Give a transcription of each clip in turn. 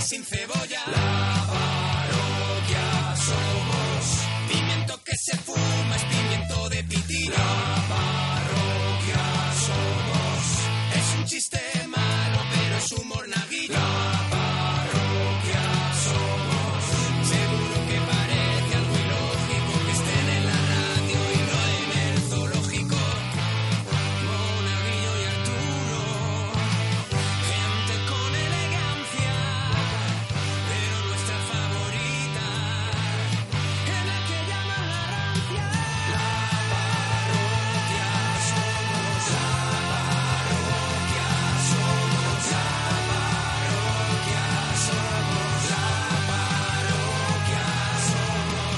sin cebolla. La parroquia somos. Pimiento que se fuma es pimiento de pitina. La parroquia somos. Es un chiste malo, pero es humor naguillo. La parroquia somos. Seguro que parece algo ilógico que estén en la radio y no en el zoológico. Monaguillo y Arturo. Gente con elegancia, pero nuestra favorita es la que llaman la rancia. La parroquia somos, la parroquia somos, la parroquia somos, la parroquia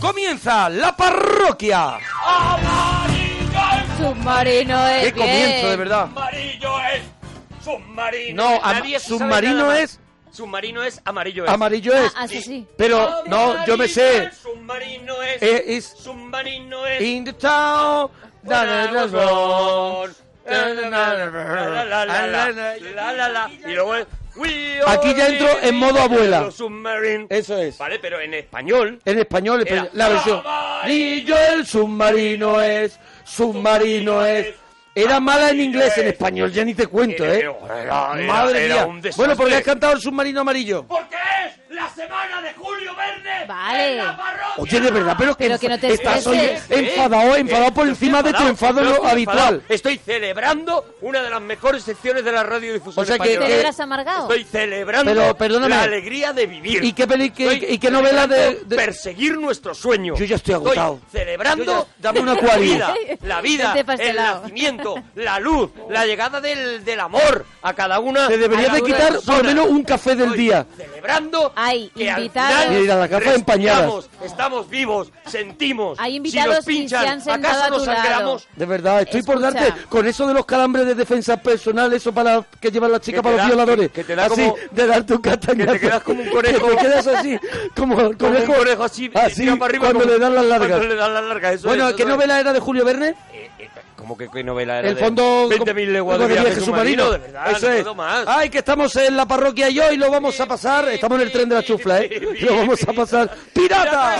Comienza la parroquia. Submarino es Qué comienzo, de verdad. Amarillo es submarino. No, am- Nadie se sabe submarino nada más. es- Submarino es amarillo es. Amarillo es. Ah, eso sí. Pero no, yo me sé. ah, Es, submarino es. Eh, is submarino es. in the town. da, da, da, da. Da, da, da, da, da. La, la, la. Y luego es- We Aquí ya are entro en living modo abuela. in a submarine. Eso es. Vale, pero en español. En español, Era- la versión. Amarillo el submarino es. Submarino es. Era mala en inglés, en español ya ni te cuento, Era- ¿eh? era- era- Madre era mía. un desastre. Bueno, porque has cantado el submarino amarillo. Porque es la semana de Julio Verne. Vale. en la parroquia. Oye, de verdad, pero que, Pero que no te estás hoy estreses. enfadado, eh, enfadado por Eh, Estoy encima de tu enfadado, enfado no lo estoy habitual. enfadado. Estoy celebrando una de las mejores secciones de la radiodifusión O sea que- española. que- ¿Celebras amargado? Estoy celebrando Pero, perdóname. la alegría de vivir. ¿Y qué peli- qué- Estoy y qué novela de- celebrando de- Perseguir nuestro sueño. Yo ya estoy agotado. Yo celebrando... ya- dame un la acuario. vida, La vida, Este el pastelao. nacimiento, la luz, la llegada del, del amor a cada una... Te deberías a de cada quitar persona. por lo menos un café del Estoy día. Celebrando Hay que al invitados. final Mira, la gafa empañada. respiramos, Estamos vivos, sentimos. Hay Si invitados nos y se pinchan, han sentado ¿acaso a tu nos lado? sangramos? De verdad, estoy por Escucha. darte con eso de los calambres de defensa personal, eso para que llevan las chicas Que te para los da- violadores. que- que te da así, como- de darte un castañazo. que te quedas como un conejo. Que te quedas así, como el Como conejo. un conejo así, así, tira para arriba, cuando como- le dan las largas. Cuando le dan las largas, eso Bueno, es, ¿qué eso es. novela era de Julio Verne? Eh, eh, ¿Cómo que qué novela era? El de- fondo... 20.000 leguas de viaje submarino, de verdad, Eso no es. puedo más. Ay, que estamos en la parroquia y hoy lo vamos a pasar... Estamos en el tren de la chufla, ¿eh? Lo vamos a pasar... ¡Pirata!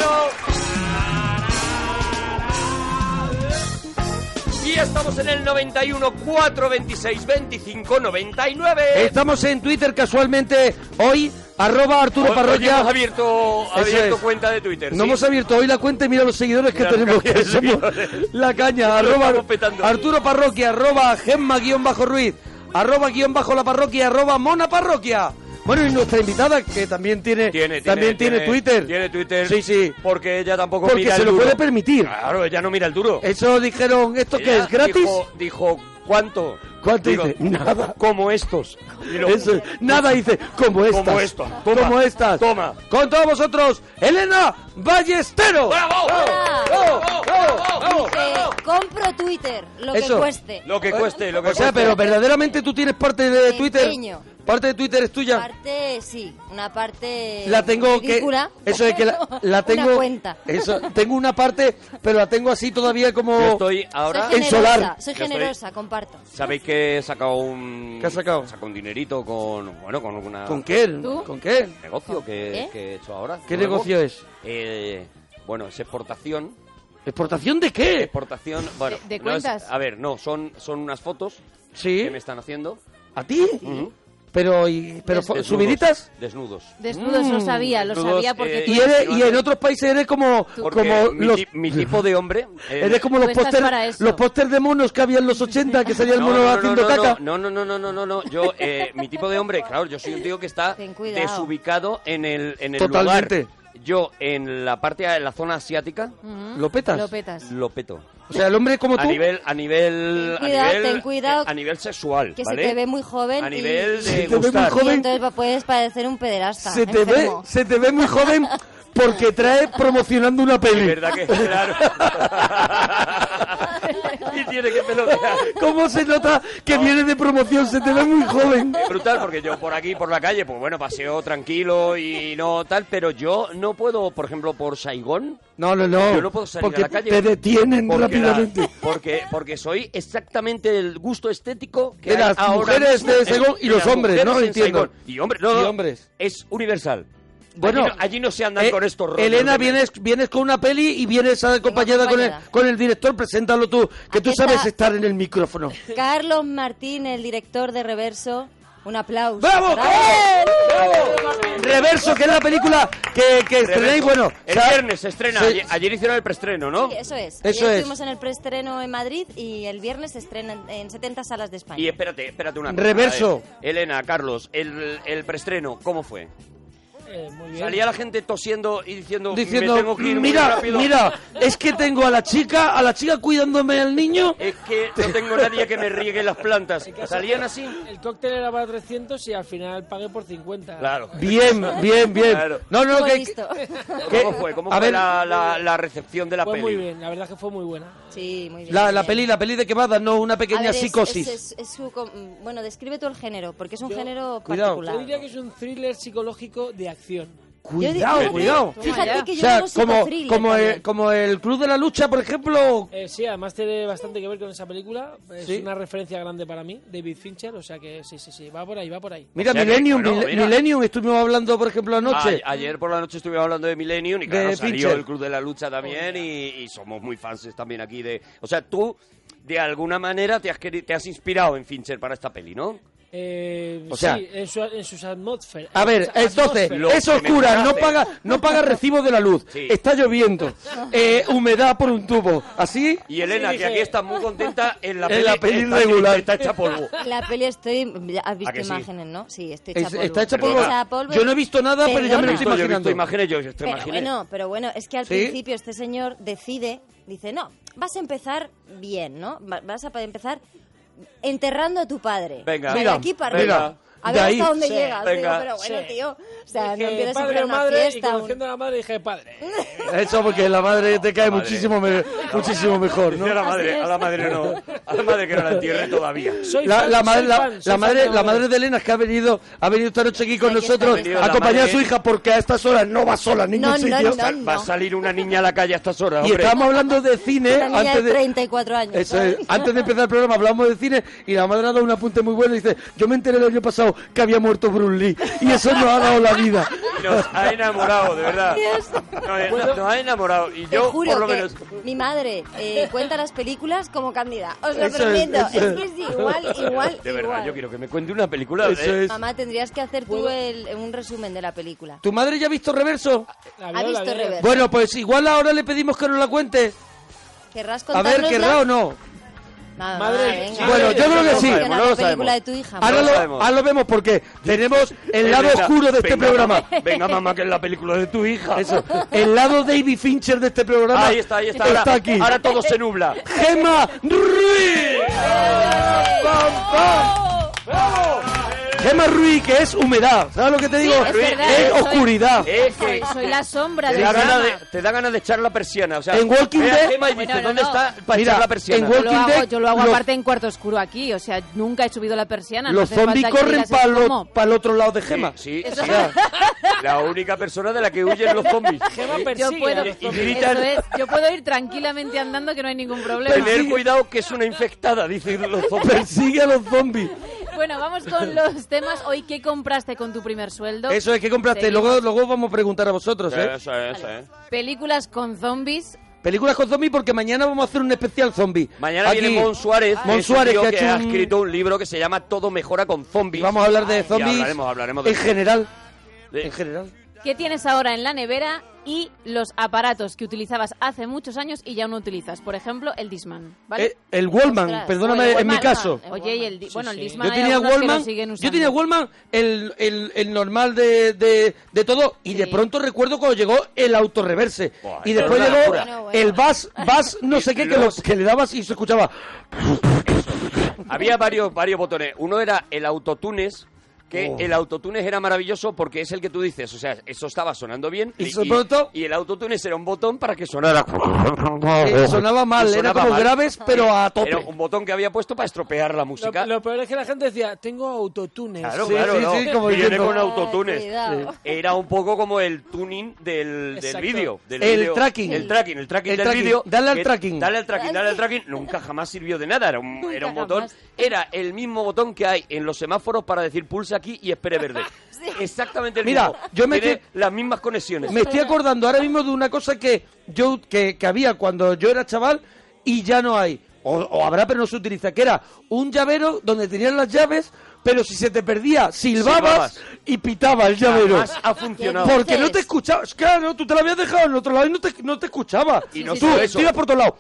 Y estamos en el 91 4 26 25 99. Estamos en Twitter casualmente hoy, arroba Arturo Hoy- hoy Parroquia. hemos abierto, Eso abierto es. cuenta de Twitter. No sí. hemos abierto hoy la cuenta y mira los seguidores que Mira los tenemos. que que somos seguidores. la caña. Lo Arroba estamos petando. Arturo Parroquia, arroba Gemma guión bajo Ruiz, arroba guión bajo la parroquia, arroba Mona Parroquia. Bueno, y nuestra invitada que también tiene, Tiene, también tiene, Twitter. Tiene Twitter. Sí, sí. Porque ella tampoco Porque mira se el lo duro. puede permitir. Claro, ella no mira el duro. Eso dijeron, ¿esto qué Ella es? ¿Gratis? Dijo, dijo, ¿cuánto? ¿Cuánto Digo, dice? Nada. Como estos. Y lo- Eso es. Nada dice, como estas. Como esto. Toma. Como estas. Toma. Con todos vosotros, Elena Ballesteros. ¡Bravo! ¡Bravo! ¡Bravo! ¡Bravo! ¡Bravo! Dice, compro Twitter, lo Eso. que cueste. Lo que cueste, lo que O sea, cueste. pero verdaderamente tú tienes parte de Twitter. Pequeño. Parte de Twitter es tuya. Parte, sí, una parte la tengo que ridícula, eso es que la, la pero tengo Una cuenta. eso tengo una parte pero la tengo así todavía como Yo estoy ahora. soy en generosa, solar. Soy Yo estoy- generosa, comparto. Sabéis que he sacado un. ¿Qué has sacado? Saco un dinerito con. Bueno, con una. con qué ¿Tú? con qué Negocio que, ¿Eh? que he hecho ahora. ¿Qué nuevo. negocio es? Eh, bueno, es exportación. exportación de qué Exportación. Bueno, de no es- cuentas? a ver, no, son, son unas fotos sí que me están haciendo. a ti Ujú. Este, pero y, pero fo- Desnudos, subiditas Desnudos. Desnudos lo sabía, lo Desnudos, sabía porque eh, tú Mm, y eres y en Porque otros países eres como Porque como mi, los ti- mi tipo de hombre. eh, eres como Tú los estás para pósters eso. los pósters de monos que había en los 80 que salía el mono haciendo no, caca No, no, no, no, no, no, no. Yo, eh, mi tipo de hombre, claro, yo soy un tío que está Ten cuidado. desubicado en el, en el Totalmente. lugar. Yo, en la parte, en la zona asiática, Mm-hmm. lo petas lo petas. lo peto. o sea el hombre como A tú nivel, a nivel, Ten cuidado, a nivel, ten cuidado, eh, a nivel sexual, Que ¿vale? se te ve muy joven. a y- nivel Se de te ve muy gustar. joven. y entonces pa- puedes parecer un pederasta. se te ve enfermo. se te ve muy joven porque trae promocionando una Es peli verdad que claro. y tiene que pelotear. ¿Cómo se nota que viene de promoción? Se te ve muy joven. Es brutal porque yo por aquí, por la calle, pues bueno, paseo tranquilo y no tal, pero yo no puedo, por ejemplo, por Saigón. No, no, no. Yo no puedo salir porque a la calle. te detienen porque la- rápidamente. porque, porque soy exactamente el gusto estético que De hay las ahora mujeres mismo de en- Saigón y de los las hombres, mujeres ¿no? en Entiendo. Saigón. Y hombres, no, Y no, hombres. Es universal. Bueno, allí no, allí no se andan Eh, con estos rollos. Elena, de- vienes, vienes con una peli y vienes acompañada con el, acompañada. con el director. Preséntalo tú, que tú Aquí está. sabes estar en el micrófono. Carlos Martín, el director de Reverso. Un aplauso. ¡Bravo! Bravo. Reverso, que es la película que, que estrenáis. Bueno, El o sea, viernes se estrena. se- Ayer, ayer hicieron el preestreno, ¿no? Sí, eso es. Eso Ayer es. Estuvimos en el preestreno en Madrid y el viernes se estrena en- en 70 salas de España. Y espérate, espérate una cosa. Reverso. A ver, Elena, Carlos, el, el preestreno, ¿cómo fue? Eh, muy bien. Salía la gente tosiendo y diciendo, diciendo, "Me tengo que ir muy mira, rápido". mira, es que tengo a la chica, a la chica cuidándome al niño. Es que no tengo nadie que me riegue las plantas. ¿Salían así? El cóctel era para 300 y al final pagué por 50. Claro. Bien, bien, bien. Claro. No, no, Muy que, listo. ¿Qué? ¿Cómo fue? ¿Cómo A fue ver. la, la- la recepción de la Fue peli? Pues muy bien, la verdad que fue muy buena. Sí, muy bien. la, la bien. peli, la peli de que va a darnos una A ver, pequeña es- es- psicosis. es- es su com- bueno, describe tú el género, porque es un género Cuidado. Yo diría particular. que es un thriller psicológico de acción. Yo Cuidado, di- cuidado. Fíjate Toma que O yo sea, digo como, psicothriller como, el, también. como el Club de la Lucha, por ejemplo. Eh, sí, además tiene bastante que ver con esa película. Es Sí. una referencia grande para mí, David Fincher, o sea que sí, sí, sí, va por ahí, va por ahí. Mira, O sea que, Millennium, bueno, Mil- mira. Millennium, estuvimos hablando, por ejemplo, anoche. A- ayer por la noche estuvimos hablando de Millennium y De claro, salió Fincher. el Club de la Lucha también y, y somos muy fans también aquí de... O sea, tú, de alguna manera, te has, queri- te has inspirado en Fincher para esta peli, ¿no? Eh, O sea- sí, en, su- en sus atmósferas. A ver, entonces, Lo es que me oscura, no conoce. paga, no paga recibo de la luz, Sí. está lloviendo, eh, humedad por un tubo, ¿así? Y Elena, Sí, que dije- aquí estás muy contenta en la En la peli está- regular. Está hecha polvo. La peli estoy... ya Has ¿A visto que sí? imágenes, ¿no? Sí, estoy hecha Es- polvo. está hecha Estoy polvo. hecha polvo. Yo no he visto nada, pero ya me lo Perdona. estoy Yo he visto imaginando. imágenes, yo te Pero imaginé. bueno, pero bueno, es que al ¿Sí? principio este señor decide, dice, no, vas a empezar bien, ¿no? Va- Vas a pa- empezar enterrando a tu padre. Venga. O sea, Mira, de aquí para venga. arriba. A De ver ahí. hasta dónde Sí, llegas. venga, Digo, pero bueno, sí. tío, o sea, no Dije, empieces a padre hacer o una madre, y fiesta. un- conociendo a la madre dije, padre. Eso porque la madre te cae madre. muchísimo, me- muchísimo mejor, ¿no? Dice a la madre, a la madre no, a la madre que no la entierre todavía. Soy La, fan, la soy madre, la, fan, soy la fan madre, de la madre de Elena es que ha venido, ha venido esta noche aquí con Sí, aquí está, nosotros, aquí está. a acompañar a su La madre- hija, porque a estas horas no va sola a ningún ¿eh? No, no, sitio. no, Va a salir una niña a la calle a estas horas, Y hombre. estábamos hablando de cine Una niña antes de de, 34 años. Eso ¿sabes? es. Antes de empezar el programa hablamos de cine y la madre ha dado un apunte muy bueno y dice, yo me enteré el año pasado que había muerto Bruce Lee y eso nos ha dado la vida. Y Nos ha enamorado, de verdad. Dios. Nos, nos ha enamorado. Y Te yo, juro por lo que menos, mi madre eh, cuenta las películas como Candida. Os lo Eso es, prometo. eso Es, es. que es igual, igual, De verdad, igual. yo quiero que me cuente una película. Eso ¿eh? es. Mamá, tendrías que hacer tú el- un resumen de la película. ¿Tu madre ya ha visto Reverso? La ¿Ha veo, la visto veo. Reverso? Bueno, pues igual ahora le pedimos que nos la cuente. ¿Querrás A ver, contárnosla? ¿querrá o no? Mamá, Madre, venga. Bueno, yo creo que sí. No lo Funciona la película sabemos. de tu hija. Ahora mamá. lo, sabemos. ahora lo vemos porque tenemos el lado Venga, oscuro de este venga, programa. mamá, venga, mamá, que es la película de tu hija. Eso. El lado David Fincher de este programa. Ahí está, ahí está. Está ahora, aquí. ahora todo se nubla. Gema Ruiz. ¡Pam, pam! Gema Ruiz, que es humedad. ¿Sabes lo que te digo? es verdad, es yo soy- oscuridad. Es Soy, que soy la sombra te de da, Gema. ganas de, te da ganas de echar la persiana. O sea, En Walking ve a Dead- Gemma y dices, Bueno, no, ¿dónde no. está para Mira, echar la persiana? en Walking Yo lo hago, Dead, yo lo hago los- aparte en cuarto oscuro aquí, o sea, nunca he subido la persiana. no Los hace falta zombies que corren digas para eso, ¿cómo? el otro lado de Gema. Sí, sí, Eso- sí. La única persona de la que huyen los zombies. Gemma Yo persigue puedo, a los Y- y zombies. gritan- eso es, yo puedo ir tranquilamente andando que no hay ningún problema. Tener cuidado que es una infectada, dicen los zombies. Persigue a los zombies. Bueno, vamos con los temas. Hoy, ¿qué compraste con tu primer sueldo? Eso es que compraste. Seguimos. Luego, luego vamos a preguntar a vosotros, ¿eh? Eso es, eso es. Películas con zombies. Películas con zombies porque mañana vamos a hacer un especial zombie. Mañana Aquí. viene Mon Suárez, Ah. Mon que es un Suárez, tío que ha que hecho ha un- escrito un libro que se llama Todo mejora con Y zombies. vamos a hablar de zombies. hablaremos, hablaremos de En eso. general. De- En general. ¿Qué tienes ahora en la nevera y los aparatos que utilizabas hace muchos años y ya no utilizas? Por ejemplo, el Disman, ¿vale? Eh, el Wallman, Ostras, perdóname, el en mi Wallman. caso. El eh, Oye, y el, di- Sí, bueno, el sí. Disman Yo hay tenía algunos que lo Wallman, siguen yo usando. tenía Wallman, el, el, el normal de, de, de todo, y de Sí. pronto recuerdo cuando llegó el autorreverse, Buah, y eso después era llegó una locura. Bueno, el bass, bass no sé qué, que, lo- que le dabas y se escuchaba. Había varios, varios botones. Uno era el autotunes, Oh. que el autotune era maravilloso porque es el que tú dices, o sea, eso estaba sonando bien Y de pronto- y el autotune era un botón para que sonara. Eh, sonaba mal, Y era sonaba como mal. graves, pero a tope. Era un botón que había puesto para estropear la Lo, música. lo peor es que la gente decía, tengo autotunes. Claro, Sí, claro, sí, no. sí, como Viene diciendo- con Ay, autotunes. cuidado. Era un poco como el tuning del, del Exacto. vídeo. del El vídeo. tracking. El tracking, el tracking El del tracking. vídeo. Dale al que- tracking. Dale al tracking, dale al tracking. Nunca jamás sirvió de nada. Era un, era un Nunca botón. jamás. Era el mismo botón que hay en los semáforos para decir pulsa aquí y espere verde. Exactamente el Mira, mismo. yo me Tiene estoy- las mismas conexiones. Me estoy acordando ahora mismo de una cosa que yo que, que había cuando yo era chaval y ya no hay. O, o habrá, pero no se utiliza. Que era un llavero donde tenían las llaves, pero si se te perdía, silbabas, Silbabas. y pitaba el llavero. Jamás ha funcionado. ¿Qué Porque no te dices? escuchabas. Claro, tú te la habías dejado en otro lado y no te, no te escuchaba. Y no tú solo eso. tiras por todos lados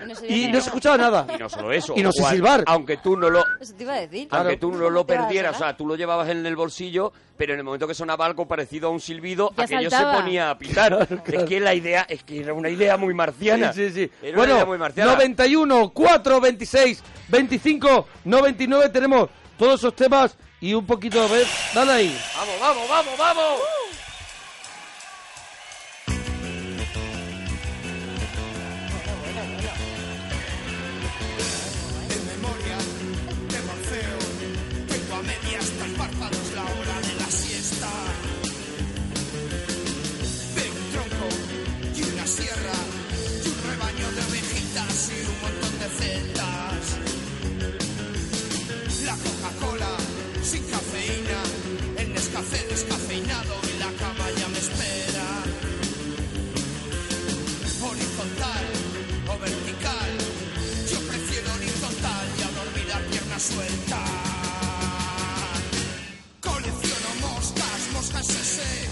Y no se y veía no se nada. escuchaba nada. Y no solo eso. Y no sé Juan, silbar. Aunque tú no lo, Eso te iba a decir. Claro. Aunque tú no lo Te vas a perdieras, o sacar. sea, tú lo llevabas en el bolsillo, pero en el momento que sonaba algo parecido a un silbido, Ya aquello saltaba. se ponía a pitar. Es que la idea, es que era una idea muy marciana. Sí, sí, sí. Era una idea Bueno, muy marciana. 91, 4, 26, 25, 99 tenemos todos esos temas y un poquito, a ver, dale ahí. Vamos, vamos, vamos, vamos. La Coca-Cola sin cafeína, el Nescafé descafeinado y la cama ya me espera. Horizontal o vertical, yo prefiero horizontal y a dormir a pierna suelta. Colecciono moscas, moscas ese,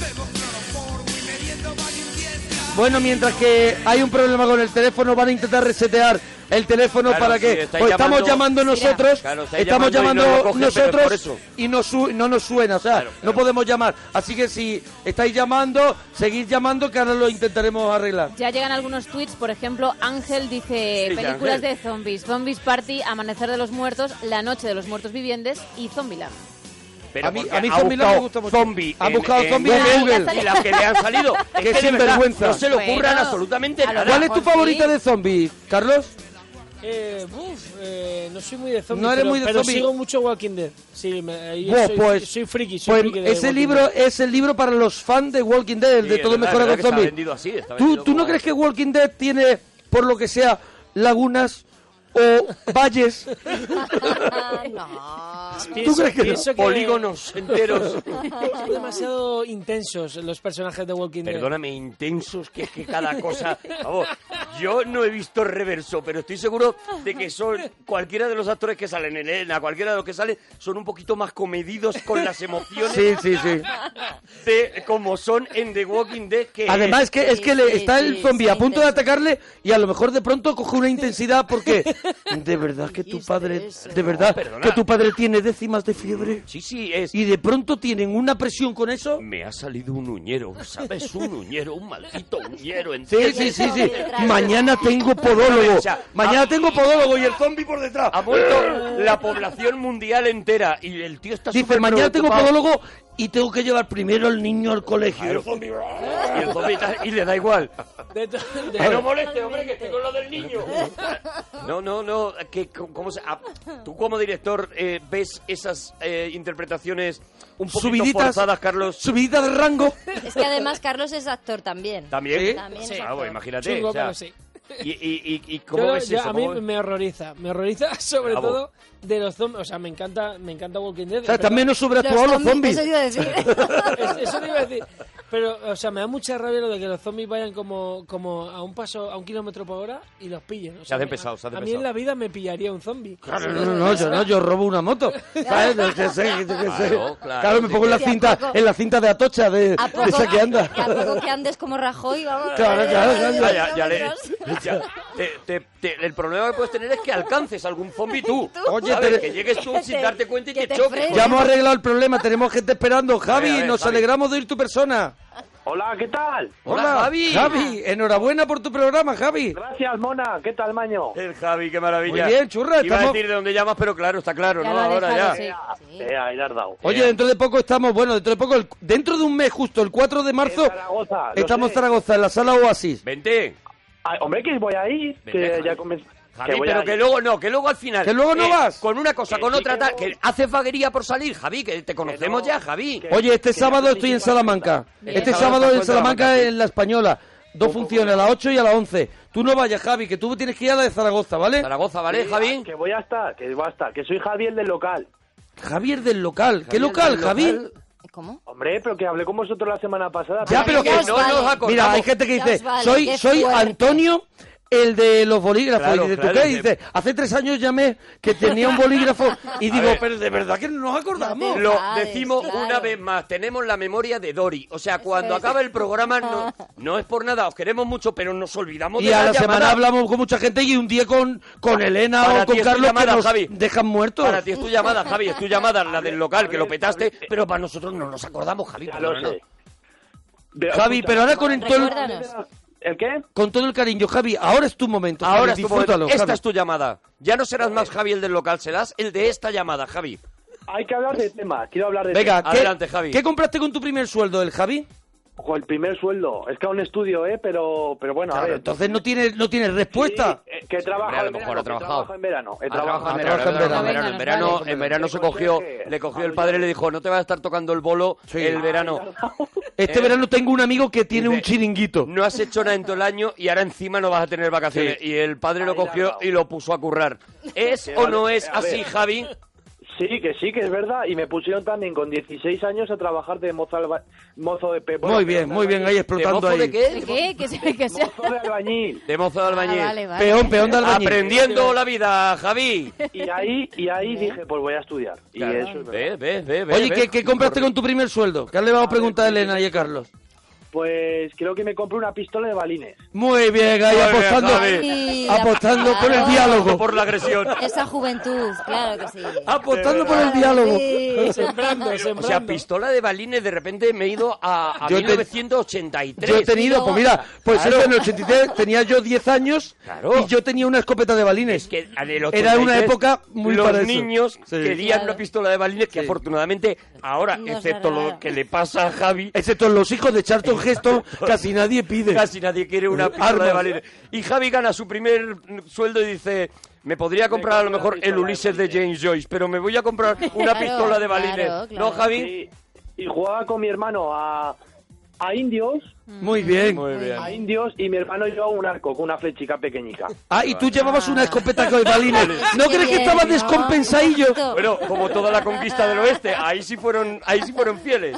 bebo cloroformo y meriendo valentienta. Bueno, mientras que hay un problema con el teléfono, van a intentar resetear el teléfono Claro, para sí, que estáis pues estamos llamando- llamando nosotros, Claro, estáis estamos llamando llamando y no lo coge, pero es por nosotros eso. y no, su- no nos suena, o sea, Claro, no claro. podemos llamar. Así que si estáis llamando, seguid llamando que ahora lo intentaremos arreglar. Ya llegan algunos tweets, por ejemplo, Ángel dice Sí, películas Ángel. de zombies, Zombies Party, Amanecer de los Muertos, La Noche de los Muertos Vivientes y Zombieland. Pero A mí- porque a mí ha Zombieland buscado me gusta mucho. zombie Ha en- buscado zombie en Google. Y las que le han salido. Es Qué que de verdad, sinvergüenza. No se le ocurran Bueno, absolutamente a lo nada. ¿Cuál es tu Jorge. favorita de zombies, Carlos? Eh, buf, eh, no soy muy de zombies, No eres pero, muy de pero zombies. sigo mucho Walking Dead. Sí, me- ahí Buah, soy, pues, soy friki, soy pues friki de ese Walking libro eh, Dead. es el libro para los fans de Walking Dead, el Sí, de es todo verdad, mejora es con verdad que está zombies. vendido así, está ¿Tú, vendido tú no como- crees que Walking Dead tiene, por lo que sea, lagunas o valles? Ah, no. Pienso- crees que no? pienso Polígonos enteros. son demasiado intensos los personajes de Walking Dead. Perdóname, intensos, que es que cada cosa... Vamos, yo no he visto reverso, pero estoy seguro de que son cualquiera de los actores que salen, Elena, cualquiera de los que salen, son un poquito más comedidos con las emociones Sí, sí, sí. de como son en The Walking Dead. Que Además, es que, es que Sí, le, sí, está el sí, zombie sí, a punto de intenso. atacarle y a lo mejor de pronto coge una intensidad porque de verdad que tu Dijiste padre, eso. de verdad perdona. que tu padre tiene décimas de fiebre Sí, sí, es... y de pronto tienen una presión con eso. Me ha salido un uñero, ¿sabes? Un uñero, un maldito uñero. Sí, ¿entiendes? sí, sí, sí. Detrás. Mañana tengo podólogo. O sea, Mañana ah. tengo podólogo y el zombie por detrás. Ha muerto la población mundial entera y el tío está Dice, súper mañana tengo preocupado". podólogo y tengo que llevar primero al niño al colegio. Y el zombie... Y el zombie está- y le da igual. De to- de- Que no Este moleste, hombre, que estoy con lo del niño. No, no, no. Que, ¿cómo se- ah, ¿Tú como director eh, ves esas eh, interpretaciones un poquito Subiditas, forzadas, Carlos? subiditas de rango. Es que además Carlos es actor también. ¿También? Sí. También Sí. es Ah, actor. bueno, imagínate. Chungo, o sea, pero sí. y, y, y, y Yo cómo lo- ves yo- eso? a mí ¿Cómo ves? me horroriza, me horroriza sobre Bravo. todo de los zombies. O sea, me encanta, me encanta Walking Dead. O sea, pero- también nos sobreactuados los zombies. Eso te iba a decir. Es- Eso te iba a decir. Pero, o sea, me da mucha rabia lo de que los zombies vayan como, como a un paso, a un kilómetro por hora y los pillen. O sea, hacen me- pesados, se hacen a mí pesados. en la vida me pillaría un zombie. Claro, no, no, no, yo no, yo robo una moto. ¿Sabes? Yo qué sé, yo qué sé. Claro, claro. Claro, me pongo en la Sí, ¿a cinta, poco? en la cinta de Atocha, de, ¿A de poco, esa que anda. a poco que andes como Rajoy, vamos. Claro, claro, claro. Ya, Ah, ya, ya le- ya, te- te- te- el problema que puedes tener es que alcances algún zombie tú. Oye, ¿sabes? pero- que llegues tú Que sin te- darte cuenta y que que, te choques. frene. Ya hemos arreglado el problema, tenemos gente esperando. Javi, ver, nos Javi. alegramos de ir tu persona. Hola, ¿qué tal? Hola, Javi. Javi, enhorabuena por tu programa, Javi. Gracias, Mona. ¿Qué tal, Maño? El Javi, qué maravilla. Muy bien, churra, Iba estamos- a decir de dónde llamas, pero claro, está claro, Ya ¿no? lo ha Ahora ya. dejado, sí. Ea, ea, ya Eh, has dado. Oye, dentro de poco estamos, bueno, dentro de poco, el- dentro de un mes justo, el 4 de marzo, En Zaragoza, Ah, lo estamos sé. en Zaragoza, en la sala Oasis. Vente. Ay, hombre, que voy a ir. Vente, Que Javi. ya comencé. Javi, pero que luego no, que luego al final. eh, ¿Que luego no vas? Con una cosa, Que con sí, otra que tal. voy. Que hace faguería por salir, Javi, que te conocemos no, ya, Javi. que- Oye, este que ya sábado tenéis estoy en que pagar Salamanca. cuenta. Este Bien. sábado en Salamanca, Salamanca Salamanca, en La Española. Dos funciones, a las 8 y a las 11. Tú no vayas, Javi, que tú tienes que ir a la de Zaragoza, ¿vale? Zaragoza, ¿vale, Que- Javi? Que voy a estar, que voy a estar. Que soy Javier del local. Javier del local. ¿Qué Javier local, del Javi? local. ¿Cómo? Hombre, pero que hablé con vosotros la semana pasada. Ya, pero Ya que os no vale. nos acordamos. Mira, hay gente que Ya dice, os vale, soy, qué soy fuerte. Antonio, el de los bolígrafos. Claro, y dice, ¿tú claro, qué? que- Y dice, hace tres años llamé que tenía un bolígrafo. Y digo, ver. pero de verdad que no nos acordamos. No Lo sabes, decimos claro. una vez más, tenemos la memoria de Dori. O sea, cuando acaba el programa, no, no es por nada, os queremos mucho, pero nos olvidamos Y de a la la semana llamada. hablamos con mucha gente y un día con, con Elena Para o ti con es tu Carlos llamada, que nos Javi. dejan muertos. Para ti es tu llamada, Javi, es tu llamada, la del local, que lo petaste, pero para nosotros no nos acordamos, Javi. eh, Ya lo perdónanos. sé. Pero, Javi, escucha, pero ahora con, el- todo el, Recuérdanos. ¿El qué? con todo el cariño, Javi, ahora es tu momento. Javi, Ahora es tu disfrútalo, momento. Esta Javi. es tu llamada. Ya no serás más Javi el del local, serás el de esta llamada, Javi. Hay que hablar de temas. Quiero hablar de Venga, temas. ¿qué, Adelante, Javi. ¿qué compraste con tu primer sueldo, el Javi? Ojo, el primer sueldo. Es que aún estudio, ¿eh? Pero, pero bueno, a Claro, ver. entonces no tienes, no tienes respuesta. Sí, eh, que trabajo Hombre, a lo en mejor verano, ha que trabajado. trabajo en verano. He Ha trabajado trabajado en Ah, en verano, verano. En verano, ha en verano, en verano, trabajado en verano se cogió, le cogió el padre y le dijo, no te vas a estar tocando el bolo Sí. el verano. Este eh, verano tengo un amigo que tiene un dice, chiringuito. No has hecho nada en todo el año y ahora encima no vas a tener vacaciones. Sí. Y el padre lo Ahí la cogió has dado. y lo puso a currar. ¿Es Que o no vale, es a así, ver. Javi? Sí, que sí, que es verdad. Y me pusieron también con 16 años a trabajar de mozo, alba- mozo de pe- bueno, muy de bien, mozo muy de bien, ahí albañil. ¿De explotando mozo ahí. de qué? ¿Qué? ¿Qué sea? ¿Qué sea? Mozo de albañil. De mozo de Ah, albañil. vale, vale. Peón, peón de albañil. Aprendiendo la vida, Javi. Y ahí, y ahí dije, pues voy a estudiar. Y eso es verdad. Ve, ve, ve, ve, Oye, ve. ¿qué, qué compraste con tu primer sueldo? ¿Qué le vamos a preguntar a Elena y a Carlos? Pues creo que me compré una pistola de balines. Muy bien, ahí Muy bien, apostando, Javi. apostando por el Claro. diálogo. Por la agresión. Esa juventud, claro que sí. Apostando por el diálogo. Sí. Sembrando, O sembrando. sea, pistola de balines, de repente me he ido a, a Yo te- 1983. Yo he tenido, pues mira, pues Claro. eso en el 83 tenía yo 10 años Claro. y yo tenía una escopeta de balines. Es que en el Era 83, una época muy los para eso. niños Sí. querían Claro. una pistola de balines que Sí. afortunadamente ahora, Nos la excepto lo regalaron. que le pasa a Javi, Excepto los hijos de Charlton Heston, casi nadie pide. Casi nadie quiere una pistola Armas. de balines. Y Javi gana su primer mm, sueldo y dice, me podría comprar a lo compro mejor una el pistola de Ulises de balines". James Joyce, pero me voy a comprar una Claro, pistola de balines. claro, claro. ¿No, Javi? Y, y jugaba con mi hermano a, a indios. Mm. Muy bien. Muy bien. A indios y mi hermano llevaba un arco con una flechica pequeñica. Ah, y tú llevabas una escopeta de balines. ¿No Qué crees que bien, estabas ¿no? descompensadillo? Exacto. Bueno, como toda la conquista del oeste, ahí sí fueron, ahí sí fueron fieles.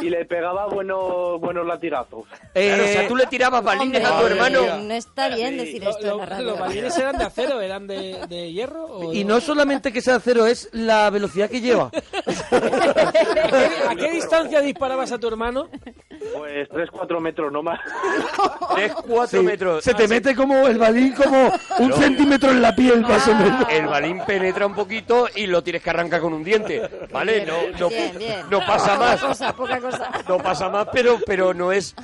Y le pegaba buenos, buenos latigazos. Claro, o Eh, sea, tú le tirabas balines a tu Hombre, hermano. No está bien decir Lo- esto en lo- la radio. ¿Los balines eran de acero? ¿Eran de, de hierro? O Y no solamente que sea cero, es la velocidad que lleva. ¿A qué- ¿A qué distancia disparabas a tu hermano? Pues 3-4 metros nomás. Tres, cuatro metros. Ah, Se te mete como el balín, como un centímetro en la piel, más o Ah. menos. El balín penetra un poquito y lo tienes que arrancar con un diente, ¿vale? No, no, Bien, bien. no pasa Poca más. cosa, poca cosa. No pasa más, pero, pero no es.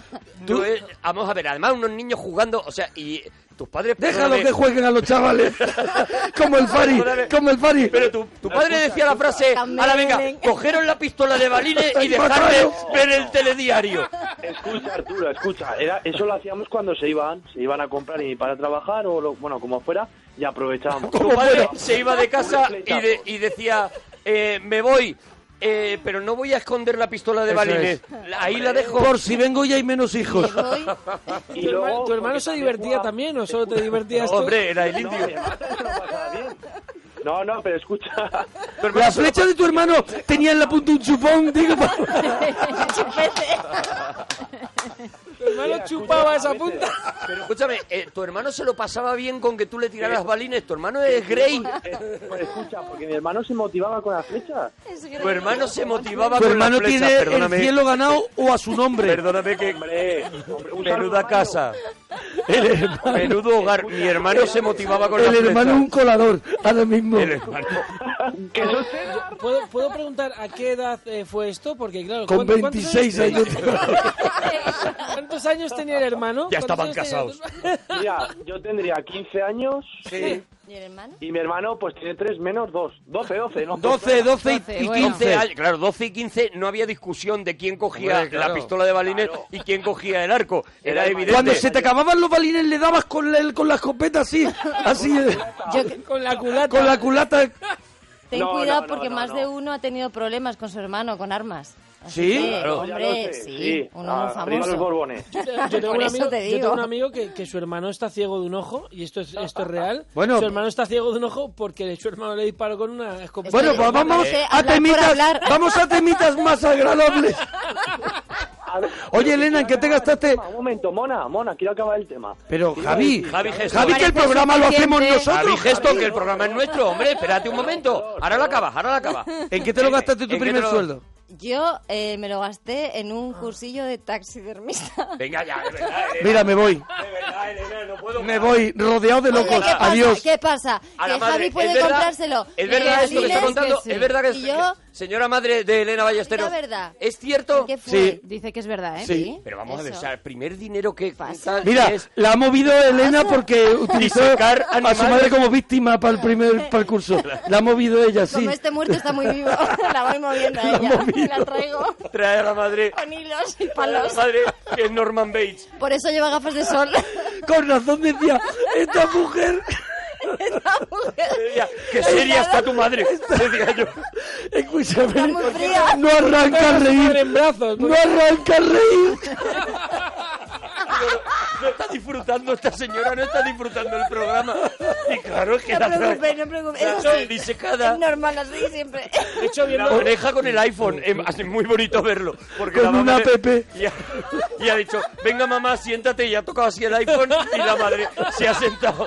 no es- vamos a ver, además unos niños jugando, o sea, y tus padres. Déjalo perdóname, que jueguen a los chavales. Como el Fari, como el Fari. Pero tu, tu padre decía la frase: Ahora venga, cogieron la pistola de balines y dejarme ver el telediario. Escucha, Arturo, escucha. Era, eso lo hacíamos cuando se iban, se iban a comprar y para trabajar o, lo- bueno, como fuera, y aprovechábamos. Tu padre se iba de casa y, de- y decía: eh, Me voy, eh, pero no voy a esconder la pistola de Eso es. balines. Ahí la dejo. Por si vengo y hay menos hijos. Y ¿Tu hermano- luego, ¿Tu hermano porque se divertía también o solo te divertías tú? Hombre, era el No, indio. mi hermano se lo pasaba bien. No, no, pero escucha. Tu hermano La se lo flecha de tu hermano tenía en la punta un chupón, digo. pa- ¿Tu hermano chupaba esa punta? Pero escúchame, eh, tu hermano se lo pasaba bien con que tú le tiraras balines. Tu hermano es Grey. Eh, pues escucha, porque mi hermano se motivaba con las flechas. Tu hermano se motivaba Tu con la hermano flecha, tiene el perdóname. cielo ganado o a su nombre. Perdóname que Hombre, hombre, un saludo, menuda Mario. casa. Menudo hogar. Mi hermano se motivaba con la El flecha. hermano un colador, ahora mismo. El hermano. ¡Que eso es cena! ¿Puedo, ¿Puedo preguntar a qué edad eh, fue esto? Porque, claro, Con ¿cuántos- cuántos 26 años. ¿Cuántos años tenía el hermano? Ya estaban ¿Cuántos años tenía tu- Mira, yo tendría 15 años Sí. ¿Y el hermano? y mi hermano pues tiene 3 menos 2. 12, 12, ¿no? 12, 12 y- y 12, bueno. 15. claro, 12 y 15 no había discusión de quién cogía Hombre, claro. la pistola de balines Claro. y quién cogía el arco. Era Era el evidente. Cuando se te acababan los balines le dabas con la, el- con la escopeta así, así, eh, Con la culata. con la culata. Ten No, cuidado no, no, porque no, más no. de uno ha tenido problemas con su hermano, con armas. Sí, Así que, claro. Ya lo Hombre, sé, sí, uno Ah, muy arriba los famoso. borbones. Yo tengo, Por un eso amigo, te yo tengo digo. un amigo que, que su hermano está ciego de un ojo, y esto es, esto es real. Bueno. su hermano está ciego de un ojo porque su hermano le disparó con una escopeta. Bueno, pues vamos Eh, a hablar por temitas, hablar. vamos a temitas más agradables. A ver, Oye, Elena, ¿en qué te quiero acabar el gastaste? tema, Un momento, Mona, Mona, quiero acabar el tema. Pero Quiero Javi, decir- Javi Gesto. Javi, que el programa lo hacemos nosotros. Javi Gesto, que el programa es nuestro, hombre, espérate un momento. Ahora la acabas, ahora la acabas. ¿En qué te lo gastaste tu ¿En qué primer te lo- sueldo? Yo eh, me lo gasté en un cursillo de taxidermista. Venga ya, de verdad, Elena, Mira, me voy, de verdad, Elena, no puedo me más. voy, rodeado de Oye, ¿qué locos. pasa? Adiós. ¿Qué pasa? A Que la madre, Javi ¿es puede verdad? comprárselo. Es verdad Eh, esto que está diles contando. sí. Es verdad que Y yo, señora madre de Elena Ballesteros. Era verdad. ¿Es cierto? ¿en ¿qué fue? Sí. Dice que es verdad, ¿eh? Sí. Pero vamos a ver, Eso. o sea, el primer dinero que Pasa. cuenta Mira, es- la ha movido Elena porque utilizó Disecar a su animales. madre como víctima para el primer para el curso. La ha movido ella, sí. Como este muerto está muy vivo, la voy moviendo a La ella. movido. La traigo trae a la madre, con hilos y trae a la palos. madre que es Norman Bates. Por eso lleva gafas de sol. Con razón decía, esta mujer Esta mujer Decía, Qué seria está tu madre, decía yo. Escúchame, muy fría. no arranca a Madre reír, en brazos. no arranca a reír. No está disfrutando esta señora, no está disfrutando el programa. Y claro, es que No la me preocupes, trae no me preocupes. la Eso trae sí, disecada. es normal, así siempre. De hecho, La viendo, oreja con el iPhone, es es muy bonito verlo. Porque Oh. Con la mamá una le- PP. Y ha, y ha dicho, venga mamá, siéntate, y ha tocado así el iPhone y la madre se ha sentado.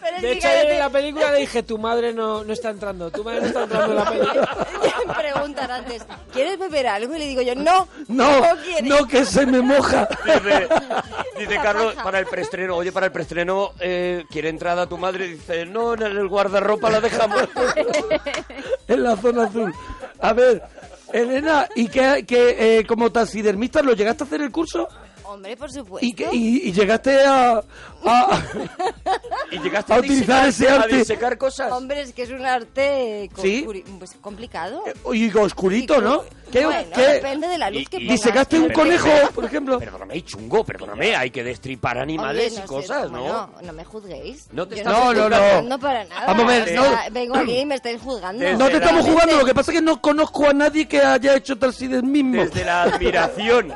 Pero es de que hecho ayer en la cállate, película le dije, tu madre no, no está entrando, tu madre no está entrando en la película. me preguntan antes, ¿quieres beber algo? Y le digo yo, no, No, quieres. no que se me moja. Dice, dice Carlos, para el preestreno, oye, para el preestreno, eh, ¿quiere entrada tu madre? Dice, no, en el guardarropa la dejamos. en la zona azul. A ver, Elena, ¿y qué, qué, eh, como taxidermista lo llegaste a hacer el curso? Hombre, por supuesto. ¿Y, qué- y- y llegaste a, a- Y llegaste A a, utilizar disecar- ese arte. A disecar cosas. Hombre, es que es un arte co- Sí. curi- pues, complicado. y oscurito, ¿no? ¿Qué- bueno, qué- depende de la luz Y- que y- pongas. disecaste un conejo, por ejemplo? Perdóname, y chungo, perdóname, hay que destripar animales Hombre, y no sé, cosas, ¿no? bueno, No, me juzguéis. No te Yo estamos estoy juzgando. juzgando para nada. Vamos a ver, O sea, no- Vengo aquí y me estáis juzgando. Desde No te la- estamos jugando, lo que pasa es que no conozco a nadie que haya hecho taxidermismo. Desde la admiración.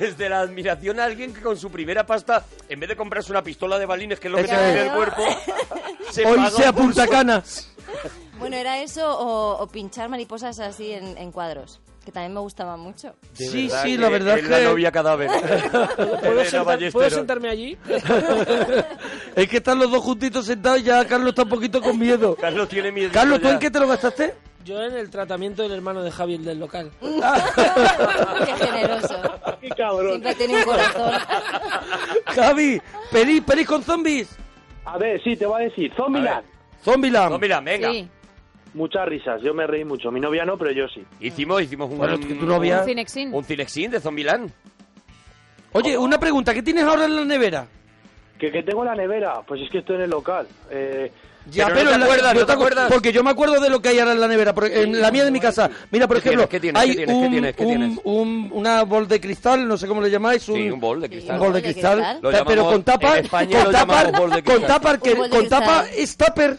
Desde la admiración a alguien que con su primera pasta, en vez de comprarse una pistola de balines, que es lo que Eso se tiene es. el cuerpo, se Hoy paga sea un curso. Punta Cana. Bueno, era eso o, o pinchar mariposas así en, en cuadros, que también me gustaba mucho. De Sí, verdad sí, la verdad es la que- novia cadáver. ¿Puedo, Elena sentar- Ballesteros. ¿puedo sentarme allí? Es que están los dos juntitos sentados y ya Carlos está un poquito con miedo. Carlos tiene miedo. Carlos, ¿tú ya. en qué te lo gastaste? Yo en el tratamiento del hermano de Javi, el del local. Qué generoso. Qué cabrón. Siempre tiene un corazón. Javi, pelis, pelis con zombies. A ver, sí, te voy a decir. A Zombieland. ver. Zombieland. No, mira, venga. Sí, Muchas risas. Yo me reí mucho. Mi novia no, pero yo sí. Hicimos, hicimos un, Bueno, es que tu novia- un Cinexin. un Cinexin de Zombieland. Oye, una pregunta, ¿qué tienes ahora en la nevera? ¿Que, que tengo en la nevera? Pues es que estoy en el local. Eh, Ya, Pero no te en la- acuerdas, yo no te acu- acuerdas. Porque yo me acuerdo de lo que hay ahora en la nevera, porque en la mía de mi casa. Mira, por ¿Qué ejemplo, tienes, qué tienes, hay qué tienes, qué un- tienes, qué un- tienes? un- una bol de cristal, no sé cómo le llamáis, un, Sí, un bol de un cristal. bol de cristal, Lo ta- pero llamamos- con tapa, en España con lo tapa, llamamos bol de con cristal. tapa que Un bol de con tapa cristal. es tupper,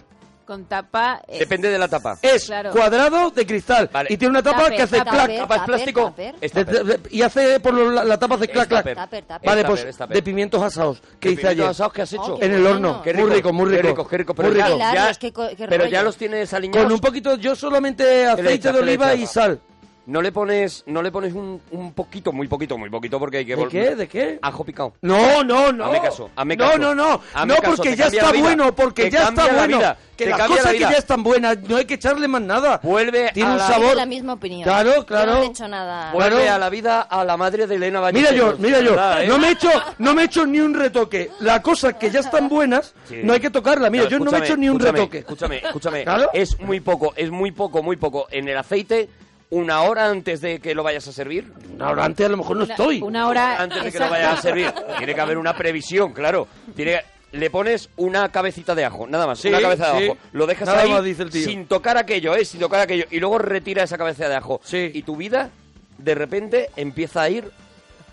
Con tapa. eh, Depende de la tapa. es Claro. cuadrado de cristal Vale. y tiene una tapa Tupper, que hace tupper. clac. Tupper, ¿Tapa es tupper, plástico? tupper. Es De- tupper. de- y hace por lo- la, la tapa hace clac clac. tupper. Tupper, tupper. Vale, Es pues tupper, es tupper. de pimientos asados que ¿De hice ayer. pimientos asados que has hecho? Oh, qué En el horno, bueno. Qué muy rico, muy rico. Qué rico, qué rico. Pero, Muy ya- rico. Claro, ya, es que co- qué pero ya rollo. los tienes alineados. Con un poquito, yo solamente aceite echas? de ¿Qué le oliva y echabas? sal. No le pones, no le pones un, un poquito, muy poquito, muy poquito, porque hay que ¿De vol- qué? ¿De qué? Ajo picado. No, no, no. Hazme caso, hazme no, caso. no, no. Hazme no, caso, porque te ya cambia está la vida. bueno, porque Te ya cambia está la bueno. vida, Que te las cambia la cosas que vida. ya están buenas, no hay que echarle más nada. Vuelve Tiene a un la- sabor. la misma opinión. Claro, claro. Yo no le he hecho nada. Vuelve Claro. a la vida a la madre de Elena Mira yo, Ballesteros, mira yo, ¿verdad, eh? no me he hecho, no me he hecho ni un retoque. Las cosas que ya están buenas, Sí. no hay que tocarlas. Mira, Claro, yo no me he escúchame, hecho ni un escúchame, retoque. Escúchame, escúchame. Claro. Es muy poco, es muy poco, muy poco. En el aceite, una hora antes de que lo vayas a servir. Ahora antes a lo mejor no Una- estoy. Una hora. Antes de que lo exacta. vayas a servir. Tiene que haber una previsión, claro. Tiene le pones una cabecita de ajo, nada más, Sí, una cabeza de sí. ajo. Lo dejas Nada ahí más, dice el tío. sin tocar aquello, ¿eh? Sin tocar aquello. Y luego retira esa cabeza de ajo. Sí. Y tu vida, de repente, empieza a ir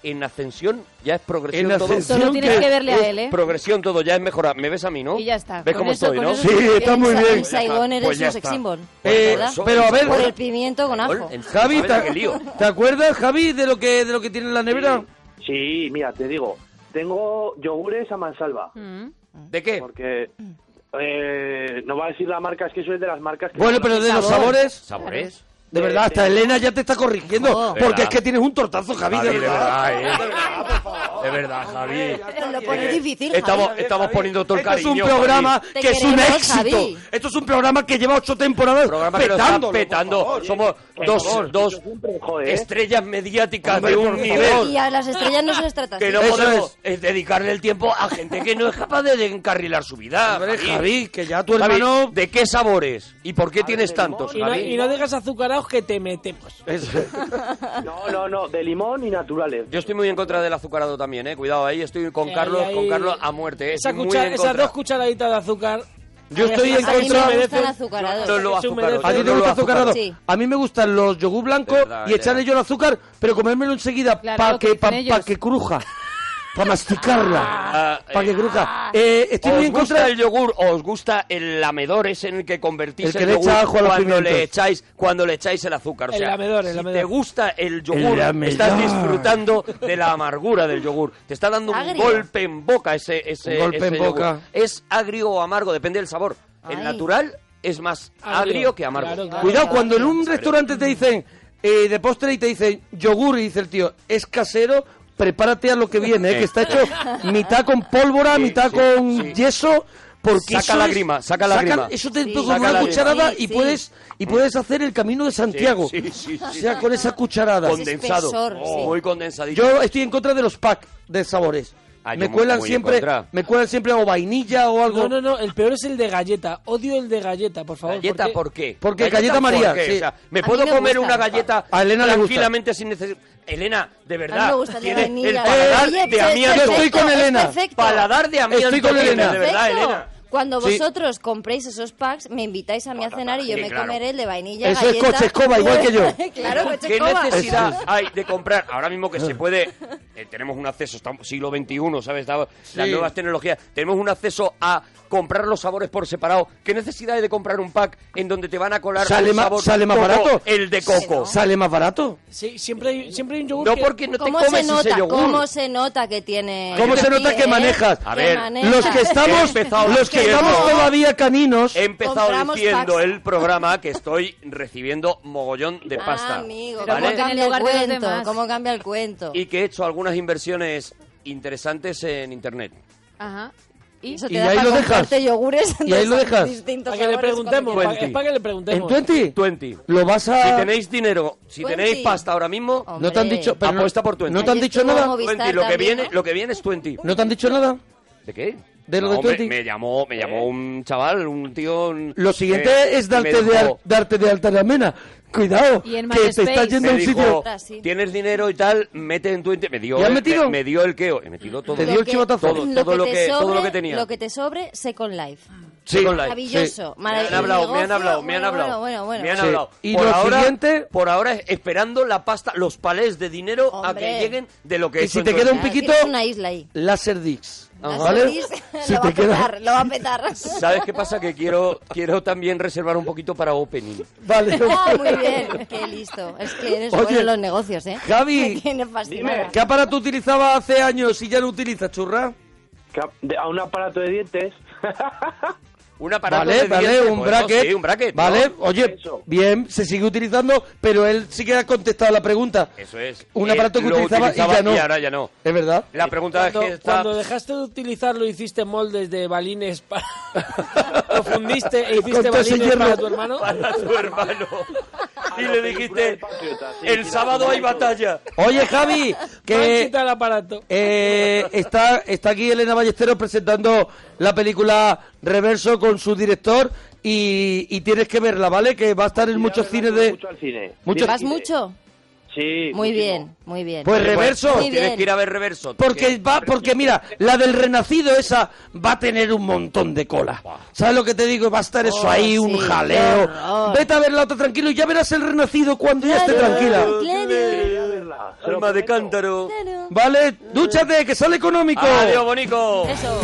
en ascensión. Ya es progresión En todo. ascensión. Solo tienes que verle Es a él, ¿eh? Progresión todo, ya es mejorar. ¿Me ves a mí, no? Y ya está. ¿Ves Con cómo eso- estoy, con no? eso Sí, está muy En Sa- bien. En Saigón eres Pues ya un está. sex symbol. Eh, Pues eso- pero a ver, Por el pimiento con ajo. Bueno, en- Javi, ¿sabes ¿te, qué lío? te acuerdas, Javi, de lo que de lo que tiene en la nevera? Sí, mira, te digo, tengo yogures a mansalva. Mm. ¿De qué? Porque eh, no va a decir la marca, es que eso es de las marcas que... Bueno, pero de los sabores, ¿Sabores? de verdad, hasta Elena ya te está corrigiendo, Verdad. porque es que tienes un tortazo, Javi, de Ah, verdad. eh. De verdad, Javi. Eh, Lo pones difícil, Javi. Estamos, estamos poniendo todo el Esto es cariño. un programa Javi. Te que es un queremos, éxito. Javi. Esto es un programa que lleva ocho temporadas Programa que lo está petando. petando. Somos dos, dos Joder, estrellas mediáticas Hombre, de un por favor. Y nivel a las estrellas no se les trata así. que no Eso podemos eh, dedicarle el tiempo a gente que no es capaz de encarrilar su vida. Hombre, Javi, que ya tu Javi, hermano... ¿de qué sabores? ¿Y por qué tienes tantos, Y no, Javi? y no dejas azucarados que te metemos. No, no, no, de limón y naturales. Yo estoy muy en contra del azucarado también, eh. Cuidado ahí, estoy con Ahí, Carlos, ahí. con Carlos a muerte, eh. Esa Estoy muy cucha- en esas contra. dos cucharaditas de azúcar. Yo a mí estoy me- en A a mí mí contra- me merece- gustan azucarados. No lo Eso azucarados. merece- ¿A ti te No lo gusta azucarado. azucarado? Sí. A mí me gustan los yogur blancos De verdad, y echarle de yo el azúcar, pero comérmelo enseguida Claro, para lo que que, pa- dicen pa' ellos. que cruja. Para masticarla. Ah, eh. para que cruja. Eh, estoy muy ¿Os en gusta contra. el yogur o os gusta el lamedor ese en el que convertís El que el le yogur echa ajo a los cuando pimientos. le echáis cuando le echáis el azúcar? O El sea, lamedor, el si lamedor. te gusta el El yogur, lamedor. estás disfrutando de la amargura del yogur. Te está dando un Agrio. golpe en boca ese ese Un golpe ese en yogur. boca. Es agrio o amargo, depende del sabor. El Ay. natural es más agrio, Agrio. que amargo. Claro, claro. Cuidado, cuando en un restaurante te dicen eh, de postre y te dicen yogur y dice el tío, es casero, prepárate a lo que viene, eh, que está hecho mitad con pólvora, mitad sí, con sí. yeso. Porque Saca eso la es- grima, saca la grima. Eso te Sí. con Saca la una grima. cucharada Sí, y sí. puedes y puedes hacer el camino de Santiago. Sí, sí, sí, o sí. sea, con esa cucharada. Con- condensado, espesor, Oh, sí. muy condensadito. Yo estoy en contra de los packs de sabores. Ah, yo me muy- cuelan muy en siempre, contra. me cuelan siempre o vainilla o algo. No, no, no, el peor es el de galleta. Odio el de galleta, por favor. ¿Galleta porque- por qué? Porque galleta María, qué? sí. O sea, ¿Me A mí puedo me comer gusta. una galleta A Elena le gusta. tranquilamente sin necesidad? Elena, de verdad, me gusta el de tiene vainilla. el paladar Oye, de es amianto. Yo estoy con perfecto, Elena. es perfecto. Paladar de amianto. Estoy con tiene, Elena. De verdad, Perfecto. Elena. Cuando Sí. vosotros compréis esos packs, me invitáis a mí a cenar y yo sí, me claro. comeré el de vainilla. Eso es galleta. coche escoba, igual que yo. claro, coche ¿Qué escoba. necesidad hay de comprar ahora mismo que se puede? eh, tenemos un acceso, estamos siglo XXI, ¿sabes? Estamos- Las Sí. nuevas tecnologías. Tenemos un acceso a comprar los sabores por separado. ¿Qué necesidad hay de comprar un pack en donde te van a colar Sale un más- sabor sale más como barato. El de coco. Sale más barato. Sí, siempre, hay, siempre hay un yogur No que- porque no te ¿Cómo se comes ese nota? yogur. ¿Cómo se nota que tiene? ¿Cómo se nota Sí, que ¿eh? manejas? A Que ver, manejas. Los que He estamos, empezado los que diciendo- estamos todavía caninos. He empezado Compramos diciendo packs. el programa que estoy recibiendo mogollón de Ah, pasta. amigo, Pero ¿vale? ¿cómo ponte en el cambia el lugar de los cuento? demás. ¿Cómo cambia el cuento? Y que he hecho algunas inversiones interesantes en internet. Ajá. Y Eso te y da ahí para lo dejas. comprarte yogures Y ahí lo de dejas. distintos Para que le sabores cuando preguntemos. para- Twenty. es para que le ¿En preguntemos. 20? 20. ¿Lo vas Si a...? tenéis dinero, si Twenty. tenéis pasta ahora mismo, Hombre. ¿No te han dicho...? pero no- Apuesta por 20. ¿No te han Ayer dicho estuvo nada? Movistar 20, lo que también, viene, ¿no? lo que viene es 20. ¿No te han dicho nada? ¿De qué? De lo de hombre, 20. Me llamó, me llamó un chaval, un tío. un- Lo siguiente que- es que Eh, me darte de, al- dijo- darte de alta en la mena. Cuidado, Y en que te estás MySpace. yendo a me un sitio... dijo, Ah, sí. tienes dinero y tal, mete en Twitter. Me dio, ¿Y has el- metido? Me, me dio el queo. He metido todo. Te dio el que- chivatazo. Todo, todo lo te que- todo sobre- lo que tenía. Lo que te sobre, Second Life. Sí, con la- Maravilloso. Me maravilloso. han hablado, me han Negocio, hablado, me han bueno, hablado. Bueno, bueno, Me han Sí. hablado. Y por lo ahora, siguiente- Por ahora, esperando la pasta, los palés de dinero a Hombre. que lleguen de lo que Y he hecho si en te todo queda el- un Claro, piquito- tienes una isla ahí. Laserdix. Las ¿Vale? Otis, Si lo va te a queda- petar, lo va a petar. ¿Sabes qué pasa? Que quiero, quiero también reservar un poquito para opening. Vale. Ah, muy bien, qué listo. Es que eres Oye, bueno en los negocios, ¿eh? Javi, Me tiene fascinada. ¿Qué aparato utilizaba hace años y ya no utilizas, churra? Que a- de- A un aparato de dientes. un aparato Vale, de vale, dientes, un bueno, bracket. sí, un bracket, Vale, ¿no? oye, Eso. bien, se sigue utilizando, pero él sí que ha contestado la pregunta. Eso es. Un Eh, aparato que lo utilizaba, y ya no. ahora ya no. Es verdad. La pregunta Cuando, es que está... cuando dejaste de utilizarlo, hiciste moldes de balines para. lo fundiste e Con hiciste todo ese balines para hierro. tu hermano. para tu hermano. Y le dijiste, el sí, sábado hay batalla. Oye, Javi, que Panchita el aparato. eh, está, está aquí Elena Ballesteros presentando la película Reverso con su director y, y tienes que verla, ¿vale? Que va a estar en muchos cines de... Mucho al cine. Mucho- ¿Vas Cine. mucho? Sí. Muy muchísimo. bien, muy bien. Pues Reverso. Muy bien. Tienes que ir a ver reverso. Porque va, porque mira, la del renacido esa va a tener un montón de cola. ¿Sabes lo que te digo? Va a estar eso Oh, ahí, un sí, jaleo. qué horror. Vete a ver la otra tranquilo y ya verás el renacido cuando ya esté Claro. tranquila. Verla, se lo Alma de prometo. cántaro. Claro. Vale, dúchate, que sale económico. Adiós, bonico. Eso.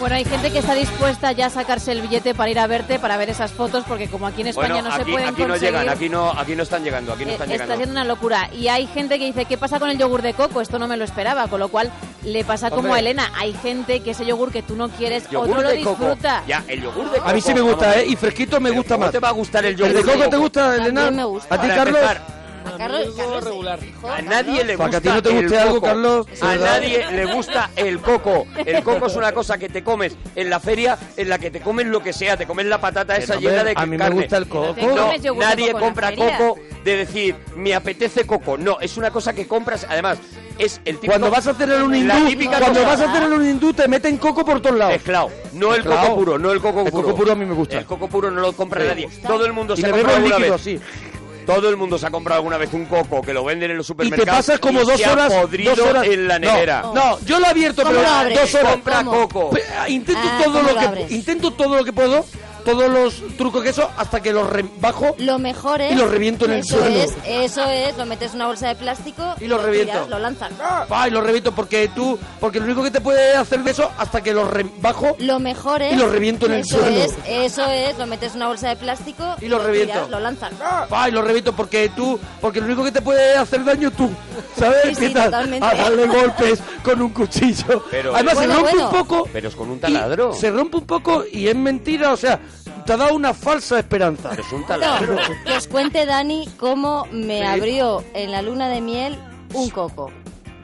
Bueno, hay gente que está dispuesta ya a sacarse el billete para ir a verte, para ver esas fotos, porque como aquí en España Bueno, no se aquí, pueden aquí no conseguir, llegan, aquí no, aquí no están llegando, aquí no eh, están está llegando. siendo una locura. Y hay gente que dice, ¿qué pasa con el yogur de coco? Esto no me lo esperaba, con lo cual le pasa como Hombre. a Elena. Hay gente que ese yogur que tú no quieres o no Yogur lo de coco. disfruta. Ya, el yogur de coco. A mí sí me vamos. gusta, ¿eh? Y fresquito me Pero gusta ¿cómo más. te va a gustar el yogur ¿El de coco te gusta, También Elena? me gusta. ¿A ti, Para Carlos? empezar, A Carlos, Carlos se regular. fijó, A Carlos. nadie le Para gusta que a ti no te el guste algo, coco. Carlos, A ¿verdad? nadie le gusta el coco. El coco es una cosa que te comes en la feria, en la que te comes lo que sea, te comes la patata esa Hombre, llena de a mí me carne. gusta el Pero coco. tengo- No, comes yogur de nadie coco en la compra feria? coco de decir, me apetece coco. No, es una cosa que compras. Además, es el típico... Cuando vas a hacer el un La hindú, típica cuando cosa. vas a hacer el un hindú te meten coco por todos lados. Mezclado. No el Mezclado. coco puro, no el coco puro. El coco puro a mí me gusta. El coco puro no lo compra nadie. Todo el mundo Y se le ha bebo comprado el alguna líquido vez. así. Todo el mundo se ha comprado alguna vez un coco que lo venden en los Y te supermercados. pasas como y dos se ha horas, podrido dos horas en la No, nevera. No, yo lo he abierto, ¿Cómo pero lo abres? dos horas. Compra ¿Cómo? coco. Pe- ah, Intento Ah, todo ¿cómo lo lo que abres? intento todo lo que puedo, todos los trucos que eso, hasta que los re- bajo Lo mejor es. Y lo reviento en el eso suelo. Es, Pues eso es, lo metes en una bolsa de plástico. Y lo reviento. Ah, tiras, lo lanzas. va, y los reviento porque tú, porque lo único que te puede hacer de eso hasta que los re- bajo Lo mejor es. Y lo reviento en el eso suelo. Es, eso es, lo metes en una bolsa de plástico. Y lo reviento. Ah. tiras, lo lanzas. Va, y lo reviento porque tú, porque lo único que te puede hacer daño tú, ¿sabes? Sí, sí, Empiezas totalmente. a darle golpes con un cuchillo. Pero- Además Bueno, se rompe bueno. un poco. Pero es con un y- taladro. Se rompe un poco y es mentira, o sea, te ha dado una falsa esperanza. Pero es un No, taladro. que os cuente Dani cómo me abrió en la luna de miel un coco.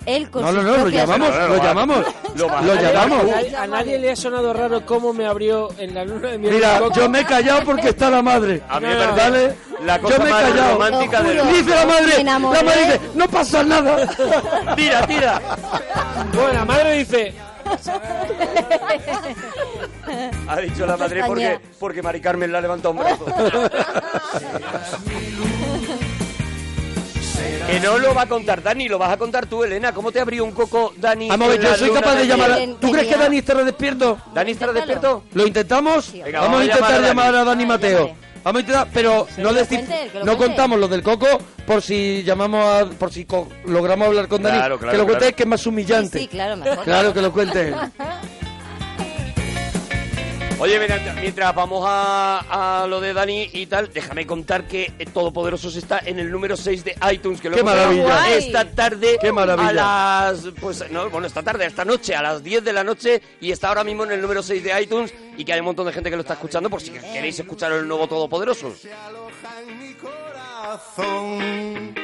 Él con No, sus no, no, lo propias- llamamos, No, no, no, lo va. llamamos, Lo va. lo A nadie- llamamos. A, a nadie le ha sonado raro cómo me abrió en la luna de miel. Mira, un coco. yo me he callado porque está la madre. A mí me Dale. parece la cosa yo me he más callado. romántica Lo del juro. Dice la madre, Me la enamoré. madre dice, no pasa nada. Tira, tira. Bueno, la madre dice. Ha dicho la madre porque, Pestañea. porque Mari Carmen la ha levantado un brazo. que no lo va a contar Dani, lo vas a contar tú, Elena. ¿Cómo te abrió un coco, Dani? Vamos a ver, en yo la soy luna capaz de miel? llamar a... Bien, ¿Tú crees que genial. Dani estará despierto? ¿Dani estará despierto? ¿Lo intentamos? Venga, vamos, a intentar Dani. llamar a Dani Ay, Mateo. llámale. Vamos a intentar, pero no lo decir, cuente, que lo no cuente. contamos los del coco por si llamamos a, por si co- logramos hablar con Dani, Claro, claro, que lo cuente claro. que es más humillante. Sí, sí, claro, mejor. Claro que lo cuente. Oye, mientras, mientras vamos a, a lo de Dani y tal, déjame contar que Todopoderosos está en el número 6 de iTunes. Que lo ¡Qué hemos grabado maravilla! Esta tarde ¡Qué maravilla! a las... Pues, no, bueno, esta tarde, esta noche, a las 10 de la noche y está ahora mismo en el número 6 de iTunes y que hay un montón de gente que lo está escuchando por si queréis escuchar el nuevo Todopoderosos. aloja en mi corazón.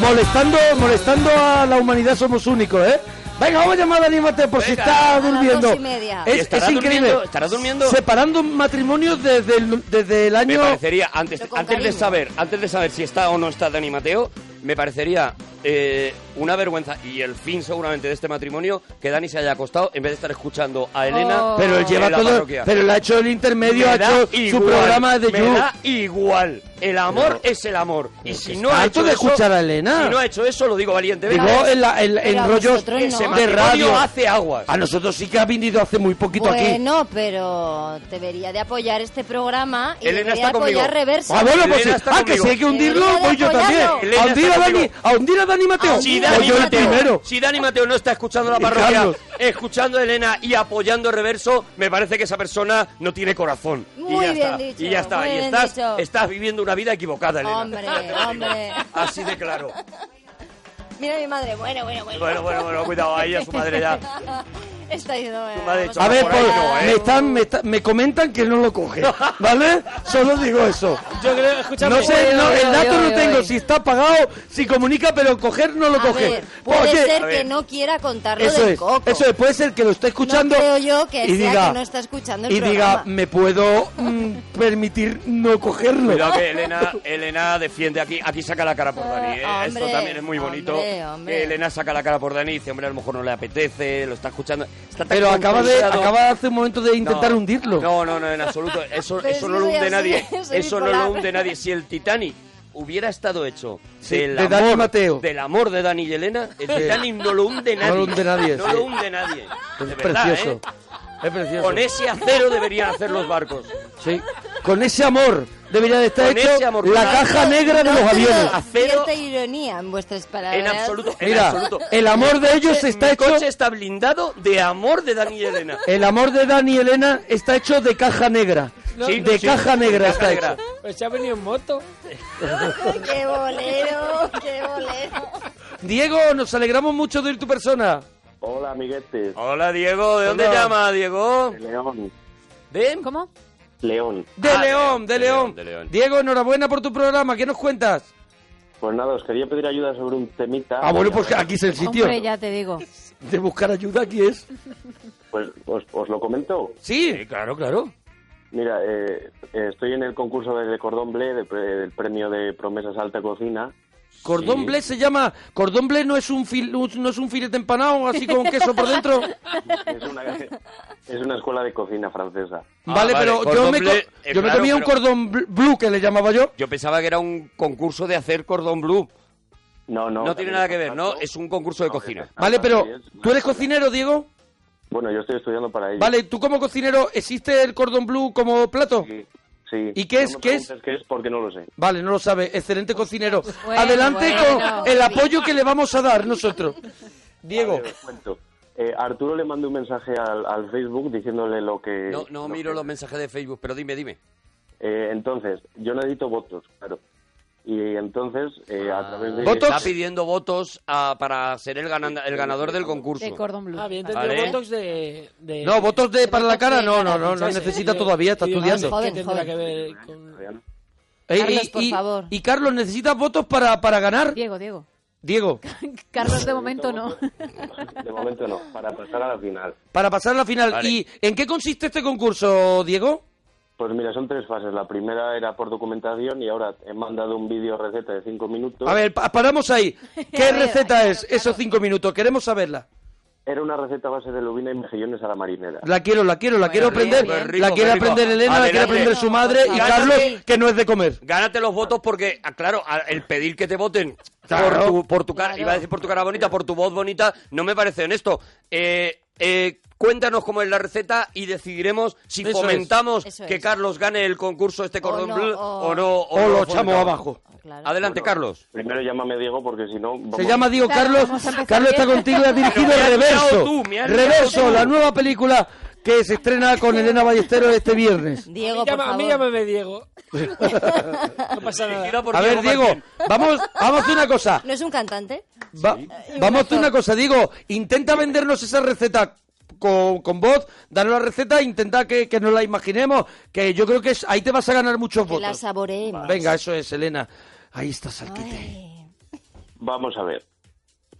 Molestando, molestando a la humanidad somos únicos, ¿eh? Venga, vamos a llamar a Dani Mateo por si Venga. está A las durmiendo. dos y media. Es, ¿Y estará es increíble. durmiendo? ¿Estará durmiendo? Separando matrimonios desde el, desde el Me año. parecería, antes, Pero con antes de cariño. saber, antes de saber si está o no está Dani Mateo, me parecería eh, una vergüenza y el fin seguramente de este matrimonio que Dani se haya acostado en vez de estar escuchando a Elena. Oh. Pero él en lleva la todo. parroquia. Pero él ha hecho el intermedio, Me ha da hecho igual, su programa de me You. da igual. El amor es el amor. Y si no ha harto hecho de eso- escuchar a Elena. Si no ha hecho eso, lo digo valientemente. Digo, en, la- en- en Pero a rollos vosotros no. Ese de matrimonio radio. hace aguas. A nosotros sí que ha venido hace muy poquito aquí. Bueno, pero debería de apoyar este programa y Elena debería de está apoyar conmigo. reverso. Ah, bueno, pues Elena sí. está Ah, que conmigo. si hay que hundirlo, Elena voy yo está también. apoyando. A Elena hundir a está Dani, conmigo. a hundir a Dani Mateo. Si Ah, Dani, yo el Mateo, primero. Eh, si Dani Mateo no está escuchando la parroquia, Carlos. escuchando a Elena y apoyando el reverso, me parece que esa persona no tiene corazón. Muy y ya bien está. dicho, Y ya está. muy y bien estás, dicho. estás viviendo una vida equivocada, Elena. Hombre, Ya te lo digo. hombre. Así de claro. Mira a mi madre. Bueno, bueno, bueno. Bueno, bueno, bueno, cuidado, ahí a su madre ya. Está yendo. eh, madre vamos hecho- A ver, Por ahí por- no, ¿eh? me, están, me, está- me comentan que no lo coge, ¿vale? Solo digo eso. Yo creo, escúchame. No sé, Voy, no, voy, el dato voy, no voy, tengo, voy. si está pagado, si comunica, pero coger no lo A coge. Pues ver, puede Oye, ser a que ver. no quiera contarlo eso del es, coco. eso es, puede ser que lo esté escuchando No creo yo que y sea diga, que no está escuchando el y diga, programa. me puedo mm, permitir no cogerlo. Cuidado que Elena, Elena defiende aquí, aquí saca la cara por Dani. ¿eh? hombre, Esto también es muy bonito. hombre, hombre. Que Elena saca la cara por Dani y dice, hombre, a lo mejor no le apetece, lo está escuchando. Está tan Pero acaba de, compensado. acaba hace un momento de intentar No, hundirlo. No, no, no, en absoluto. Eso, Pero eso es no lo que hunde soy así, nadie. soy Eso no bipolar. lo hunde nadie. Si el Titanic hubiera estado hecho Sí, del, de amor, Dani Mateo. del amor de Dani y Elena, el Titanic no lo hunde nadie. No lo hunde nadie, No sí. lo hunde nadie. es De verdad, precioso. ¿eh? Es precioso. Con ese acero deberían hacer los barcos. Sí. Con ese amor debería de estar Con hecho ese amor. la No, caja No, negra de no los veo aviones. Acero- Cierta ironía en vuestras palabras. En absoluto, en Mira, absoluto. el amor de ellos coche- está mi hecho- coche está blindado de amor de Dani y Elena. El amor de Dani y Elena está hecho de caja negra. No, Sí, de sí, caja negra está negra. hecho. Pues se ha venido en moto. ¡Qué bolero! ¡Qué bolero! Diego, nos alegramos mucho de ir tu persona. Hola, amiguetes. Hola, Diego. ¿De dónde Hola. llama, Diego? León. ¿De? ¿Cómo? León. De Ah, León, de, de León. León, de León. Diego, enhorabuena por tu programa. ¿Qué nos cuentas? Pues nada, os quería pedir ayuda sobre un temita. Ah, bueno, pues aquí es el sitio. Hombre, ya te digo. De buscar ayuda aquí es. Pues os, os lo comento. Sí. Sí, claro, claro. Mira, eh, eh, estoy en el concurso del Cordón Bleu, de pre- del premio de Promesas Alta Cocina. Cordón Sí. bleu se llama. Cordón bleu no es un fil- no es un filete empanado así con queso por dentro. Es una, es una escuela de cocina francesa. Ah, vale, vale, pero yo cordón me, co- bleu, eh, yo me claro, comía un pero- cordón bl- blue que le llamaba yo. Yo pensaba que era un concurso de hacer cordón blue. No, no. No, tiene nada que ver, ¿no? Es un concurso de cocina. Vale, Ah, pero sí, es- tú eres cocinero, Diego. Bueno, yo estoy estudiando para ello. Vale, tú como cocinero, ¿existe el cordón blue como plato? Sí. sí. ¿Y qué es- No me qué es? preguntes ¿Qué es? Porque no lo sé. Vale, no lo sabe. Excelente cocinero. Bueno, Adelante bueno. con el apoyo que le vamos a dar nosotros. Diego, A ver, os cuento. Eh, Arturo le mandó un mensaje al, al Facebook diciéndole lo que... No, no lo miro que- los mensajes de Facebook, pero dime, dime. Eh, entonces, yo necesito votos, claro. Y entonces, eh, Ah. a través de... ¿Votos? Está pidiendo votos ah, para ser el, ganan- el ganador del concurso. De cordón blue. Ah, bien, entendido. Vale. Botox de, de- no, votos de para la cara, no, no, no, Sí, no sí, necesita sí. todavía, está Y digo, estudiando. ah, ¿Qué Joven, tendrá joven. que ver con...? Eh, Carlos, y- por y- favor. Y Carlos, ¿necesitas votos para, para ganar? Diego, Diego. Diego, Carlos, de momento no. De momento no, para pasar a la final. para pasar a la final. Vale. ¿Y en qué consiste este concurso, Diego? Pues mira, son tres fases. La primera era por documentación y ahora he mandado un vídeo receta de cinco minutos. A ver, pa- paramos ahí. ¿Qué ver, receta claro, es? Esos cinco minutos, queremos saberla. Era una receta a base de lubina y mejillones a la marinera. La quiero, la quiero, la quiero rico, aprender. qué rico, la qué quiere rico. aprender Elena, la quiere Adelante. aprender su madre y Gánate. Carlos, que no es de comer. Gánate los votos porque, ah, claro, a- el pedir que te voten Claro. por tu, por tu cara, iba a decir por tu cara bonita, por tu voz bonita, no me parece honesto. Eh, eh, cuéntanos cómo es la receta y decidiremos si Eso es. fomentamos Eso que es. Carlos gane el concurso este cordón no, bleu o- o no. O no lo echamos fomentamos. abajo. Claro. Adelante, Bueno, Carlos. Primero llámame Diego porque si no... vamos- Se llama Diego Claro, Carlos. vamos a empezar Carlos está bien. contigo y ha dirigido Pero me has Reverso. liado tú, me has liado Reverso, tú. la nueva película que se estrena con Elena Ballesteros este viernes. Diego, por Llama- a favor. mí llámame Diego. No pasa nada. Dirigida por A ver, Diego, Martín. vamos, vamos a hacer una cosa. ¿No es un cantante? Va- vamos a hacer una cosa, Diego. Intenta vendernos esa receta con, con voz, danos la receta, intenta que, que nos la imaginemos, que yo creo que es- ahí te vas a ganar muchos Que la votos. saboreemos. Venga, eso es, Elena. Ahí está Salquite. Ay, Vamos a ver.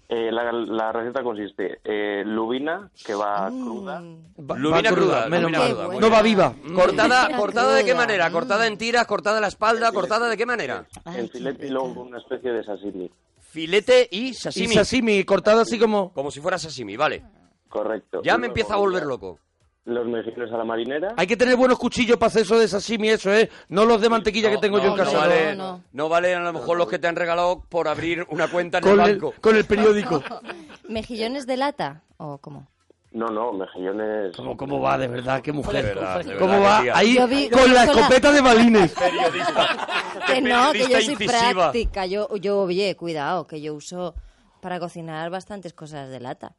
Eh, la, la receta consiste eh, lubina, que va cruda, Ah, Va- Lubina va cruda, menos lubina mal. Mm. cruda, muy No va bien. viva. Cortada, Mira, cortada de qué cruda. manera? Cortada en tiras, cortada en la espalda, cortada de qué manera? ay, en qué filete y rica. luego con una especie de sashimi. Filete y Y sashimi. sashimi, cortada así como... Como si fuera sashimi, vale. Correcto. Ya Y me luego empieza a volver loco. Los mejillones a la marinera. Hay que tener buenos cuchillos para hacer eso de sashimi, eso, ¿eh? No los de mantequilla que tengo yo en no casa. vale, No, no. no valen a lo mejor los que te han regalado por abrir una cuenta en el Con, el, banco. con el periódico. ¿Mejillones de lata? ¿O cómo? No, no, mejillones... ¿Cómo, ¿Cómo va, de verdad? Qué mujer. De verdad, de ¿Cómo verdad, va? qué tía. Ahí, Yo vi- con yo la vi con la- escopeta de balines. Periodista. Que no, que Periodista yo soy incisiva. práctica. Yo, yo, oye, cuidado, que yo uso para cocinar bastantes cosas de lata.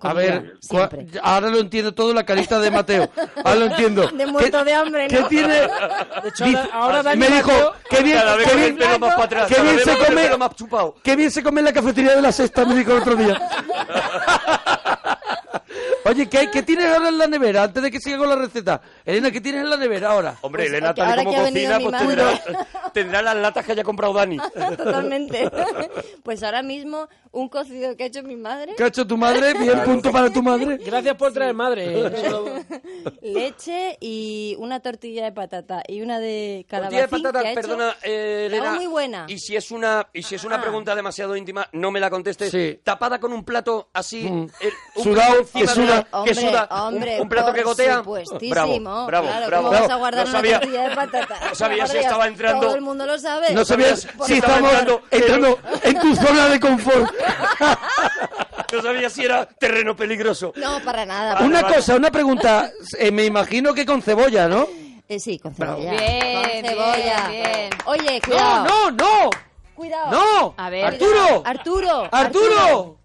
A Comida, ver, cua- siempre. ahora lo entiendo todo la carita de Mateo. Ahora lo entiendo. De muerto ¿Qué- de hambre, ¿Qué ¿no? tiene? De hecho, ahora- Dice- ahora Dani me dijo, Mateo- qué bien, Cada vez qué que bien, me pelo más para atrás, qué cada bien vez se me come, pelo más chupado. qué bien se come en la cafetería de la sexta, me dijo el otro día. Oye, ¿qué, ¿qué tienes ahora en la nevera? Antes de que siga con la receta. Elena, ¿qué tienes en la nevera ahora? Hombre, Pues, Elena, que tal y ahora como que ha venido cocina, mi pues madre. tendrá, tendrá las latas que haya comprado Dani. Totalmente. Pues ahora mismo, un cocido que ha hecho mi madre, ¿Qué ha hecho tu madre? Bien, punto para tu madre. Gracias por traer madre. eh. Eso lo- leche y una tortilla de patata y una de calabacín Tortilla de patata, que ha hecho. perdona, eh, Estaba Elena. muy buena. Y si es una, y si es una Ah. pregunta demasiado íntima, no me la contestes. Sí. Tapada con un plato así, el- un Sudado, plato que encima de suda. la- que Hombre, suda, un- hombre, un, plato por que gotea. supuestísimo, Bravo, bravo, claro, bravo. ¿cómo vas a Bravo. guardar no una sabía, tortilla de patata? no sabía si Por estaba Dios, entrando. Todo el mundo lo sabe. No sabías Por si favor. estamos entrando- entrando en tu zona de confort. no sabía si era terreno peligroso. No, para nada. para Una vale. cosa, una pregunta. eh, me imagino que con cebolla, ¿no? Eh, sí, con cebolla. Bien, con cebolla. bien, bien. Oye, cuidado. No, no, no. Cuidado. No. A ver. Arturo. Arturo. Arturo.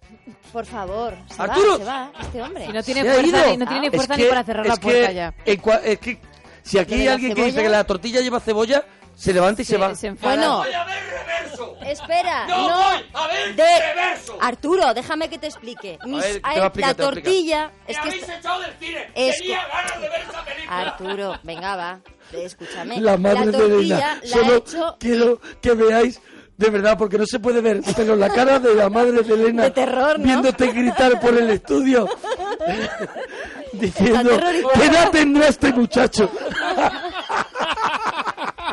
Por favor. Se Arturo. va, se va este hombre. Y no tiene Se ha fuerza, ido. ni, no tiene ni Es fuerza que- ni para cerrar la es que- puerta ya. en cua- es que si aquí Ah. ¿Lo de hay la alguien que dice cebolla? que la tortilla lleva cebolla, se levanta y se, va. enfada. Bueno, ¡Voy a ver reverso! espera. ¡No No, voy a ver de... reverso! Arturo, déjame que te explique. Mis- ver, te va a ay, explicar, te va la a explicar. tortilla. ¡Me Es que habéis esta- echado del cine! es- ¡Tenía ganas de ver esa película! Arturo, venga, va. Escúchame. La madre de tortilla Elena. la Solo ha hecho quiero que veáis, de verdad, porque no se puede ver, pero la cara de la madre de Elena. De terror, ¿no? Viéndote gritar por el estudio. diciendo, aterrorizada. ¿qué edad tendrá este muchacho?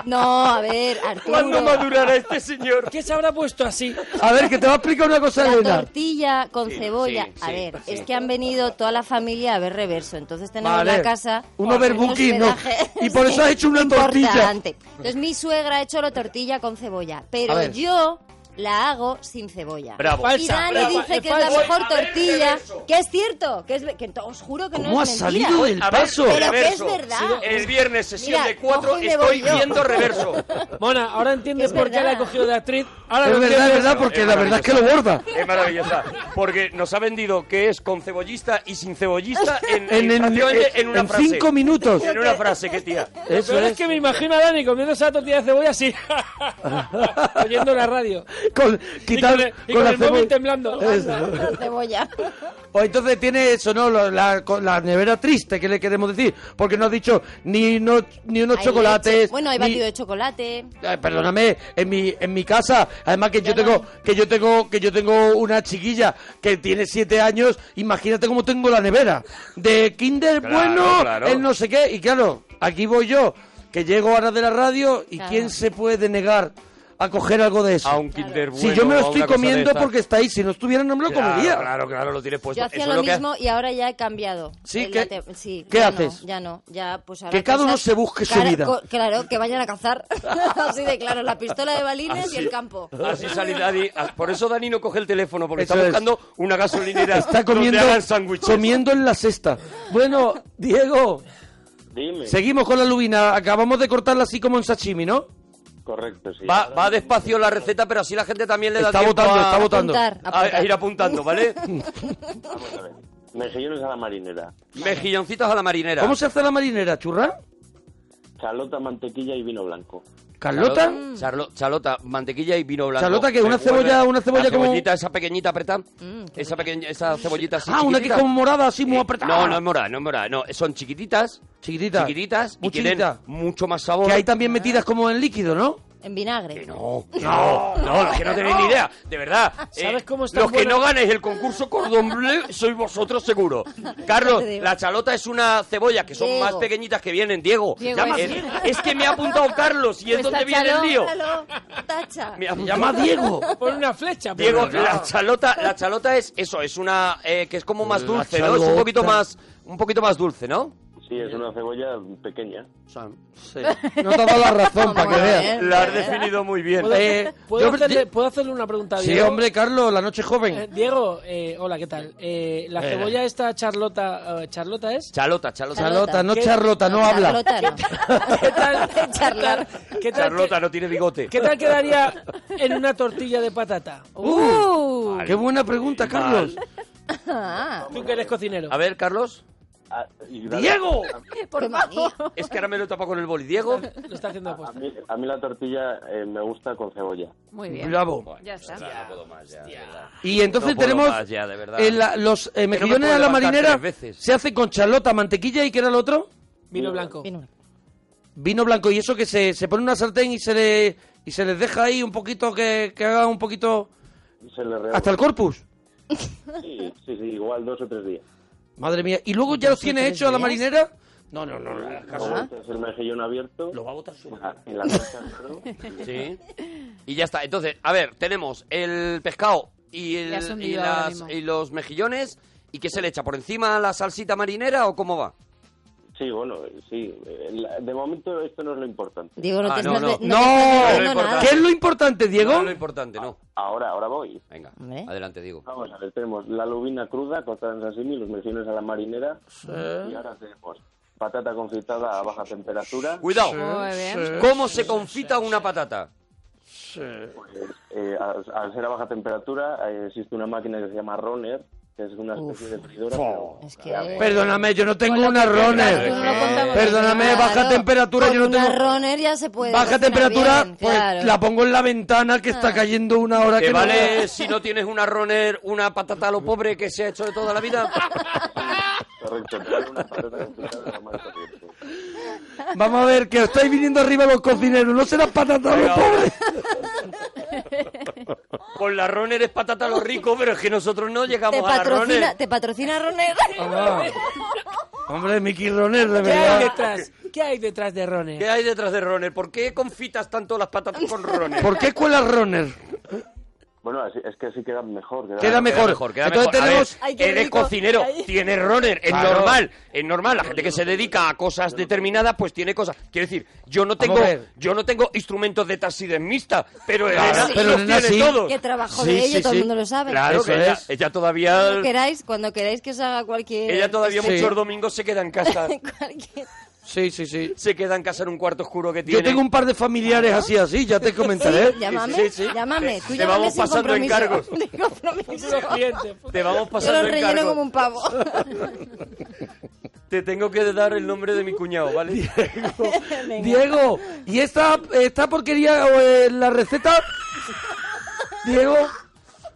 No, a ver, Arturo. ¿Cuándo madurará este señor? ¿Qué se habrá puesto así? A ver, que te va a explicar una cosa, La Elena. tortilla con cebolla. sí, a sí, ver, sí. es que han venido toda la familia a ver reverso. Entonces tenemos Vale. la casa. Un overbooking, ¿no? hospedaje. Y por eso has hecho una tortilla. importante. Entonces mi suegra ha hecho la tortilla con cebolla. A Pero ver. yo la hago sin cebolla. Bravo. Y Falsa, Dani brava, dice es que es la falsa. mejor Voy Ah, a ver tortilla. reverso. Que es cierto. Que es ve- que to- os juro que ¿Cómo no ha es mentira. salido del A ver, paso? Pero que es reverso. verdad. El viernes, sesión Mira, de cuatro, cojo y me estoy voy yo. viendo reverso. Mona, ahora entiendes Es por qué verdad. la he cogido de actriz. Ahora Es lo verdad, es entiendes. verdad, porque Es la verdad es que lo borda. Es maravillosa. Porque nos ha vendido que es con cebollista y sin cebollista en, En, en- exactamente en una en frase. cinco minutos. En una frase, qué tía. Lo Eso peor es es. que me imagino a Dani comiendo esa tortilla de cebolla así, oyendo la radio. Con, quitar, y con el- y con con la el móvil cebolla. temblando. Eso. Con cebolla. O entonces tiene eso, ¿no? Lo- La, con la nevera triste que le queremos decir. Porque no ha dicho ni, no, ni unos Hay leche. chocolates. Bueno, hay ni- batido de chocolate. Eh, perdóname, en mi, en mi casa, además que yo Ya tengo, no. que yo tengo, que yo tengo una chiquilla que tiene siete años, imagínate cómo tengo la nevera. De Kinder Claro, bueno, claro. el no sé qué, y claro, aquí voy yo, que llego ahora de la radio, y Claro. quién se puede negar a coger algo de eso. A un Kinder bueno. si yo me lo a una estoy cosa de comiendo estas. porque está ahí, si no estuviera no me lo Claro, comería. Claro, claro, lo tienes puesto. Yo hacía Pues Eso es lo que- mismo y ahora ya he cambiado. Sí, El ¿qué- late- sí, qué ya haces? No, ya no, ya pues ahora Que cada uno cosas- se busque su vida. co- claro, que vayan a cazar. Así de claro, la pistola de balines y el campo. Así sale Dani. Por eso Dani no coge el teléfono, porque Eso está es. buscando una gasolinera. Está comiendo, Donde hagan sándwiches. comiendo en la cesta. Bueno, Diego, Dime. seguimos con la lubina. Acabamos de cortarla así como en sashimi, ¿no? Correcto, sí. Va, va despacio la receta, pero así la gente también le da Está tiempo votando, a- está votando. Apuntar, a- apuntar. a ir apuntando, ¿vale? Vamos a ver. Mejillones a la marinera. Mejilloncitos a la marinera. ¿Cómo se hace la marinera, churra? Charlota, mantequilla y vino blanco. ¿Carlota? Mm. Charlo- charlota, mantequilla y vino blanco. Charlota, que una Revuelve cebolla- una cebolla la como- cebollita, esa pequeñita apretada. Mm, esa pequeña, esa cebollita así ah, una que es chiquitita. como morada, así muy Eh, apretada. No, no es morada, no es morada. No, son chiquititas. Chiquititas. Chiquititas. Muy y tienen chiquititas. mucho más sabor. Que hay también metidas como en líquido, ¿no? Que En vinagre. no, que no, no, los que no tenéis ni idea, de verdad. Eh, ¿Sabes cómo están Los que buenas? no ganéis el concurso Cordon Bleu sois vosotros seguro. Carlos, Ya te digo. la chalota es una cebolla que son Diego. más pequeñitas que vienen, Diego. Diego, Llama- es- es, es que me ha apuntado Carlos y es Pues donde está viene el chalo- lío. Déjalo, Tacha. Me ha- Llama a Diego. Pon una flecha. por Diego, favor. la chalota, la chalota es eso, es una eh, que es como más La dulce, ¿no? Es un chalota. poquito más, un poquito más dulce, ¿no? Sí, es una cebolla pequeña. Sí. No te ha dado la razón, para que veas. La has definido muy bien. ¿Puedo, Eh, puedo yo- hacerle, yo- puedo hacerle una pregunta a Sí, Diego? hombre, Carlos, la noche Eh, joven. Diego, eh, hola, ¿qué tal? Eh, la Eh. cebolla esta Charlota... eh, ¿Charlota es? Charlota, Charlota. Charlota, no ¿Qué- charlota, no habla. Charlota, no. ¿Qué tal? Charlar. ¿Qué tal, Charlota no tiene bigote. Este, ¿Qué tal quedaría en una tortilla de patata? Uh, ¡Qué buena pregunta, Carlos! Ah. Tú que eres cocinero. A ver, Carlos. Ah, Ah, y la- ¡Diego! Por favor. Es que ahora me lo tapa con el boli. Diego. Lo está haciendo A apuesta. mí, a mí la tortilla eh, me gusta con cebolla. Muy bien. Bravo. Ya está. Ya, no puedo más, ya, de verdad. Y entonces No puedo tenemos más ya, de verdad. en la- los eh, me mejillones puedo a la levantar marinera tres veces. se hace con charlota, mantequilla y ¿qué era el otro? Vino blanco. Vino. Vino blanco y eso que se, se pone en una sartén y se le y se les deja ahí un poquito que, que haga un poquito Se le rehoga. hasta el corpus. Sí, sí, sí, igual dos o tres días. Madre mía, y luego ya los tiene tres hecho a la días? marinera. No, no, no, no, acaso. Ah. este Es el mejillón abierto. Lo va a botar su Ah, En la salsa, creo. Sí. Y ya está. Entonces, a ver, tenemos el pescado y, el- Le has hundido y ahora las- mismo. y los mejillones. ¿Y qué se le echa? ¿Por encima la salsita marinera o cómo va? Sí, bueno, sí. eh, la- De momento esto no es lo importante. Diego, no Ah, te no, estás no. de- No, te estás No, diciendo no, nada. ¿Qué es lo importante, Diego? No es lo importante, no. Ahora, ahora voy. Venga, Hombre. adelante, Diego. Vamos a ver, tenemos la lubina cruda cortada en sashimi, los mejillones a la marinera. Y ahora tenemos patata confitada a baja temperatura. Cuidado. Muy bien. ¿Cómo se confita una patata? Pues, eh, al, al ser a baja temperatura eh, existe una máquina que se llama Roner, que es una especie de freidora. pero- Es que... Perdóname, yo no tengo una Tú no lo runner. contamos Perdóname, bien, baja claro. temperatura, Con yo no una tengo. runner ya se puede Baja cocinar temperatura, bien, pues claro. Ah. la pongo en la ventana que está cayendo una hora ¿Te que no- vale si no tienes una roner, una patata a lo pobre que se ha hecho de toda la vida? Correcto, pero una patata confitada a la más corriente. Vamos a ver, que os estáis viniendo arriba los cocineros, no serán patatas los Venga, pobres. Con la roner es patata a lo rico, pero es que nosotros no Te llegamos a la patrocina, roner. te patrocina Roner. Hombre, Mickey Roner, de ¿Qué hay verdad. detrás? ¿Qué hay detrás de Roner? ¿Qué hay detrás de roner? ¿Por qué confitas tanto las patatas con roner? ¿Por qué cuela Roner? Bueno, así- es que así queda mejor. queda- Queda mejor. queda Entonces mejor. A tenemos- ver, Ay, qué eres rico. cocinero, Ay. tienes runner, es Claro. normal, es normal. La gente que se dedica a cosas determinadas, pues tiene cosas. Quiero decir, yo no tengo, Vamos a ver. yo no tengo instrumentos de taxidermista, pero Claro, Elena pero los Elena tiene sí. todos. que trabajo Sí, de ello, sí, todo sí. el mundo lo sabe. Claro, Eso que ella, es. ella todavía, Cuando queráis, cuando queráis que os haga cualquier... ella todavía Sí. muchos domingos se queda en casa, cualquier- Sí, sí, sí. se queda en casa en un cuarto oscuro que tiene. Yo tengo un par de familiares así, así, ya te comentaré. Llámame, Sí, sí. llámame. Tú Te llámame vamos sin pasando compromiso. encargos. Sin compromiso. Cliente, puta. Te vamos Yo pasando los relleno encargo. como un pavo. Te tengo que dar el nombre de mi cuñado, ¿vale? Diego, ¿y esta, esta porquería o eh, la receta? Diego,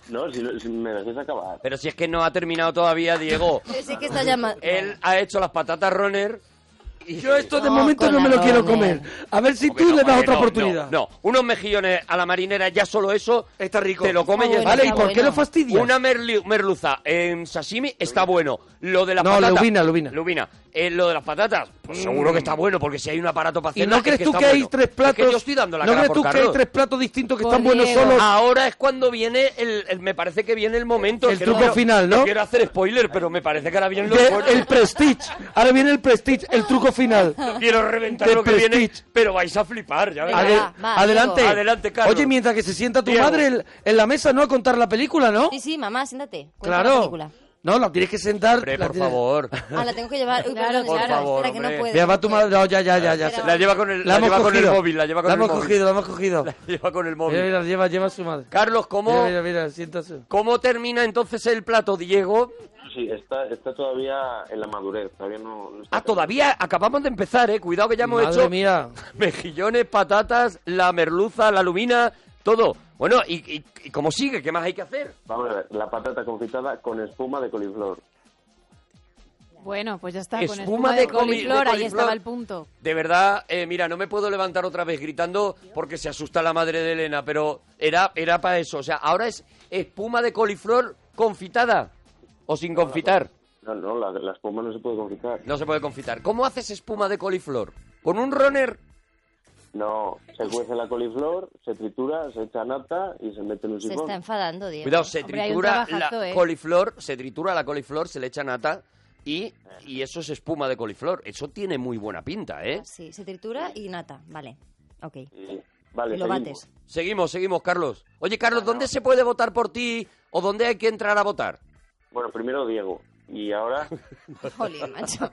No, si, lo- si me dejéis acabar. Pero si es que no ha terminado todavía, Diego. Yo sé que está llamando. Él ha hecho las patatas Roner. y- yo esto de No, momento con no me la lo quiero comer. Roner. A ver si Porque tú no, le das porque otra no, oportunidad. No, no. unos mejillones a la marinera, ya solo eso. Está rico. Te lo comes y Está Ah, bueno, Vale, ¿y está por qué bueno. lo fastidias? Una merli- merluza en sashimi está bueno. Lo de las No, patatas. lubina, lubina. Mm. Lubina. Eh, lo de las patatas, pues seguro que está bueno, porque si hay un aparato para ¿Y hacerlo. no crees tú que hay tres platos? yo estoy dando la ¿No cara crees por tú que hay Carlos. tres platos distintos que Por están buenos Diego. solos? Ahora es cuando viene el, el- Me parece que viene el momento. El es que truco final, ¿no? Quiero hacer spoiler, pero me parece que ahora viene lo De- bueno. el prestige. Ahora viene el prestige, el truco final. Quiero reventar de lo que viene, Prestige. pero vais a flipar, ya verás. Venga, Ade- va, va, adelante. Diego. Adelante, Carlos. Oye, mientras que se sienta tu Diego. madre en, en la mesa, ¿no? A contar la película, ¿no? Sí, sí, mamá, siéntate. Cuenta la claro. película. No, la tienes que sentar. Hombre, la por tienes- favor. Ah, la tengo que llevar. Uy, Claro, perdón, por espera, favor, espera, que hombre. no puedo. Mira, va tu madre. No, ya, ya, ya. ya. Espera. La lleva con el, la hemos lleva con el cogido. móvil, la lleva con La el hemos móvil. cogido, la hemos cogido. La lleva con el móvil. Mira, mira, lleva, lleva a su madre. Carlos, ¿cómo, Mira, mira, mira, siéntase. ¿cómo termina entonces el plato, Diego? Sí, está, está todavía en la madurez. Todavía no, no está Ah, todavía acabamos de empezar, ¿eh? Cuidado que ya hemos Madre hecho mía. mejillones, patatas, la merluza, la lumina, todo. Bueno, ¿y, y, y cómo sigue? ¿Qué más hay que hacer? Vamos a ver, la patata confitada con espuma de coliflor. Bueno, pues ya está. con Espuma espuma de de coli- de coliflor, ahí coliflor. estaba el punto. De verdad, eh, mira, no me puedo levantar otra vez gritando porque se asusta la madre de Elena, pero era, era para eso. O sea, ahora es espuma de coliflor confitada o sin confitar. No, no, la, la espuma no se puede confitar. No se puede confitar. ¿Cómo haces espuma de coliflor? ¿Con un runner? No, se cuece la coliflor, se tritura, se echa nata y se mete en un Se está sifón. enfadando, Diego. Cuidado, se Hombre, hay un tritura la trabajazo, ¿eh? coliflor, se tritura la coliflor, se le echa nata y, y eso es espuma de coliflor. Eso tiene muy buena pinta, Ah, ¿eh? Sí, se tritura y nata, vale. Ok. Vale, Y lo seguimos. bates. Seguimos, seguimos, Carlos. Oye, Carlos, ¿dónde se puede votar por ti o dónde hay que entrar a votar? Bueno, primero Diego. Y ahora, Jolín, macho.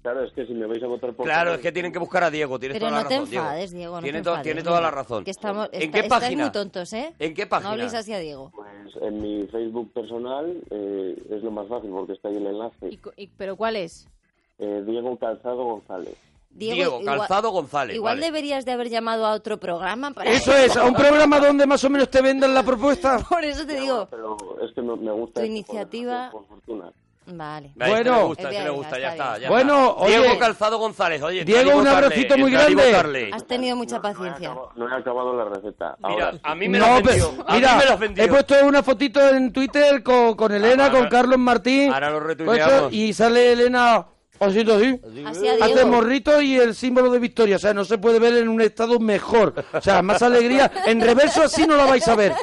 claro, es que si me vais a votar por... Claro, es que tienen que buscar a Diego. Tienes Pero toda la no te razón, enfades, Diego. no tiene, te to- enfades. tiene toda la razón. Que estamos, ¿En está- qué estáis página? muy tontos, ¿eh? ¿En qué No página? habléis así a Diego. Pues en mi Facebook personal eh, es lo más fácil porque está ahí el Y enlace. cu- y- ¿Pero cuál es? Eh, Diego Calzado González. Diego, eh, Calzado González. Igual vale. deberías de haber llamado a otro programa para... Eso es, a un programa donde más o menos te vendan la propuesta. Por eso te digo... Pero es que me, me Tu gusta... este iniciativa- programa, Por fortuna. Vale. Ahí, este Bueno. me gusta, este me Venga, gusta, ya está está. bien. ya Bueno, está. Diego oye, Calzado González, oye. Diego, entrar y un votarle, abracito muy entrar y grande. eh, votarle. Has tenido mucha No he, paciencia. acabado, no he acabado la receta. Mira, Ahora a mí me lo has vendido. pero- A mí mira, me lo has vendido. he puesto una fotito en Twitter con, con Elena, Ahora- con Carlos Martín. ahora lo con retuiteamos. esto, Y sale Elena haciendo así. Así a Hace Diego. morrito y el símbolo de victoria. O sea, no se puede ver en un estado mejor. O sea, más alegría. En reverso así no la vais a ver.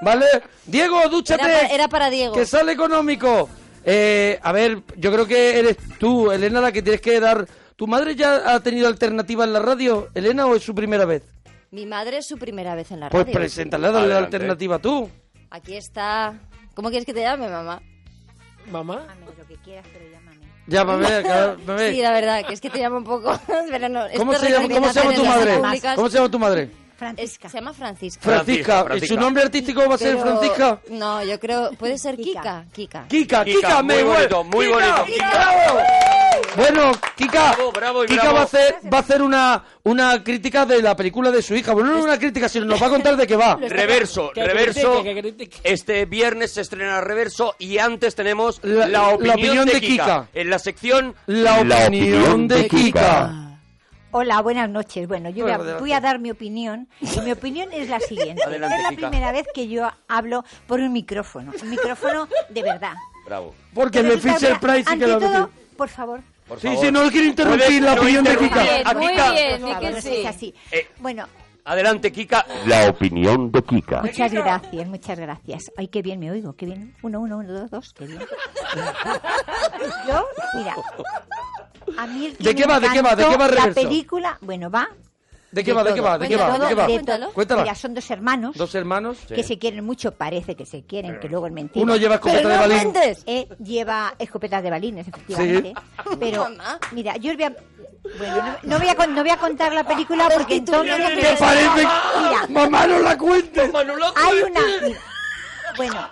¿Vale? Diego, Era dúchate. para, era para Diego. Que sale económico. Eh, a ver, yo creo que eres tú, Elena, la que tienes que dar. ¿Tu madre ya ha tenido alternativa en la radio, Elena, o es su primera vez? Mi madre es su primera vez en la Pues radio. preséntala, dale la Adelante. alternativa tú. Aquí está... ¿Cómo quieres que te llame, mamá? Mamá, lo que quieras, pero llámame. Ya, va a ver, cada- va a ver. Sí, la verdad, que es que te llamo un poco... Pero no, Eh. ¿Cómo, esto se llama, cómo se llama tu recomendaciones madre? públicas- ¿Cómo se llama tu madre? Es- Francisca. se llama Francisca. Francisca. ¿Y Francisca. su nombre artístico va a ser Pero- Francisca? No, yo creo... Puede ser Kika. Kika. Kika. Kika, Kika, Kika, muy me vuel- bonito, muy Kika, bonito, Kika, Kika. bravo. Bueno, Kika, Bravo, bravo y Kika bravo. va a hacer, va a hacer una, una crítica de la película de su hija. Bueno, no una crítica, sino nos va a contar de qué va. Reverso, que reverso. critique, que critique. Este viernes se estrena Reverso y antes tenemos La- la, la opinión, opinión de, de Kika. Kika. En la sección La opinión de Kika. Hola, buenas noches. Bueno, yo voy a, Adelante. voy a dar mi opinión. Y mi opinión es la siguiente. Adelante, es la Kika. primera vez que yo hablo por un micrófono. Un micrófono de verdad. Bravo. Porque me Resulta Fisher ahora, Price sí que ante la todo, por favor. Por Sí, favor. sí, no quiero interrumpir Puedes la no opinión de interrumpir. Kika. A Muy Kika. bien, Por di favor, que no seas sí. así. Eh. Bueno, Adelante, Kika. La opinión de Kika. Muchas gracias, muchas gracias. Ay, qué bien me oigo, qué bien. Uno, uno, uno, dos, dos, qué bien. Yo, mira. A mí el que ¿De qué me va, de qué va, de encantó qué va La Reverso? película, bueno, va. ¿De qué va? ¿De qué va? ¿De qué va? ¿De qué va? todo, de todo. Cuéntala. Mira, son dos hermanos Dos hermanos. que se quieren mucho, parece que se quieren, que luego es mentira. Uno lleva escopeta de balín. Eh, lleva escopetas de balines, efectivamente. Pero, Mamá. mira, yo os voy a... Bueno, no, no voy a, con- no voy a contar la película porque entonces... ¿Qué parece? Mira, Mamá, no la cuentes. hay una... mira, bueno,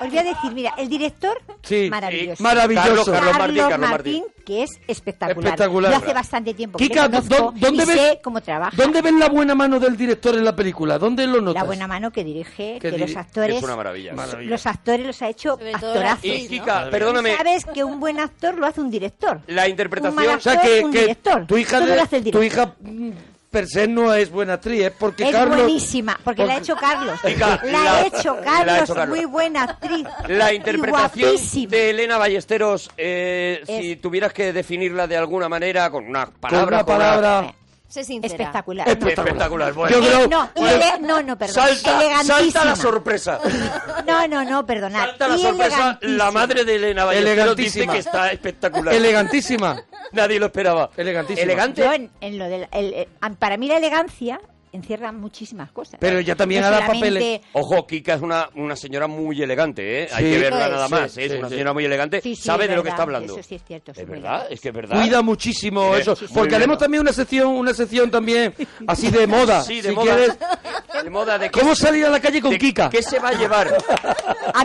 os voy a decir, mira, el director, Sí, maravilloso. Maravilloso. Carlos Carlos Martín, Martín, Carlos Martín. que es espectacular. Espectacular. Yo hace bastante tiempo que Kika, le conozco ¿dó- ¿dónde y ves, sé cómo trabaja. ¿Dónde ves la buena mano del director en la película? ¿Dónde lo notas? La buena mano que dirige, Que que, diri- los actores... Es una maravilla. Los actores los ha hecho Sobre todo la actorazos. Y actriz, ¿no? Kika, perdóname. Sabes que un buen actor lo hace un director. La Un mal interpretación. O sea actor, que, un que director. tu hija, Todo de- lo hace el tu director. hija mm, per se no es buena actriz, es porque Es Carlos. buenísima, porque la ha hecho Carlos. Kika, la, la- ha hecho la ha Carlos, hecho Carlos. muy buena actriz. La Y interpretación guapísima. de Elena Ballesteros, eh, Es- si tuvieras que definirla de alguna manera, con una Con palabra, una palabra. Sé sincera. Espectacular. espectacular. Bueno, Yo creo- Eh, no, bueno, ele- no, no, perdón. salta, salta la Elegantísima. sorpresa. No, no, no, perdonad. Salta la Y sorpresa. elegantísima. La madre de Elena Ballesteros dice Elegantísima. que está espectacular. elegantísima. Nadie lo esperaba. Elegantísima. Elegante. Yo en, en lo del- el- el- a- para mí la elegancia encierra muchísimas cosas. Pero ella también No hará solamente- papeles. Ojo, Kika es una, una señora muy elegante, ¿eh? Hay Sí, que verla sí, nada sí, más. ¿eh? sí, es sí, una sí. señora muy elegante, Sí, sí, sabe es de lo que verdad, está hablando. eso sí es cierto, es Es muy verdad, elegante. es que es verdad. Cuida muchísimo Sí, eso. sí, sí. Porque Muy haremos bien. también una sección, una sección también así de moda. Sí, de si moda. quieres. De moda de que- ¿Cómo salir a la calle con de- Kika? ¿Qué se va a llevar? A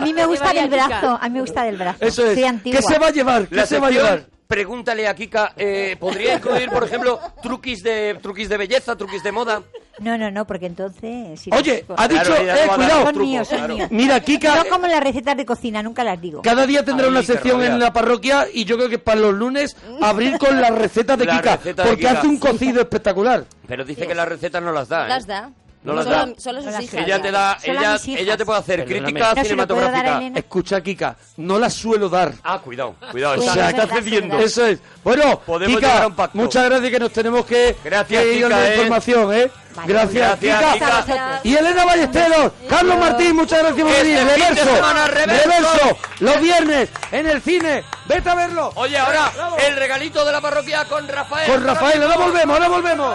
mí me gusta vaya del Kika. brazo, a mí me gusta del brazo. Eso es. Soy antigua. ¿Qué se va a llevar? ¿Qué La se va a sección, llevar? Pregúntale a Kika, eh, ¿podría incluir, por ejemplo, truquis de, truquis de belleza, truquis de moda? No, no, no, porque entonces... si Oye, los- ha dicho, Claro, ella no eh, va a dar cuidado. son truco, míos, son claro. míos. Mira, Kika, No como las recetas de cocina, nunca las digo. Cada día tendrá Ahí una te sección rodea. en la parroquia y yo creo que para los lunes abrir con las recetas de La Kika, receta de porque Kika. hace un cocido espectacular. Pero dice que las recetas no las da, ¿eh? Las da. No las Solo- da. solo sus hijas, Ella ya. te, da, Solo a ella, mis hijas. ella te puede hacer Perdóname. crítica No se lo puedo dar a cinematográfica. Elena. Escucha, Kika, no la suelo dar. Ah, cuidado, cuidado. Pues Está, es estás verdad, es cediendo. verdad. Eso es. Bueno, Podemos llegar Kika, a un pacto. muchas gracias que nos tenemos que, Gracias, que ir Kika, a la ¿eh? información, ¿eh? Vale, gracias, gracias, Kika. Kika. Y Elena Ballesteros, Carlos Martín, muchas gracias por Este venir. fin de Reverso, semana, reverso. reverso, los viernes en el cine. Vete a verlo. Oye, ahora el regalito de la parroquia con Rafael. Con Rafael, ahora volvemos, ahora volvemos.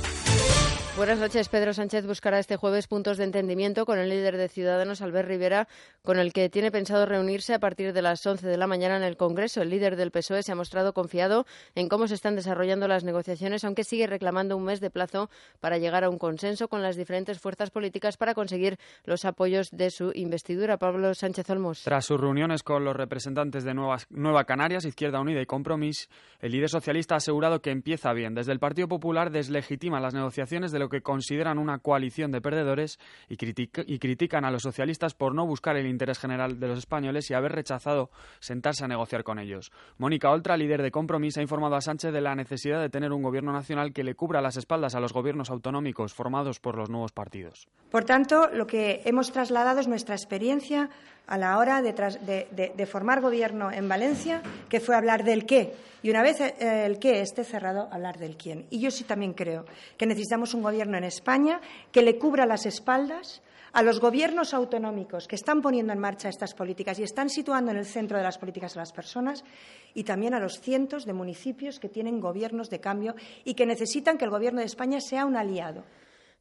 Buenas noches. Pedro Sánchez buscará este jueves puntos de entendimiento con el líder de Ciudadanos, Albert Rivera, con el que tiene pensado reunirse a partir de las 11 de la mañana en el Congreso. El líder del PSOE E se ha mostrado confiado en cómo se están desarrollando las negociaciones, aunque sigue reclamando un mes de plazo para llegar a un consenso con las diferentes fuerzas políticas para conseguir los apoyos de su investidura. Pablo Sánchez Olmos. Tras sus reuniones con los representantes de Nuevas- Nueva Canarias, Izquierda Unida y Compromís, el líder socialista ha asegurado que empieza bien. Desde el Partido Popular deslegitiman las negociaciones de lo que consideran una coalición de perdedores y, critica- y critican a los socialistas por no buscar el interés general de los españoles y haber rechazado sentarse a negociar con ellos. Mónica Oltra, líder de Compromís, ha informado a Sánchez de la necesidad de tener un gobierno nacional que le cubra las espaldas a los gobiernos autonómicos formados por los nuevos partidos. Por tanto, lo que hemos trasladado es nuestra experiencia a la hora de, tras- de- de- de formar gobierno en Valencia, que fue hablar del qué. Y una vez eh, el qué esté cerrado, hablar del quién. Y yo sí también creo que necesitamos un gobierno en España que le cubra las espaldas a los gobiernos autonómicos que están poniendo en marcha estas políticas y están situando en el centro de las políticas a las personas y también a los cientos de municipios que tienen gobiernos de cambio y que necesitan que el gobierno de España sea un aliado.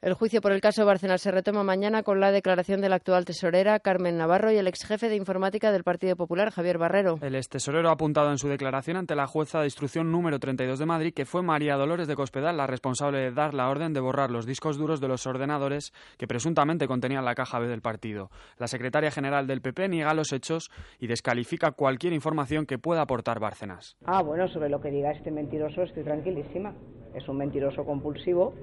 El juicio por el caso Barcelona se retoma mañana con la declaración de la actual tesorera Carmen Navarro y el ex jefe de informática del Partido Popular, Javier Barrero. El ex tesorero ha apuntado en su declaración ante la jueza de instrucción número 32 de Madrid que fue María Dolores de Cospedal la responsable de dar la orden de borrar los discos duros de los ordenadores que presuntamente contenían la caja B del partido. La secretaria general del PP niega los hechos y descalifica cualquier información que pueda aportar Bárcenas. Ah, bueno, sobre lo que diga este mentiroso estoy tranquilísima. Es un mentiroso compulsivo.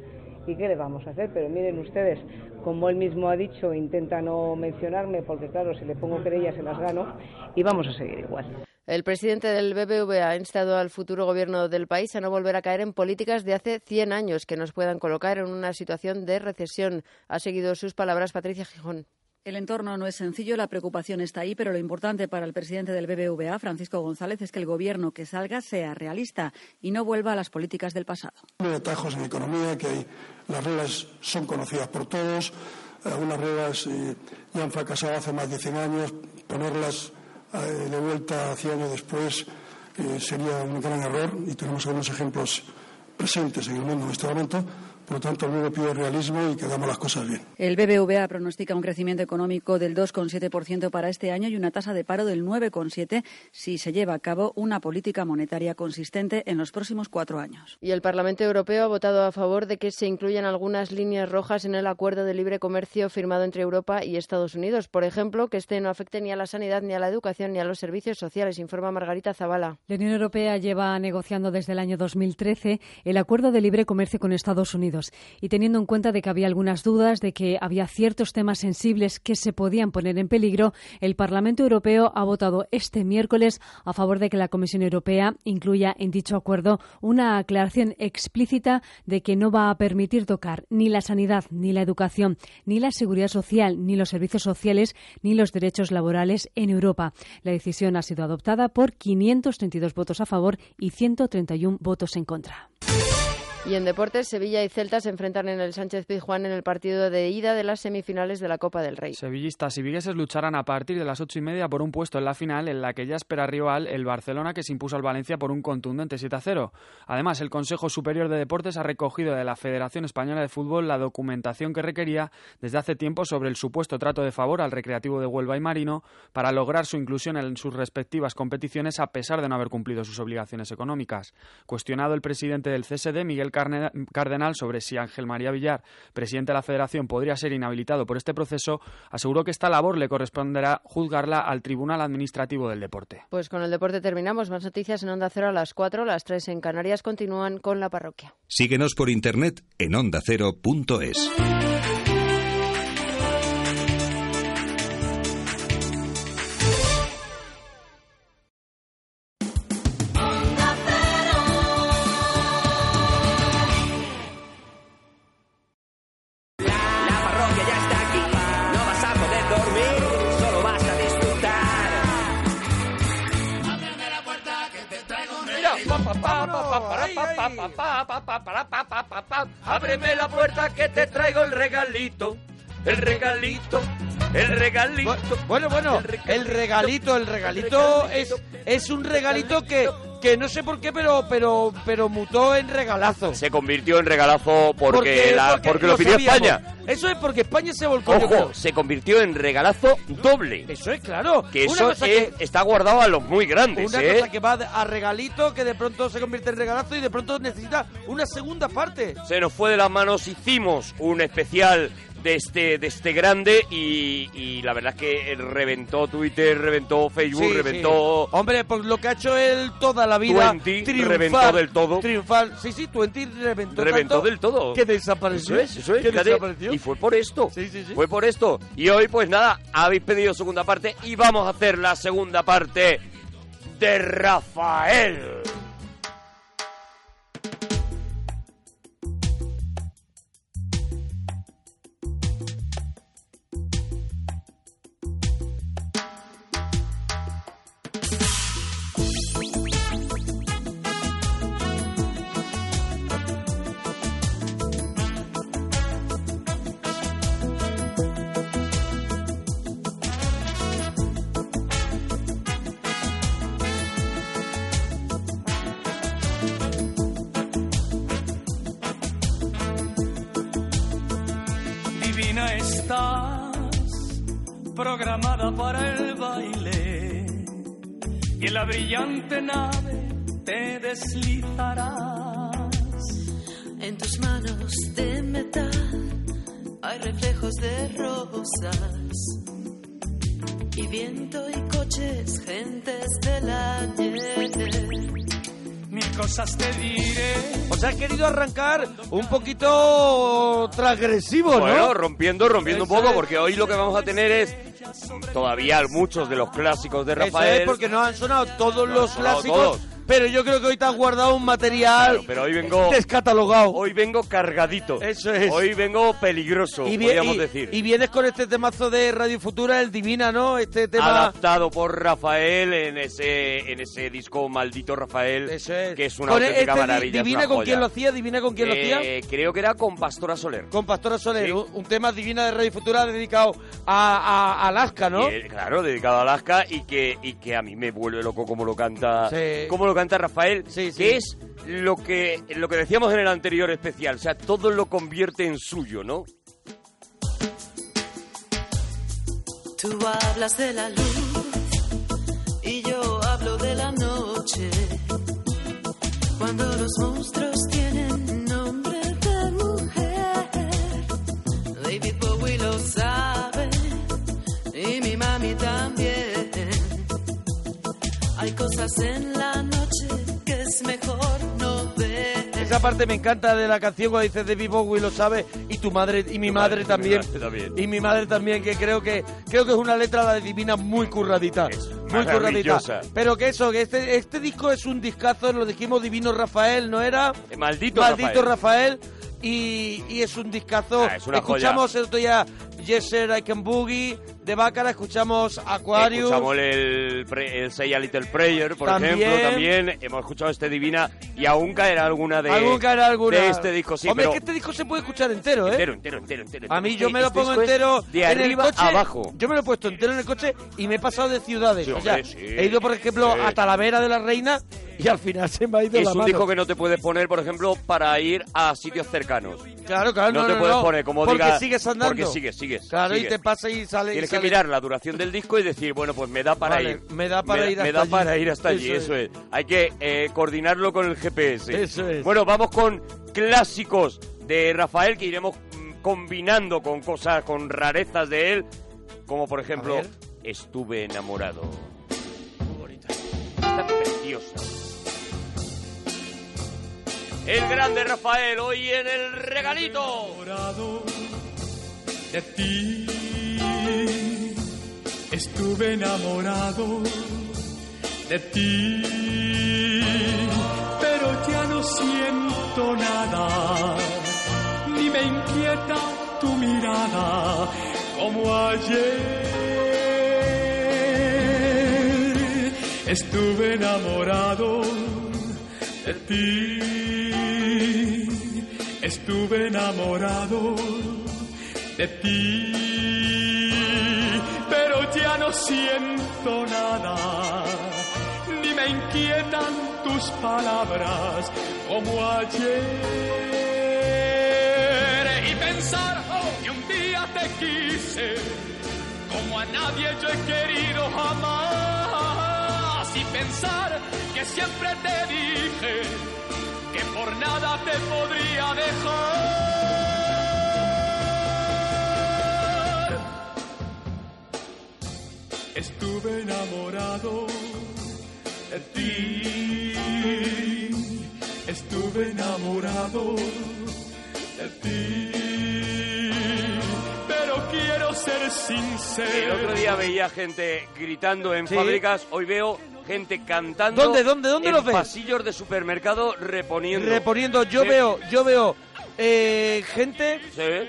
¿Y qué le vamos a hacer? Pero miren ustedes, como él mismo ha dicho, intenta no mencionarme porque, claro, si le pongo querellas se las gano y vamos a seguir igual. El presidente del BBVA ha instado al futuro gobierno del país a no volver a caer en políticas de hace 100 años que nos puedan colocar en una situación de recesión. Ha seguido sus palabras Patricia Gijón. El entorno no es sencillo, la preocupación está ahí, pero lo importante para el presidente del BBVA, Francisco González, es que el gobierno que salga sea realista y no vuelva a las políticas del pasado. de atajos en economía, que hay, las reglas son conocidas por todos, algunas reglas eh, ya han fracasado hace más de 100 años, ponerlas eh, de vuelta 100 años después eh, sería un gran error y tenemos algunos ejemplos presentes en el mundo en este momento, por lo tanto luego pido realismo y que hagamos las cosas bien. El BBVA pronostica un crecimiento económico del 2,7% para este año y una tasa de paro del 9,7% si se lleva a cabo una política monetaria consistente en los próximos cuatro años. Y el Parlamento Europeo ha votado a favor de que se incluyan algunas líneas rojas en el acuerdo de libre comercio firmado entre Europa y Estados Unidos. Por ejemplo, que este no afecte ni a la sanidad, ni a la educación, ni a los servicios sociales, informa Margarita Zavala. La Unión Europea lleva negociando desde el año 2013 el acuerdo de libre comercio con Estados Unidos y teniendo en cuenta de que había algunas dudas de que había ciertos temas sensibles que se podían poner en peligro, el Parlamento Europeo ha votado este miércoles a favor de que la Comisión Europea incluya en dicho acuerdo una aclaración explícita de que no va a permitir tocar ni la sanidad, ni la educación, ni la seguridad social, ni los servicios sociales, ni los derechos laborales en Europa. La decisión ha sido adoptada por 532 votos a favor y 131 votos en contra. Y en deportes, Sevilla y Celta se enfrentan en el Sánchez Pizjuán en el partido de ida de las semifinales de la Copa del Rey. Sevillistas y vigueses lucharán a partir de las ocho y media por un puesto en la final, en la que ya espera rival el Barcelona, que se impuso al Valencia por un contundente 7 a 0. Además, el Consejo Superior de Deportes ha recogido de la Federación Española de Fútbol la documentación que requería desde hace tiempo sobre el supuesto trato de favor al Recreativo de Huelva y Marino para lograr su inclusión en sus respectivas competiciones a pesar de no haber cumplido sus obligaciones económicas. Cuestionado el presidente del CSD, Miguel Carne- Cardenal, sobre si Ángel María Villar, presidente de la Federación, podría ser inhabilitado por este proceso, aseguró que esta labor le corresponderá juzgarla al Tribunal Administrativo del Deporte. Pues con el deporte terminamos. Más noticias en Onda Cero a las 4, las 3 en Canarias. Continúan con la parroquia. Síguenos por internet en ondacero.es. La parroquia ya está aquí, no vas a poder dormir, solo vas a disfrutar. Ábreme la puerta que te traigo un regalito. Ábreme la puerta que te traigo el regalito. El regalito. El regalito. Bueno, bueno, el regalito, el regalito es, es un regalito que, que no sé por qué, pero, pero, pero mutó en regalazo. Se convirtió en regalazo porque, la- porque lo pidió sabíamos. España. Eso es porque España se volcó. yo creo. Ojo, se convirtió en regalazo doble. Eso es claro. Que Una eso cosa que- es- está guardado a los muy grandes, Una ¿eh? cosa que va a regalito, que de pronto se convierte en regalazo y de pronto necesita una segunda parte. Se nos fue de las manos, hicimos un especial de este, de este grande y, y la verdad es que reventó Twitter, reventó Facebook, Sí, sí. reventó... Hombre, pues lo que ha hecho él toda la vida. Twenty triunfar, reventó del todo. Triunfar. Sí, sí, Twenty reventó. Reventó tanto del todo. Que desapareció. Eso es, eso es, Que fíjate. desapareció. Y fue por esto. Sí, sí, sí. Fue por esto. Y hoy, pues nada, habéis pedido segunda parte y vamos a hacer la segunda parte de Rafael. Divina estás, programada para el baile. Y en la brillante nave te deslizarás. En tus manos de metal hay reflejos de rosas y viento y coches, gentes del ayer. Mil cosas te diré. O sea, has querido arrancar un poquito transgresivo, ¿no? Bueno, rompiendo, rompiendo un poco, porque hoy lo que vamos a tener es todavía muchos de los clásicos de Eso Rafael. es porque no han sonado todos No han los sonado clásicos. todos. Pero yo creo que hoy te has guardado un material Claro, pero hoy vengo- descatalogado. Hoy vengo cargadito. Eso es. Hoy vengo peligroso, y, vie- podríamos y- decir. y vienes con este temazo de Radio Futura, el Divina, ¿no? Este tema. Adaptado por Rafael en ese, en ese disco Maldito Rafael, que es una con auténtica este di- maravilla. es Divina una con joya. quién lo hacía, Divina con quién lo Eh, hacía. Creo que era con Pastora Soler. Con Pastora Soler, un, un tema Divina de Radio Futura dedicado a, a Alaska, Ah, ¿no? Y, eh, claro, dedicado a Alaska y que, y que a mí me vuelve loco como lo canta, Sí. como lo canta Rafael, que es lo que, lo que decíamos en el anterior especial, o sea, todo lo convierte en suyo, ¿no? Tú hablas de la luz y yo hablo de la noche. Cuando los monstruos tienen nombre de mujer, David Bowie lo sabe y mi mami también. Hay cosas en la noche que es mejor no ver. Esa parte me encanta de la canción cuando dices David Bowie lo sabe y tu madre y mi madre, también. madre Este también. Y mi madre también que creo que creo que es una letra la de Divina muy curradita, muy curradita. maravillosa. Pero que eso, que este este disco es un discazo, lo dijimos Divino Rafael, no era Eh, Maldito, Maldito Rafael. y, y es un discazo. Ah, es una joya. escuchamos el otro día Yeser I Can Boogie de Bácara, escuchamos Aquarius. Escuchamos el, pre- el Say a Little Prayer, por También. ejemplo, también. Hemos escuchado este Divina y aún caerá alguna de, Algún que era alguna. de este disco, sí, Hombre, pero es que este disco se puede escuchar entero, ¿eh? entero, entero, entero, entero. A mí yo Este- me lo este pongo disco es entero de en el arriba coche. a abajo. Yo me lo he puesto entero en el coche y me he pasado de ciudades. Sí, O sea, hombre, sí. he ido, por ejemplo, Sí. a Talavera de la Reina y al final se me ha ido Es la un mano. disco que no te puedes poner, por ejemplo, para ir a sitios cercanos. Claro, claro, No no, te no, puedes no, poner como porque diga- sigues andando. Porque sigues, sigues. Claro, y sigues. te pasa y sale. y Tienes sale. que mirar la duración del disco y decir, bueno, pues me da para Vale, ir. me da para ir me hasta da allí. para ir hasta allí, Eso eso es. Hay que eh, coordinarlo con el GPS. Eso es. Bueno, vamos con clásicos de Rafael que iremos mm, combinando con cosas, con rarezas de él, como por ejemplo, ver. estuve enamorado. Muy bonita. Está preciosa. El grande Rafael, hoy en el regalito. de ti. Estuve enamorado de ti, pero ya no siento nada, ni me inquieta tu mirada como ayer. Estuve enamorado de ti, estuve enamorado de ti. Pero ya no siento nada, ni me inquietan tus palabras como ayer. Y pensar oh, que un día te quise, como a nadie yo he querido jamás. Y pensar que siempre te dije que por nada te podría dejar. Estuve enamorado de ti. Estuve enamorado de ti. Pero quiero ser sincero. El otro día veía gente gritando en Sí. fábricas, hoy veo gente cantando. ¿Dónde, dónde, dónde en los ves? pasillos de supermercado reponiendo. reponiendo. Yo Sí. veo, yo veo eh, gente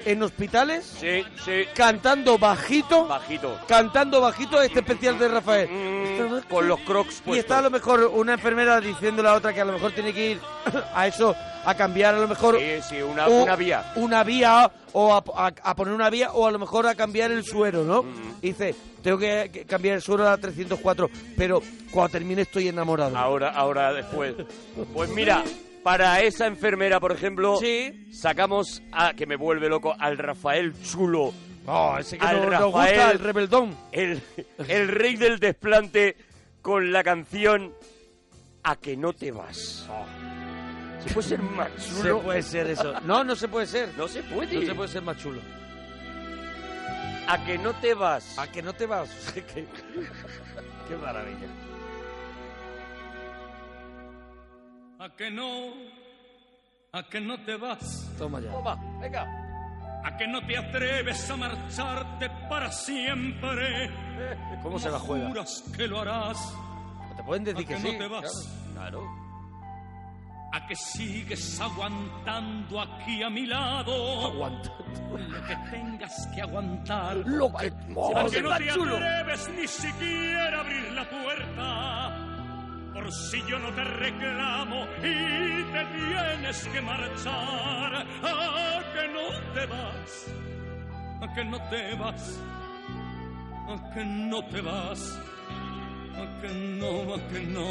en hospitales cantando bajito, bajito, Mm, cantando bajito este especial de Rafael. con los crocs Y puestos. está a lo mejor una enfermera diciéndole a otra que a lo mejor tiene que ir a eso, a cambiar a lo mejor. Sí, sí, una- o- una vía. Una vía, o a, a- a poner una vía, o a lo mejor a cambiar el suero, ¿no? Mm. Y dice, tengo que, que cambiar el suero a 304, pero cuando termine estoy enamorado. Ahora, ahora, después. Pues mira, para esa enfermera, por ejemplo, sacamos a que me vuelve loco al Rafael chulo. ese que no- nos gusta, el rebeldón. El, el rey del desplante con la canción A que no te vas. Se puede ser más chulo. Se puede ser eso. No, no se puede ser. No se puede. No se puede ser más chulo. A que no te vas. A que no te vas. qué, qué maravilla. A que no, a que no te vas. Toma ya. Toma, venga. A que no te atreves a marcharte para siempre. ¿Cómo se la juega? Juras que lo harás. Te pueden decir a que que sí, no te vas. Claro. A que sigues aguantando aquí a mi lado. Aguantando. Lo que tengas que aguantar. Lo que. a que no te chulo. atreves ni siquiera a abrir la puerta. Por si yo no te reclamo y te tienes que marchar. A que no te vas. A que no te vas. A que no te vas. A que no, a que no.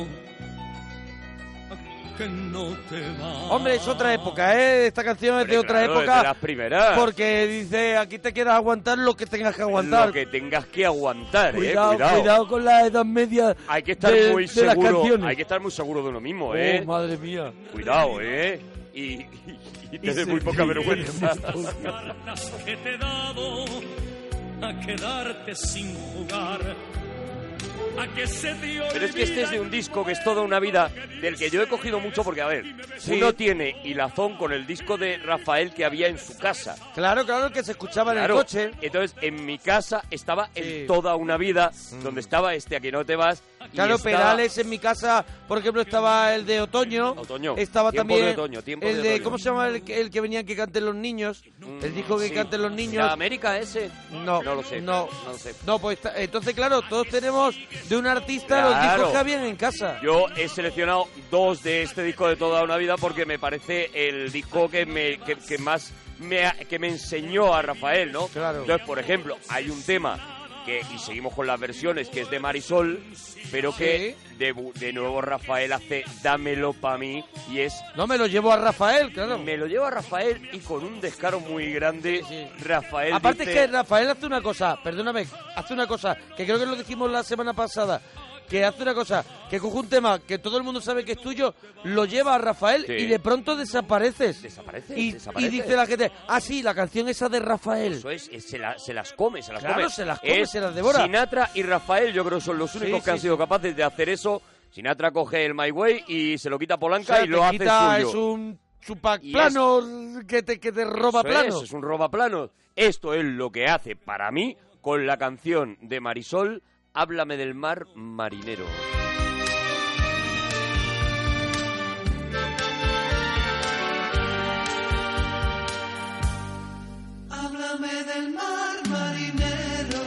A que no te vas. Hombre, es otra época, ¿eh? Esta canción es de otra claro, es de época. las primeras. Porque dice, aquí te quieras aguantar lo que tengas que aguantar. Lo que tengas que aguantar, cuidado, eh. Cuidado. cuidado con la edad media. Hay que estar de- muy de las seguro. canciones. Hay que estar muy seguro de uno mismo, Oh, eh. madre mía. Cuidado, eh. Y, y, y tener se- muy poca y- vergüenza. cartas que te he dado a quedarte sin jugar, a que se te Pero es que este es de un disco que es toda una vida, del que yo he cogido mucho porque, a ver, Sí. uno tiene hilazón con el disco de Rafael que había en su casa. Claro, claro, que se escuchaba en Claro. el coche. Entonces, en mi casa estaba Sí. Mm. en toda una vida, donde estaba este a que no te vas, Claro, estaba- Perales en mi casa, por ejemplo, estaba el de Otoño. Otoño. Estaba Tiempos también de Otoño, tiempos el de de, Otoño. ¿cómo se llama el, que- el que venían que canten los niños? el disco que Mm, sí. canten los niños. ¿La América ese? No. No lo sé. No. No lo sé. No, pues está- entonces, claro, todos tenemos de un artista los Claro. discos que habían en casa. Yo he seleccionado dos de este disco de toda una vida porque me parece el disco que me que, que más me ha- que me enseñó a Rafael, ¿no? Entonces, por ejemplo, hay un tema que y seguimos con las versiones que es de Marisol, pero que de, bu- de nuevo Rafael hace Dámelo pa mí y es No me lo llevo a Rafael, claro. me lo llevo a Rafael y con un descaro muy grande Rafael Aparte es dice- que Rafael hace una cosa, perdóname, hace una cosa, que creo que lo dijimos la semana pasada, que hace una cosa, que coge un tema que todo el mundo sabe que es tuyo, lo lleva a Rafael Sí. y de pronto desapareces. Desaparece, y, desaparece. y dice la gente, ah sí, la canción esa de Rafael. Eso es, es- se, la- se las come, se las Claro, come. se las come, Es se las devora. Sinatra y Rafael, yo creo, son los Sí, únicos que sí, han sido capaces de hacer eso. Sinatra coge el My Way y se lo quita a Polanca O sea, y lo te hace quita- suyo. es un chupaplano que te, que te roba Eso plano. Es, es un roba plano. Esto es lo que hace para mí con la canción de Marisol, Háblame del mar marinero. Háblame del mar marinero.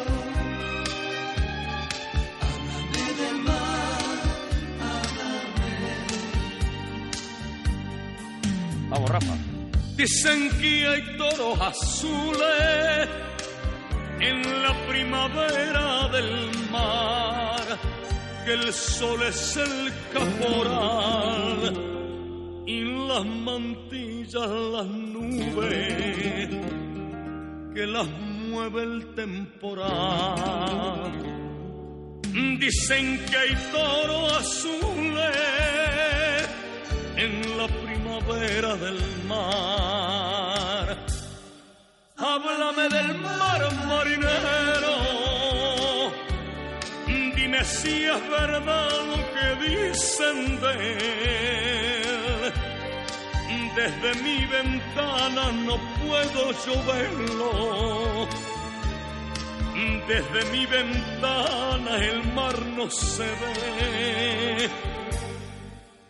Háblame del mar. Vamos, Rafa. Dicen que hay toros azules en la primavera del mar, que el sol es el caporal y las mantillas las nubes que las mueve el temporal. Dicen que hay toros azules en la primavera del mar. Háblame del mar marinero, dime si es verdad lo que dicen de él. Desde mi ventana no puedo yo verlo. Desde mi ventana el mar no se ve.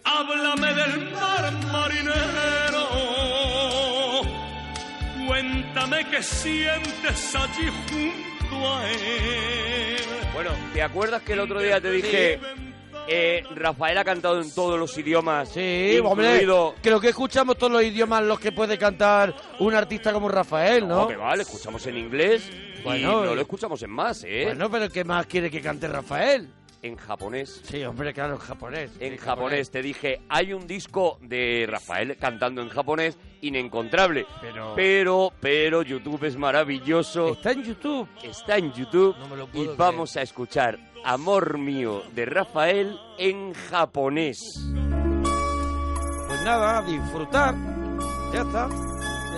Háblame del mar marinero. Cuéntame qué sientes allí junto a él. Bueno, ¿te acuerdas que el otro día te dije eh, Rafael ha cantado en todos los idiomas? Sí, pues, hombre, incluido- creo que escuchamos todos los idiomas los que puede cantar un artista como Rafael, ¿no? No, que va, lo escuchamos en inglés Bueno, y no y- lo escuchamos en más, ¿eh? Bueno, pero ¿qué más quiere que cante Rafael? En japonés. Sí, hombre, claro, en japonés. En japonés, te dije, hay un disco de Rafael cantando en japonés inencontrable. Pero- pero, pero YouTube es maravilloso. Está en YouTube. Está en YouTube. y puedo vamos a escuchar Amor mío de Rafael en japonés. Pues nada, a disfrutar. Ya está.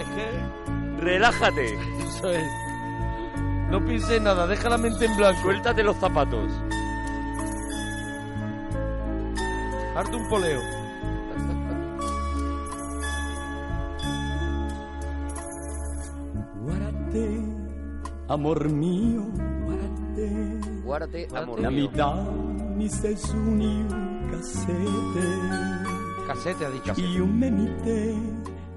Es que... Relájate. Eso es. No pienses nada, deja la mente en blanco. Suéltate los zapatos. Harte un poleo. amor mío, Guárdate, amor mío. 涙見せずに浮かせて Casete, ha dicho. 夢見て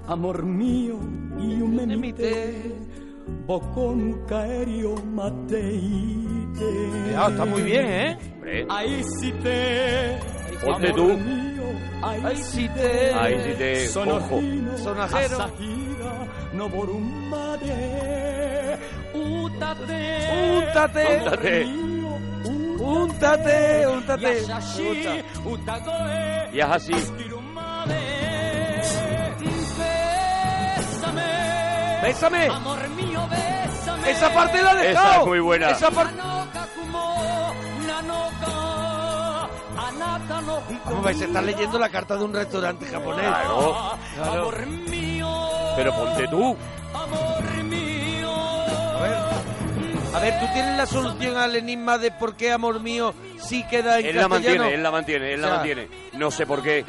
amor mío 夢見て僕を迎えるを待っていて Cuidado, está muy bien, ¿eh? Hombre. 愛して愛してどう amor mío, 愛して Ahí sí te- その日 ojo. の朝 Sonajero. 日が昇るまで歌って Úntate. Úntate. Úntate, úntate. Úntate. Y es así. ¡Bésame! Amor mío, bésame. ¡Esa parte la ha dejado! Esa es muy buena. Esa parte... Vamos, vais a estar leyendo la carta de un restaurante japonés. Claro. Claro. Pero ponte tú. A ver. A ver, ¿tú tienes la solución al enigma de por qué amor mío sí queda en Él castellano? la mantiene, él la mantiene, él O la sea, mantiene. No sé por qué.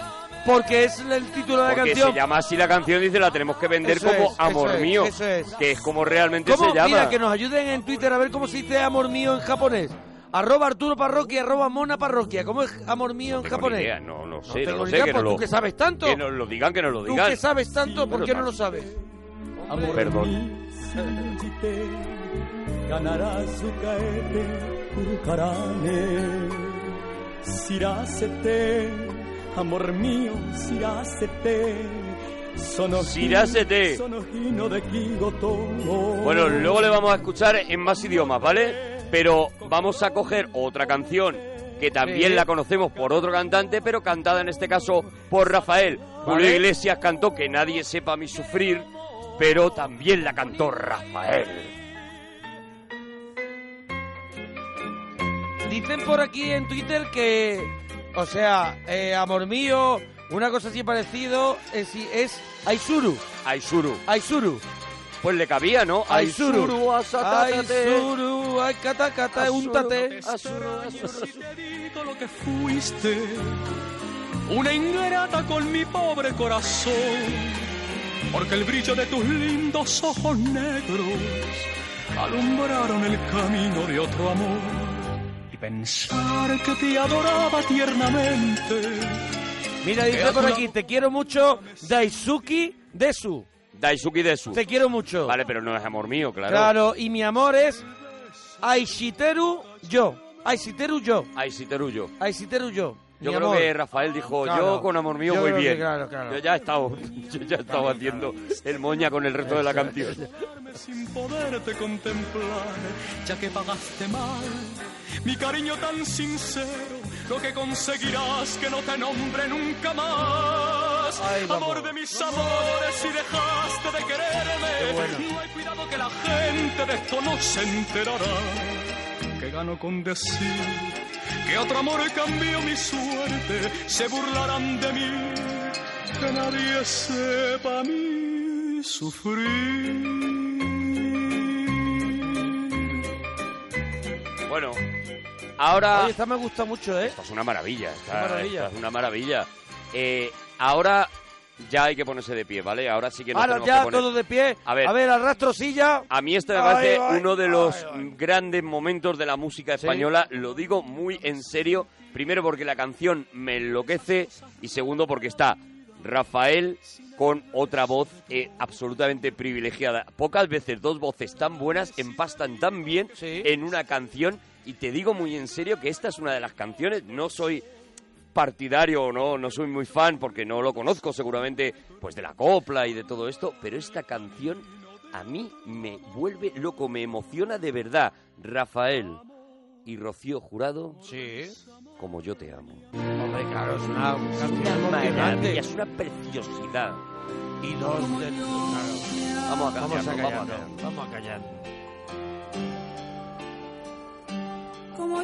Porque es el título de la Porque canción. se llama así la canción, dice la tenemos que vender Eso como es, Amor eso es, Mío, eso es. que es como realmente ¿Cómo? se llama. Mira, que nos ayuden en Twitter a ver cómo se dice amor mío en japonés. Arroba Arturo Parroquia, arroba Mona Parroquia. ¿Cómo es amor mío en tengo japonés? ni idea, no, no sé, no, tengo lo ni sé. idea, que pues no tú lo- que sabes tanto. Que nos lo digan, que nos lo Tú digan. que sabes tanto, ¿por pero qué no tal. lo sabes? Amor Perdón. ganará su caete Kurkarane. Sirásete, amor mío, sirásete. Sono Sirásete. Sonohino de Kigoto. Bueno, luego le vamos a escuchar en más idiomas, ¿vale? Pero vamos a coger otra canción que también Sí. la conocemos por otro cantante, pero cantada en este caso por Rafael. Julio Vale. Iglesias cantó Que nadie sepa mi sufrir, pero también la cantó eh, Rafael. Dicen por aquí en Twitter que, o sea, eh, amor mío, una cosa así parecido es, es Aizuru. Aizuru. Aizuru. Pues le cabía, ¿no? ah, Aizuru. Aizuru, asatátate. Aizuru, ay, cata, cata, úntate. Si te digo lo que fuiste, una ingrata con mi pobre corazón, porque el brillo de tus lindos ojos negros alumbraron el camino de otro amor. Y pensar que te adoraba tiernamente. Mira, que a dice tu por lado aquí, te quiero mucho, Daisuki Desu. Daisuki Desu. Te quiero mucho. Vale, pero no es amor mío, claro. Claro, y mi amor es Aishiteru yo. Aishiteru yo. Aiziteru yo. Aishiteru yo. Yo mi creo amor. que Rafael dijo, yo Claro. con amor mío Yo voy creo que bien. claro, claro. Yo ya he estado, yo ya he estado haciendo el moña con el resto de la Eso, canción. sin poderte contemplar, ya que pagaste mal mi cariño tan sincero, lo que conseguirás que no te nombre nunca más. Amor de mis amores, si dejaste de quererme, no hay cuidado que la gente de esto no se enterará. Que gano con decir que otro amor cambió mi suerte, se burlarán de mí, que nadie sepa a mí sufrir. Bueno, ahora... Oye, esta me gusta mucho, ¿eh? Esta es una maravilla. esta- Una maravilla. esta es una maravilla. Eh, ahora ya hay que ponerse de pie, ¿vale? Ahora sí que nos Ahora tenemos que ya poner- todo de pie. A ver. a ver, arrastro silla. A mí este me Ay, parece ay, uno de los grandes momentos de la música española. Lo digo muy en serio. Primero porque la canción me enloquece y segundo porque está Rafael con otra voz eh, absolutamente privilegiada. Pocas veces dos voces tan buenas empastan tan bien en una canción y te digo muy en serio que esta es una de las canciones. No soy partidario o no, no soy muy fan porque no lo conozco seguramente pues de la copla y de todo esto, pero esta canción a mí me vuelve loco, me emociona de verdad. Rafael y Rocío Jurado, sí. como yo te amo. Hombre, claro, es una una canción maravilla, emocionante. es una preciosidad. Y dos de... claro. Vamos a Vamos a callarnos, callar. vamos Vamos a callarnos. a callar. como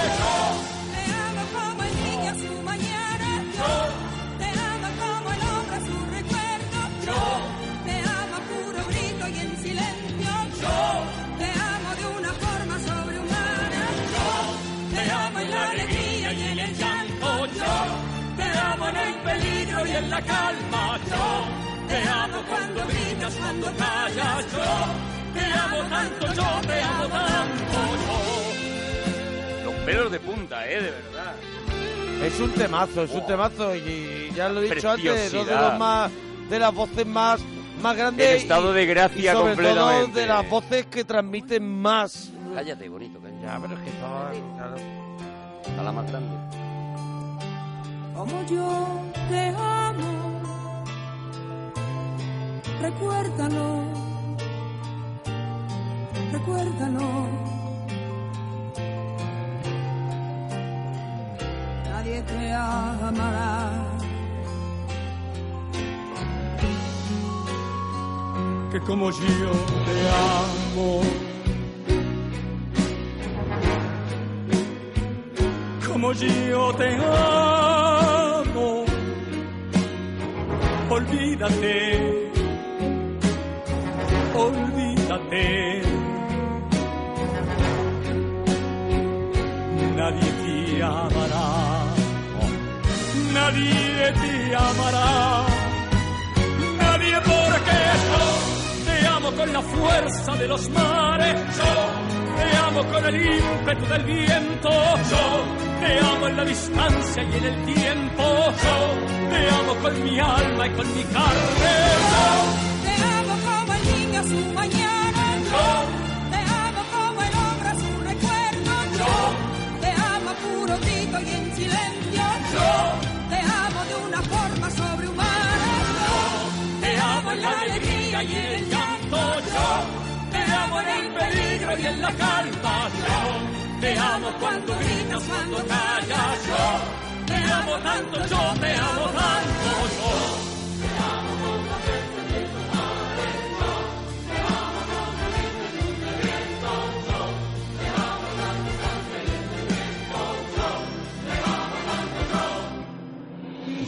Te amo como el niño a su mañana. Yo. Te amo como el hombre a su recuerdo. Yo. Te amo a puro grito y en silencio. Yo. Te amo de una forma sobrehumana. Yo. Te amo en la alegría y en el llanto. Yo. Te amo en el peligro y en la calma. Yo. Te amo cuando gritas, cuando callas. Yo. Te amo tanto, yo te amo tanto. Yo. Los pelos de punta, ¿eh? De verdad. Es un temazo, es un temazo y, y ya lo he dicho antes, dos de Preciosidad. los más de las voces más más grande. En estado de gracia y sobre Todo completamente. de las voces que transmiten más. Cállate, bonito. cállate. Ya, pero es que son, claro. Está la más grande. como yo te amo. Recuérdalo, recuérdalo. Nadie te amará. que como yo te amo. Como yo te amo, olvídate, olvídate. Nadie te amará, nadie te amará nadie porque yo te amo con la fuerza de los mares, yo te amo con el ímpetu del viento, yo te amo en la distancia y en el tiempo, yo te amo con mi alma y con mi carne, yo Te amo como el niño a su mañana. Yo te amo como el hombre a su recuerdo. Yo te amo puro tito y en silencio. Yo te amo de una forma sobrehumana. Yo te amo en la alegría y en el llanto, yo te amo en el peligro y en la calma, yo te amo cuando gritas, cuando callas, yo te amo tanto, yo te amo tanto, yo.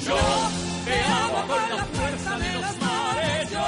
Yo te amo con la fuerza de los mares, yo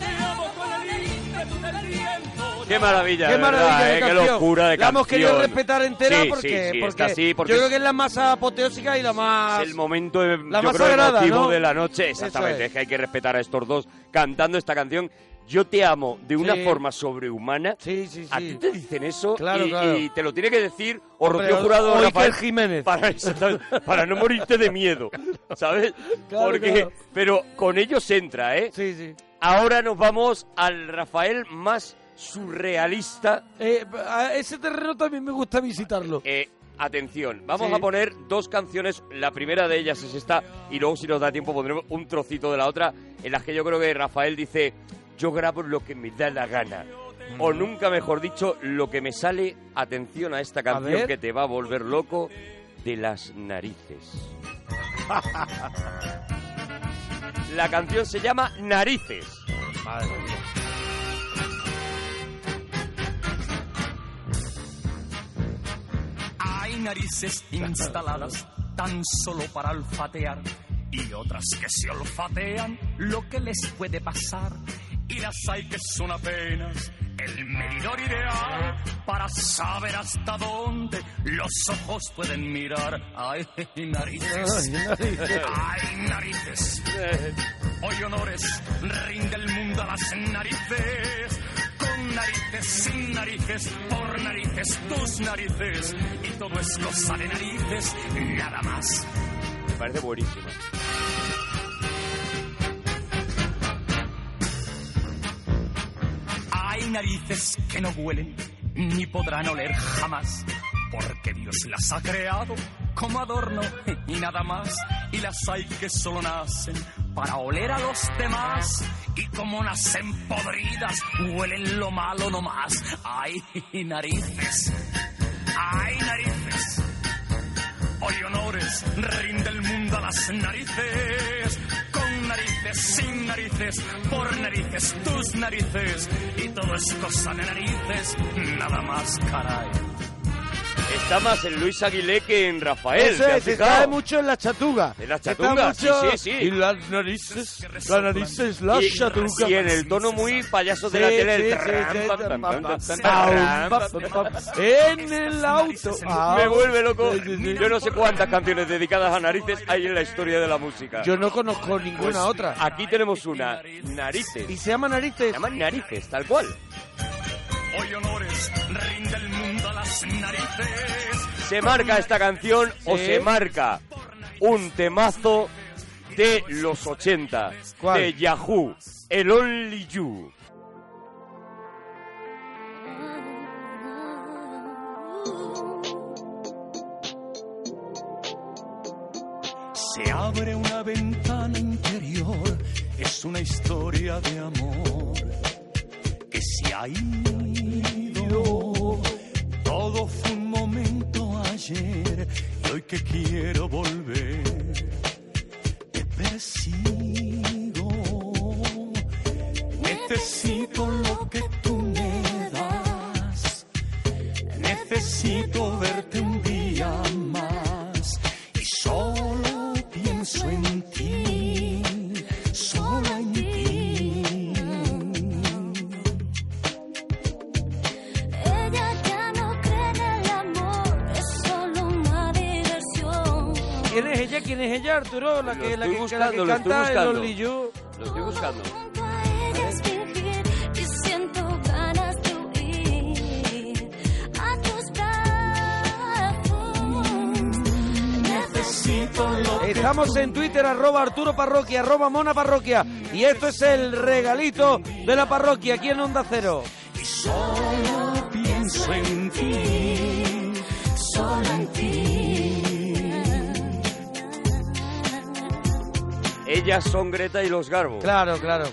te amo con el ímpetu del viento. Qué maravilla, Qué de verdad, maravilla de eh, qué canción. locura de La hemos canción. querido respetar entera Sí, porque, sí, sí, porque está así, porque yo es creo que es la más apoteósica y la más... el momento de, La yo más creo, sagrada, emotivo ¿no? de la noche. Eso Exactamente, es. es. que hay que respetar a estos dos cantando esta canción. Yo te amo de una Sí. forma sobrehumana. A ti te dicen eso Claro, y, claro. y te lo tiene que decir o Hombre, Rocío o- Jurado o o Iker Rafael Jiménez. Para, exactamente, para no morirte de miedo, ¿sabes? Claro, Porque, claro. Pero con ellos entra, ¿eh? Sí, sí. Ahora nos vamos al Rafael más surrealista Eh, a ese terreno también me gusta visitarlo. eh, atención, vamos Sí. a poner dos canciones. La primera de ellas es esta, y luego, si nos da tiempo, pondremos un trocito de la otra, en las que yo creo que Rafael dice: Yo grabo lo que me da la gana. O nunca mejor dicho, lo que me sale, atención a esta canción ver. que te va a volver loco, de las narices. La canción se llama Narices. Madre mía. Hay narices instaladas tan solo para olfatear y otras que se olfatean lo que les puede pasar. Y las hay que son apenas el medidor ideal para saber hasta dónde los ojos pueden mirar. Ay, narices. Ay, narices. Ay, narices. Hoy honores rinde el mundo a las narices. Con narices, sin narices, por narices, tus narices. Y todo es cosa de narices, nada más. Me parece buenísima. Hay narices que no huelen ni podrán oler jamás, porque Dios las ha creado como adorno y nada más. Y las hay que solo nacen para oler a los demás. Y como nacen podridas, huelen lo malo nomás. Hay narices, hay narices. Hoy honores rinde el mundo a las narices. Con narices, sin narices, por narices, tus narices. Y todo es cosa de narices, nada más, caray. Está más en Luis Aguilé que en Rafael. Eso ¿te has es, se fijado? cae mucho en la chatuga. En la Se chatuga, cae mucho- sí, sí, sí. Y las narices, las narices, la Y- chatuga. Y en el tono muy payaso de Sí, la tele, el sí, tram, sí, sí, pam, tram, pam, pam, pam, pam, pam, pam, pam, pam. pam. En el auto. Me Ah. vuelve loco. Yo no sé cuántas canciones dedicadas a narices hay en la historia de la música. Yo no conozco ninguna Pues otra. Aquí tenemos una, narices. Y se llama narices. Se llama narices, tal cual. Hoy honores rinde el mundo a las narices. Se marca esta canción o Sí. se marca un temazo de los 80 de Yahoo, el Only You. Se abre una ventana interior, es una historia de amor que se ha ido. Todo fue un momento ayer y hoy que quiero volver, te persigo. Necesito lo que tú me das, necesito verte un día más y solo pienso en ti, solo en ti. Ella ya no cree en el amor, es solo una diversión. ¿Quién es ella? ¿Quién es ella, Arturo? La que, la que, que- la que buscando, lo estoy canta el buscando. Only You. Lo estoy buscando. Ella es fingir y siento ganas de huir a tus brazos. Necesito lo que Estamos en Twitter, arroba Arturo Parroquia, arroba Mona Parroquia. Y esto es el regalito de la parroquia aquí en Onda Cero. Solo pienso en ti, solo en ti. Ellas son Greta y los Garbo. Claro, claro.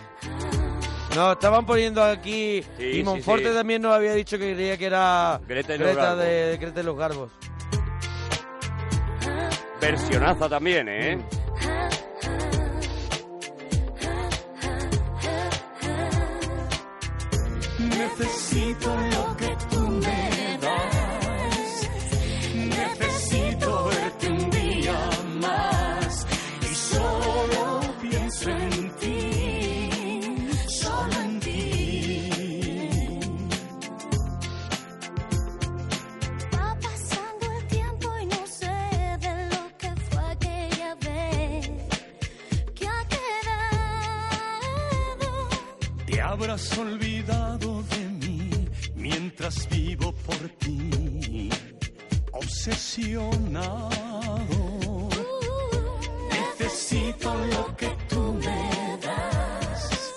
Nos estaban poniendo aquí. sí, y Monforte sí. también nos había dicho que creía que era Greta y los Greta Garbo. de, Greta y los Garbos. Versionaza también, ¿eh? Necesito lo que tú me das. Necesito verte un día más. Y solo pienso en ti. Solo en ti. Va pasando el tiempo y no sé de lo que fue aquella vez que ha quedado. Te habrás olvidado de mí mientras vivo por ti, obsesionado. Necesito lo que tú me das,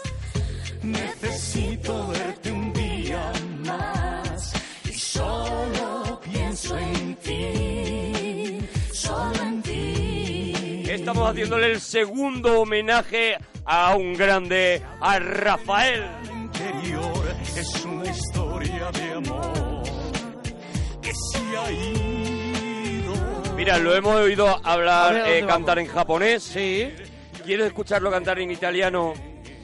necesito verte un día más y solo pienso en ti, solo en ti. Estamos haciéndole el segundo homenaje a un grande, a Rafael. interior es una historia de amor que se ha ido. Mira, lo hemos oído hablar, A ver, ¿dónde eh, vamos? cantar en japonés. Sí. ¿Quieres escucharlo cantar en italiano?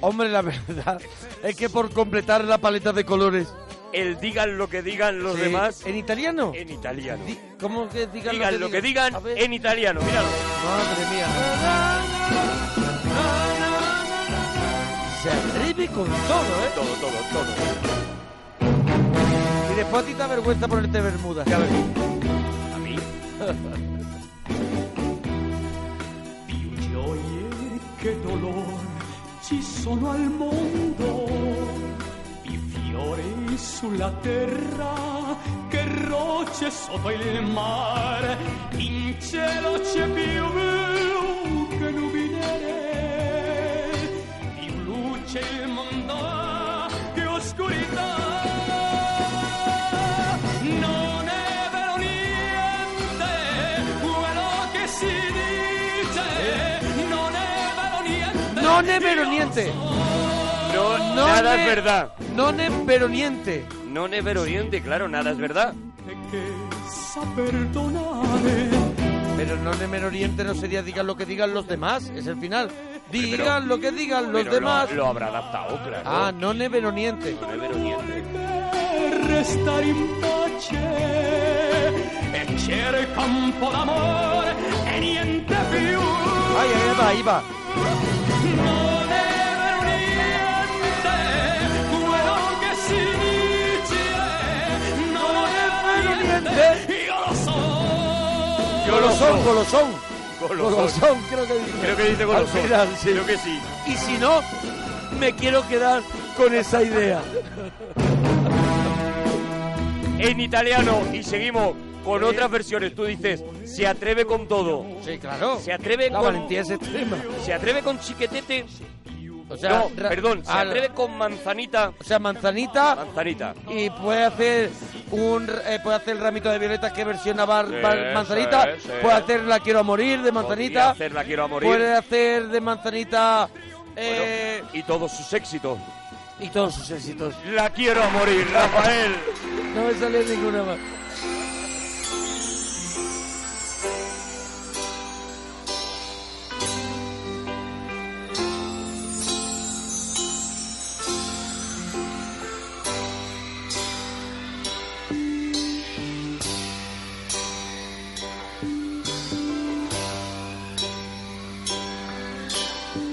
Hombre, la verdad es que por completar la paleta de colores. El digan lo que digan los Sí. demás. ¿En italiano? En italiano. ¿Cómo que digan, Digan lo que digan A ver. en italiano, míralo. Madre mía. Se atreve con todo, ¿eh? Todo, todo, todo. Y después a ti te da vergüenza ponerte bermuda. A mí. Gioie che dolor ci sono al mondo, i fiori sulla terra che roce sotto il mare, in cielo c'è più blu che nubi nere, più luce il mondo ha che oscurità. Non è vero niente quello che si dice, non è vero niente. No ne veroniente. No, No nada ne- es verdad. No ne veroniente. No ne veroniente, claro, nada es verdad. Sa perdonare. Pero no ne veroniente no sería digan lo que digan los demás. Es el final. Digan lo que digan los Pero lo- demás. Lo, habrá adaptado, claro. Ah, no ne veroniente. No ne veroniente. restare in pace e cerca un po' d'amore e niente più Ay, ahí va, ahí va. non è vero niente quello che si dice non è vero niente io lo so Golosón, golosón. Golosón. creo que dice. Creo que dice golosón. Al final, sí. Creo que sí. Y si no, me quiero quedar con esa idea. En italiano y seguimos con otras versiones. Tú dices, se atreve con todo. Sí, claro. Se atreve La con. valentía es extrema. Se atreve con chiquetete. O sea, no, ra- perdón, se al- atreve con manzanita. O sea, manzanita. Manzanita. Y puede hacer un eh, puede hacer el ramito de violetas que versiona Bar- Sí, Bar- manzanita. sí, sí. Puede hacer la quiero a morir de Podría manzanita. hacer La quiero a morir. Puede hacer de manzanita. Bueno, eh, y todos sus éxitos. Y todos sus éxitos. La quiero a morir, Rafael. no me sale ninguna más.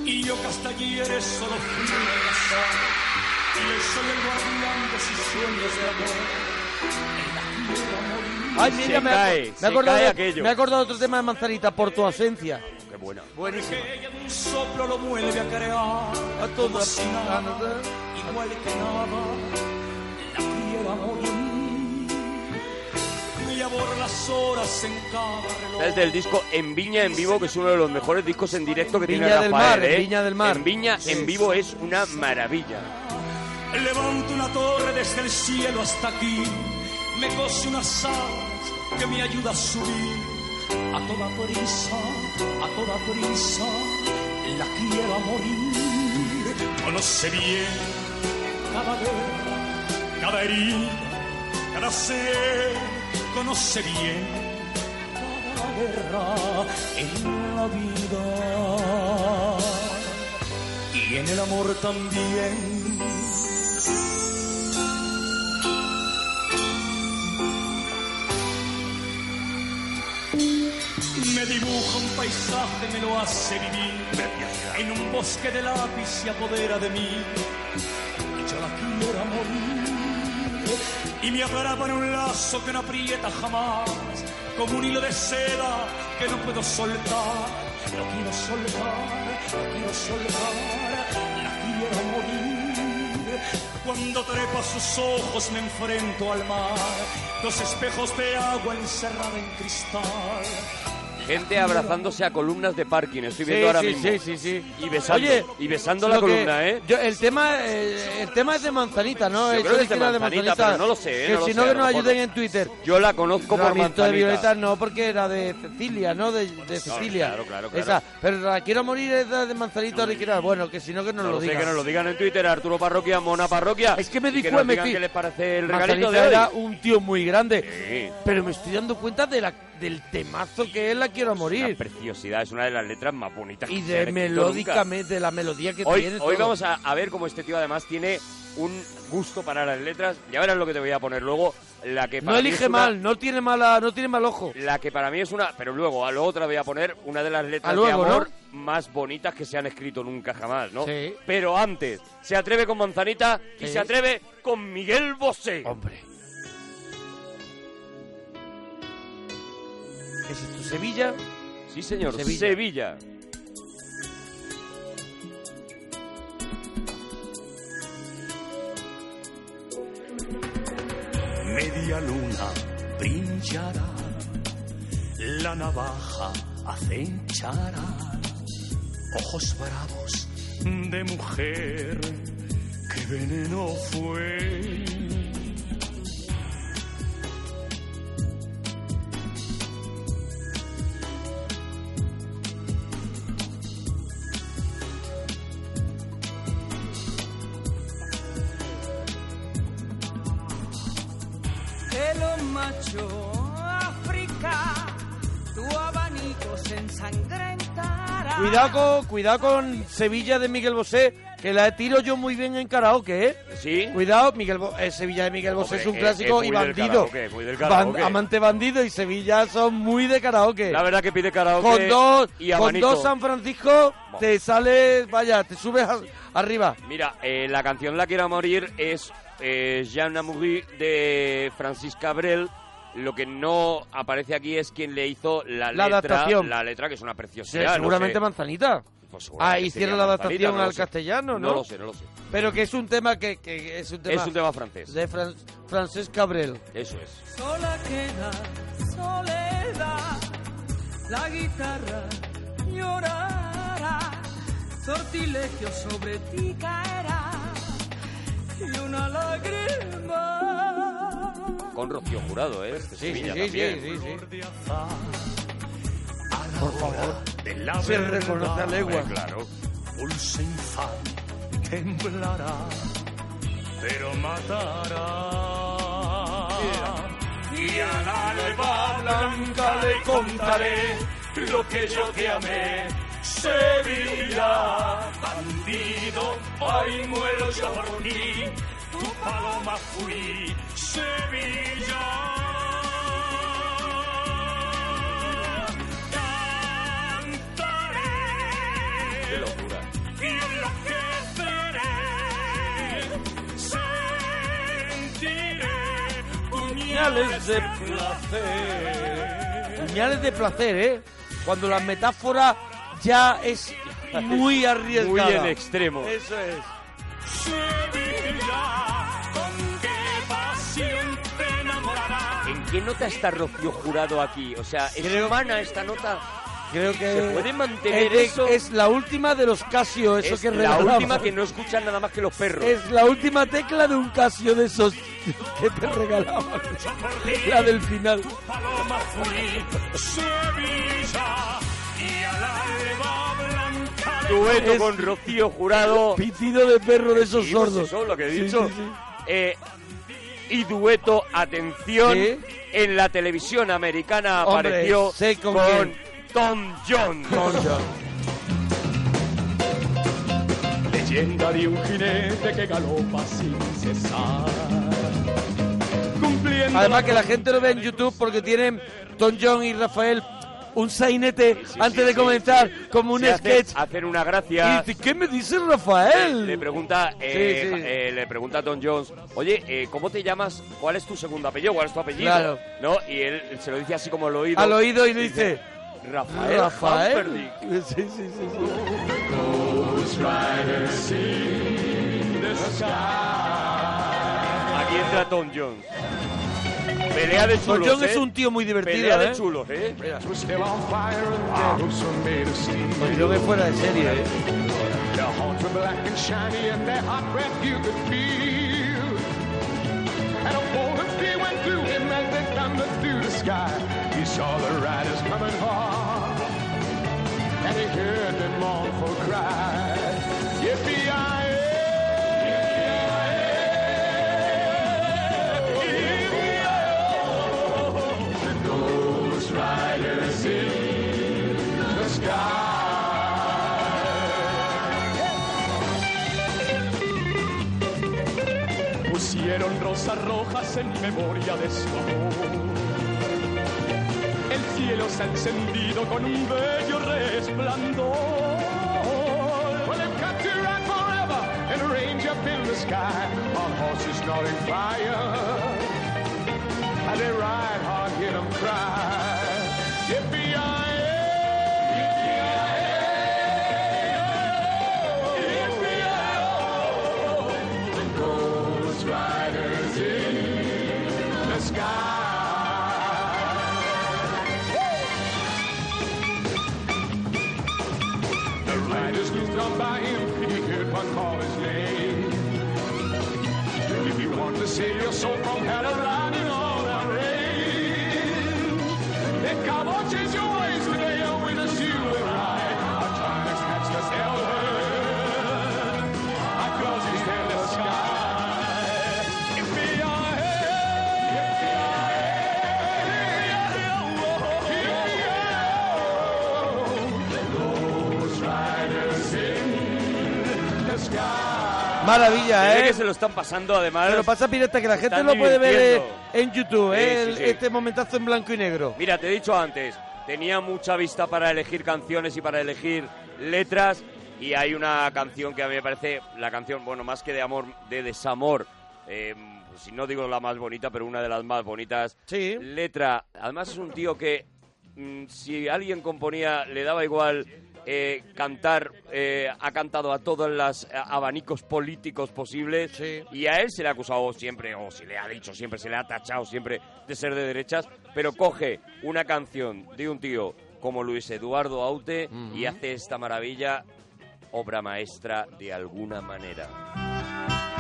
Y yo Castañer solo fui un abrazado. Y yo soy el guardián de sus sueños de amor. Ay, mira, me, ha- me ha acordado, de- me ha acordado de otro tema de manzanita por tu ausencia. Qué buena. Buenísimo. ella de un soplo lo vuelve a crear. A todo así nada, igual que nada. La quiero a morir. Y ya por las horas en cada reloj. Es del disco En Viña en Vivo, que es uno de los mejores discos en directo que Viña tiene del Rafael. Mar, ¿eh? en Viña del Mar. En Viña Sí. en Vivo es una maravilla. Levanto una torre desde el cielo hasta aquí. Me cose unas alas que me ayuda a subir. A toda prisa, a toda prisa, la quiero a morir. Conoce bien cada guerra, cada herida, cada ser. Conoce bien cada guerra en la vida. Y en el amor también. Me dibuja un paisaje, me lo hace vivir. En un bosque de lápiz se apodera de mí. Y yo la quiero a morir. Y me atrapa en un lazo que no aprieta jamás. Como un hilo de seda que no puedo soltar. No quiero soltar, no quiero soltar. La quiero a morir. Cuando trepo a sus ojos me enfrento al mar. Dos espejos de agua encerrada en cristal. Gente abrazándose a columnas de parking, estoy Sí, viendo ahora sí, mismo. sí, sí, sí. Y besando, Oye, y besando lo la que- columna, ¿eh? yo- el, tema, eh, el tema es de manzanita, ¿no? Yo Eso creo que es de dijera Manzanita, pero no lo sé, ¿eh? Que No lo si sé, no, a que lo nos mejor- ayuden en Twitter. Yo la conozco por Ramito de manzanita. Violeta no, porque era de Cecilia, ¿no? De, de Cecilia. claro, claro, claro. Esa. Pero la quiero morir es de de manzanita original. Bueno, que si no, que nos No lo lo sé, digan. que nos lo digan en Twitter, Arturo Parroquia, Mona Parroquia. Es que me y di nos cuenta, digan sí. qué les parece el regalito Manzanita de hoy. era un tío muy grande. Pero me estoy dando cuenta de la, del temazo que es La Quiero Una Morir. preciosidad, es una de las letras más bonitas. Y que se han de escrito nunca. melódicamente, de la melodía que Hoy, tiene. hoy todo. vamos a, a ver cómo este tío además tiene un gusto para las letras. Ya verás lo que te voy a poner luego. La que No para mí es elige una- mal, no tiene mala, no tiene mal ojo. La que para mí es una, pero luego a lo otra voy a poner una de las letras A luego, de amor más bonitas que se han escrito nunca jamás, ¿no? Sí. Pero antes, se atreve con Manzanita y Sí. se atreve con Miguel Bosé. Hombre. ¿Es esto Sevilla? Sí, señor, Sevilla. Sevilla. Media luna brinchará, la navaja acechará, ojos bravos de mujer, qué veneno fue. de lo macho África, tu abanico se ensangrentará. Cuidado con, cuidado con Sevilla de Miguel Bosé, que la tiro yo muy bien en karaoke, ¿eh? Sí. Cuidado, Miguel Bo- eh, Sevilla de Miguel Bosé Hombre, es un es- clásico es y muy del bandido. karaoke, es muy del karaoke. amante bandido y Sevilla son muy de karaoke. La verdad que pide karaoke Con dos, y con abanico. dos San Francisco te sales, vaya, te subes a- arriba. Mira, eh, la canción La Quiero Morir es eh, Jean Amoury de Francis Cabrel. Lo que no aparece aquí es quien le hizo la, La letra. adaptación. La letra, que es una Sí, preciosidad. no seguramente sé. Manzanita. Pues seguramente ah, hicieron sería la Manzanita, adaptación no lo al sé. castellano, ¿no? No lo sé, no lo sé. Pero que es un tema que, que es un tema... Es un tema francés. De Fran- Francesc Cabrel. Eso es. Sola quedas soledad, la guitarra llorará, sortilegio sobre ti caerá y una lágrima Con Rocío Jurado, ¿eh? De Sevilla sí, sí, también. sí, Por favor. De la Se verdad, reconoce a legua. hombre, Claro. Dulce infante temblará, pero matará. Y a la alba blanca le contaré lo que yo te amé. Sevilla, bandido, hoy muero yo por ti. Tu paloma fui, Sevilla. Qué locura. Y enloqueceré, sentiré puñales de placer. Puñales de placer, ¿eh? Cuando la metáfora ya es muy arriesgada. Muy en extremo. Eso es. Sevilla, con qué pasión te enamorarás. ¿En qué nota está Rocío Jurado aquí? O sea, es humana esta nota. Creo que ¿Se puede mantener Eh, es, de- eso? es la última de los Casio, eso es que la regalamos. última que no escuchan nada más que los perros. Es la última tecla de un Casio de esos que te regalaban. La del final. paloma fui Sevilla y al alba blanca le Dueto contaré. con Rocío Jurado. Pitido de perro de esos Seguimos, sordos. pues Eso es lo que he Sí, dicho. sí, sí. Eh, y dueto, atención, Sí. en la televisión americana Hombre, apareció sé con con, quién. Tom Jones. Leyenda de un jinete que galopa sin cesar. Cumpliendo Además que la gente lo ve en YouTube porque tienen Tom John y Rafael un sainete antes de comenzar como un Se hace- sketch. Hacer una Y gracia. dice, ¿qué me dice Rafael? Le pregunta, eh, Sí, sí. eh, le pregunta a Tom Jones, oye, eh, ¿cómo te llamas? ¿Cuál es tu segundo apellido? ¿Cuál es tu apellido? Claro. ¿No? Y él se lo dice así como al oído. Al oído y le dice, Rafael. Rafael. Humperdinck". Sí, sí, sí, sí. Ghost riders in the sky. Aquí entra Tom Jones. Pelea de chulos. Tom Jones ¿eh? es un tío muy divertido, Pelea ¿eh? de chulos, Ah. Pues ¿eh? Tom Jones es fuera de serie, ¿eh? Their hearts were black and shiny, and their hot breath you could feel. And a bolt of fear went through him as they thundered through the sky. He saw the riders coming hard, and he heard their mournful cry. Yippee-yi-yay! The Ghost Riders in the sky. Pusieron rosas rojas en memoria de su amor. El cielo se ha encendido con un bello resplandor. Well, they've got to ride forever and a range up in the sky on horses snorting fire. And they ride hard, hear them cry. Yippee-yi-yay! Yippee-yi-yay! The Ghost Riders in the sky. The riders moved on by him. He heard one call his name. If you want to save your soul from hell and ride in all that rain, then come on, change your ways today. oh, Your winners you will ride. Our time is past us, hell Our cross is in the sky. If we are Ghost Riders in the sky. Maravilla, Se ve ¿eh? que se lo están pasando, además. Pero pasa pirata que la gente están lo puede ver eh, divirtiendo. en YouTube, Sí, ¿eh? sí, El- sí. Este momentazo en blanco y negro. Mira, te he dicho antes, tenía mucha vista para elegir canciones y para elegir letras. Y hay una canción que a mí me parece, la canción, bueno, más que de amor, de desamor. eh, si no digo la más bonita, pero una de las más bonitas. Sí. Letra. Además es un tío que, mm, si alguien componía, le daba igual eh, cantar, eh, ha cantado a todos los eh, abanicos políticos posibles y a él se le ha acusado siempre, o se le ha dicho siempre, se le ha tachado siempre de ser de derechas, pero coge una canción de un tío como Luis Eduardo Aute y hace esta maravilla, obra maestra de alguna manera.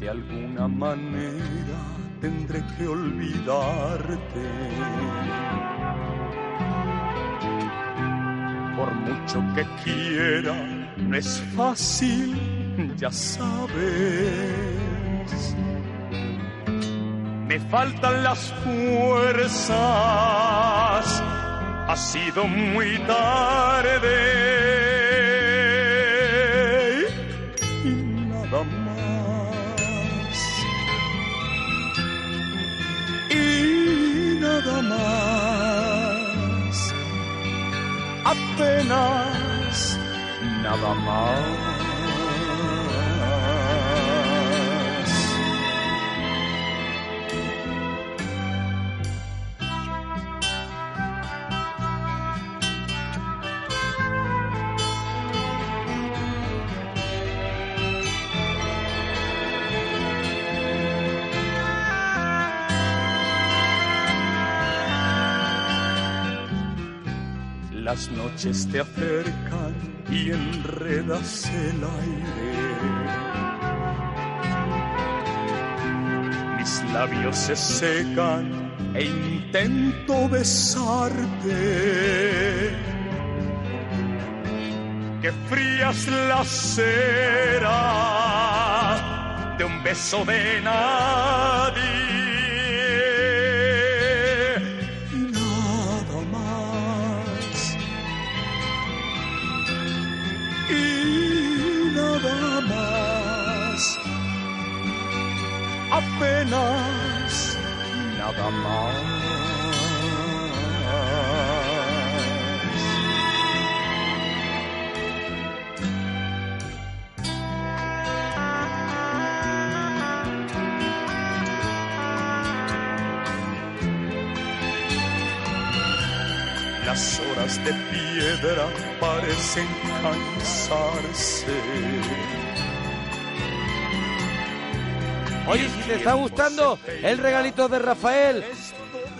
De alguna manera tendré que olvidarte. Por mucho que quiera, no es fácil, ya sabes. Me faltan las fuerzas, ha sido muy tarde. Y nada más. y nada más. Apenas nada más. Las noches te acercan y enredas el aire. Mis labios se secan e intento besarte. Que frías la cera de un beso de nadie. Y nada más. Y nada más. Apenas nada más. Las horas de piedra parecen cansarse. Oye, si te está gustando el regalito de Rafael,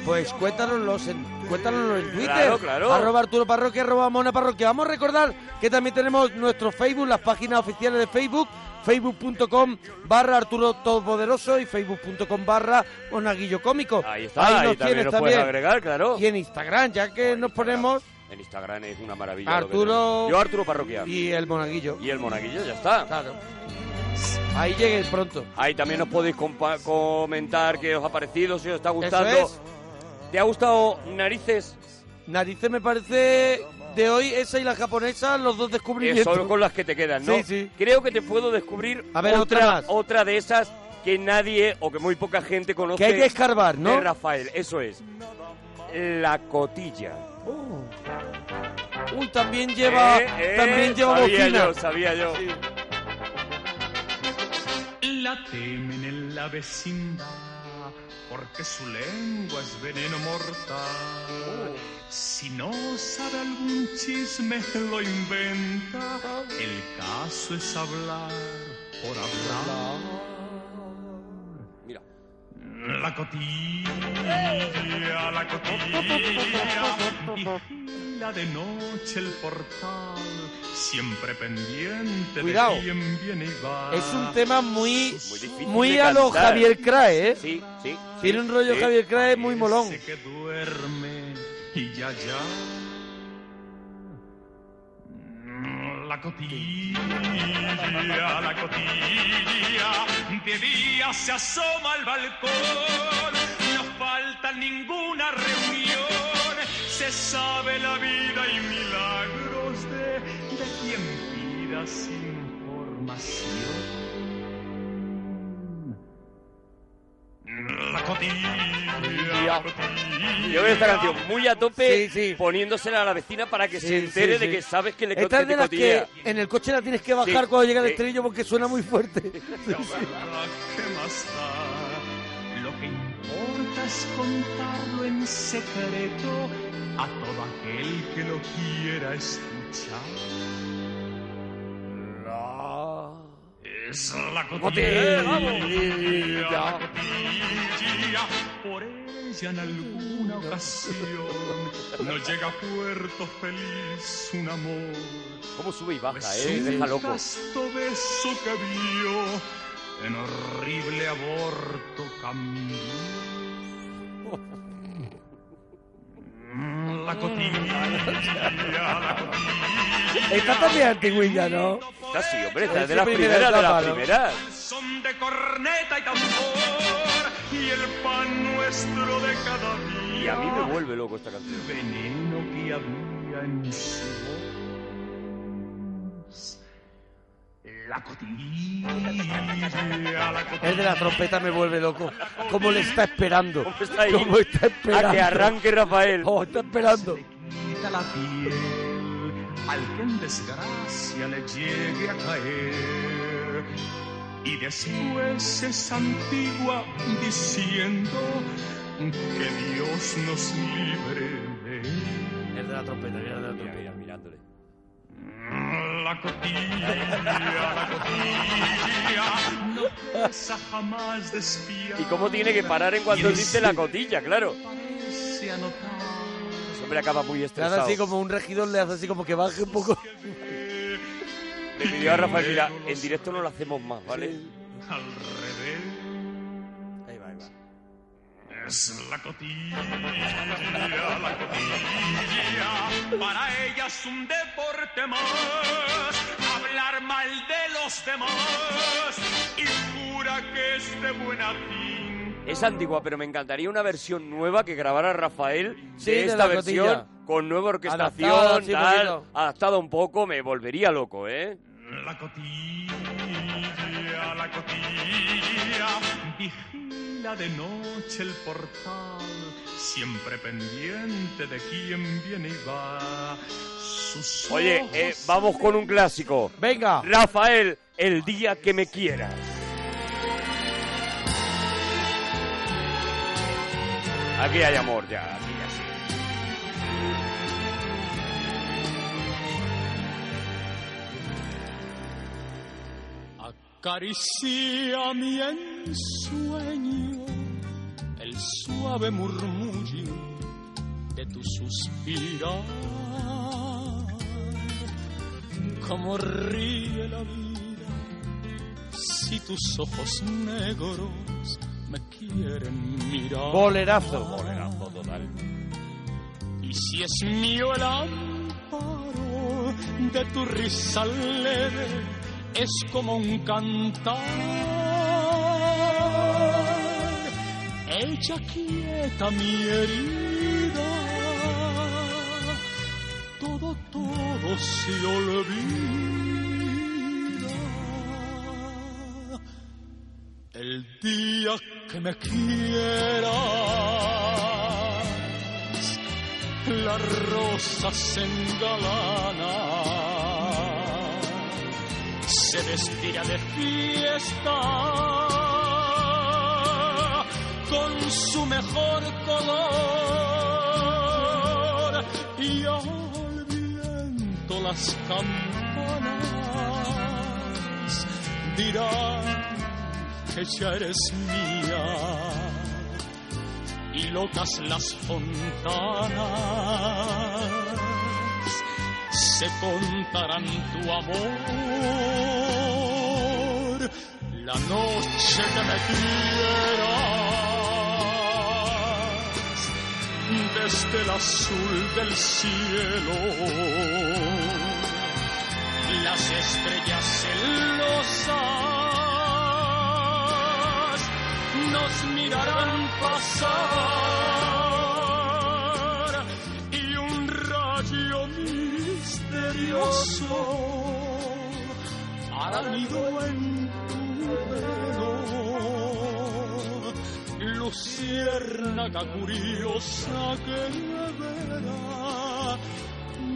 pues cuéntanoslo en, cuéntanoslo en Twitter. Claro, claro. Arroba Arturo Parroquia, arroba Mona Parroquia. Vamos a recordar que también tenemos nuestro Facebook, las páginas oficiales de Facebook, facebook.com barra Arturo Todopoderoso y facebook.com barra Monaguillo Cómico. Ahí está, ahí también nos puedes agregar, claro. Y en Instagram, ya que nos ponemos En Instagram es una maravilla. lo que Arturo- tenemos. Yo Arturo Parroquia. y el Monaguillo. Y el Monaguillo ya está. Claro. Ahí llegues pronto. Ahí también nos podéis compa- comentar qué os ha parecido, si os está gustando. Eso es. ¿Te ha gustado Narices? Narices me parece de hoy, esa y la japonesa, los dos Eh, descubrimientos. son con las que te quedan, ¿no? Sí, sí. Creo que te puedo descubrir A ver, otra más. otra de esas que nadie o que muy poca gente conoce. Que hay que escarbar, ¿no? De Rafael, eso es. La cotilla. Uy, también lleva, Eh, eh, también lleva sabía bocina. yo, sabía yo. La temen en la vecindad porque su lengua es veneno mortal. Si no sabe algún chisme, lo inventa. El caso es hablar por hablar. Mira. La cotilla, la cotilla, vigila de noche el portal, siempre pendiente Cuidado. de quién viene y va. Es un tema muy, muy, de a lo cantar. Javier Crae, ¿eh? Sí, sí. Tiene un rollo sí. Javier Crae muy molón. Ese que duerme y ya ya. La cotilla, la cotilla, de día se asoma al balcón, no falta ninguna reunión, se sabe la vida y milagros de, de quien pidas información. La cotilla, va. Yo veo esta canción muy a tope poniéndosela a la vecina para que se Sí, entere sí, de sí. que sabes que le Esta es de las cotillea. que en el coche la tienes que bajar Sí, cuando llega el sí. estribillo porque suena muy fuerte. Sí, sí. ¿Qué más da? Lo que importa es contarlo en secreto a todo aquel que lo quiera escuchar. La... Es la cotilla, Cotilla, vamos. la cotilla. Por ella en alguna ocasión no llega a puerto feliz un amor. ¿Cómo sube y baja, Resulta eh? Deja loco. de eso que vio en horrible aborto cambió. Mm, La cotilla, la cotilla. Está también antigüilla, ¿no? Está sí, hombre, esta Es es de su las primera primeras, de etapa, las ¿no? primeras. Son de corneta y tambor y el pan nuestro de cada día. Y a mí me vuelve loco esta canción. veneno que había en su voz. La cotilla, la cotilla. El de la trompeta me vuelve loco. ¿Cómo le está esperando? ¿Cómo está, ahí? está esperando? A que arranque Rafael. Oh, está esperando. quita la piel al que en desgracia le llegue a caer. Y después es antigua diciendo que Dios nos libre de él. El de la trompeta, el de la Mira, mira, mirándole. La cotilla, la cotilla, no pesa jamás de espiar. ¿Y cómo tiene que parar en cuanto Y dice la cotilla? Claro. se anota Ese hombre acaba muy Le hace estresado. así como un regidor, le hace así como que baje un poco. Le pidió a Rafael, mira, en directo no lo hacemos más, ¿vale? al revés. Ahí va, ahí va. Es la cotilla, la cotilla, para ella es un deporte más, hablar mal de los demás y jura que es de buena Es antigua, pero me encantaría una versión nueva que grabara Rafael Sí, de de esta la versión cotilla. con nueva orquestación, Adaptada, sí, tal, poquito. adaptada un poco, me volvería loco, ¿eh? La cotilla, la cotilla, vigila de noche el portal, siempre pendiente de quién viene y va. Sus Oye, ojos eh, vamos con un clásico. Venga. Rafael, el día que me quieras. Aquí hay amor ya, aquí ya sí. Caricia mi ensueño, el suave murmullo de tu suspirar. Como ríe la vida si tus ojos negros me quieren mirar. Bolerazo. bolerazo total. Y si es mío el amparo de tu risa leve, es como un cantar. Ella quieta mi herida, todo, todo se olvida. El día que me quieras, las rosas se engalanan, se vestirá de fiesta con su mejor color y al viento las campanas dirán que ya eres mía y locas las fontanas se contarán tu amor la noche que me quieras desde el azul del cielo las estrellas celosas nos mirarán pasar y un rayo misterioso hará nido en tu velo luciérnaga curiosa que verá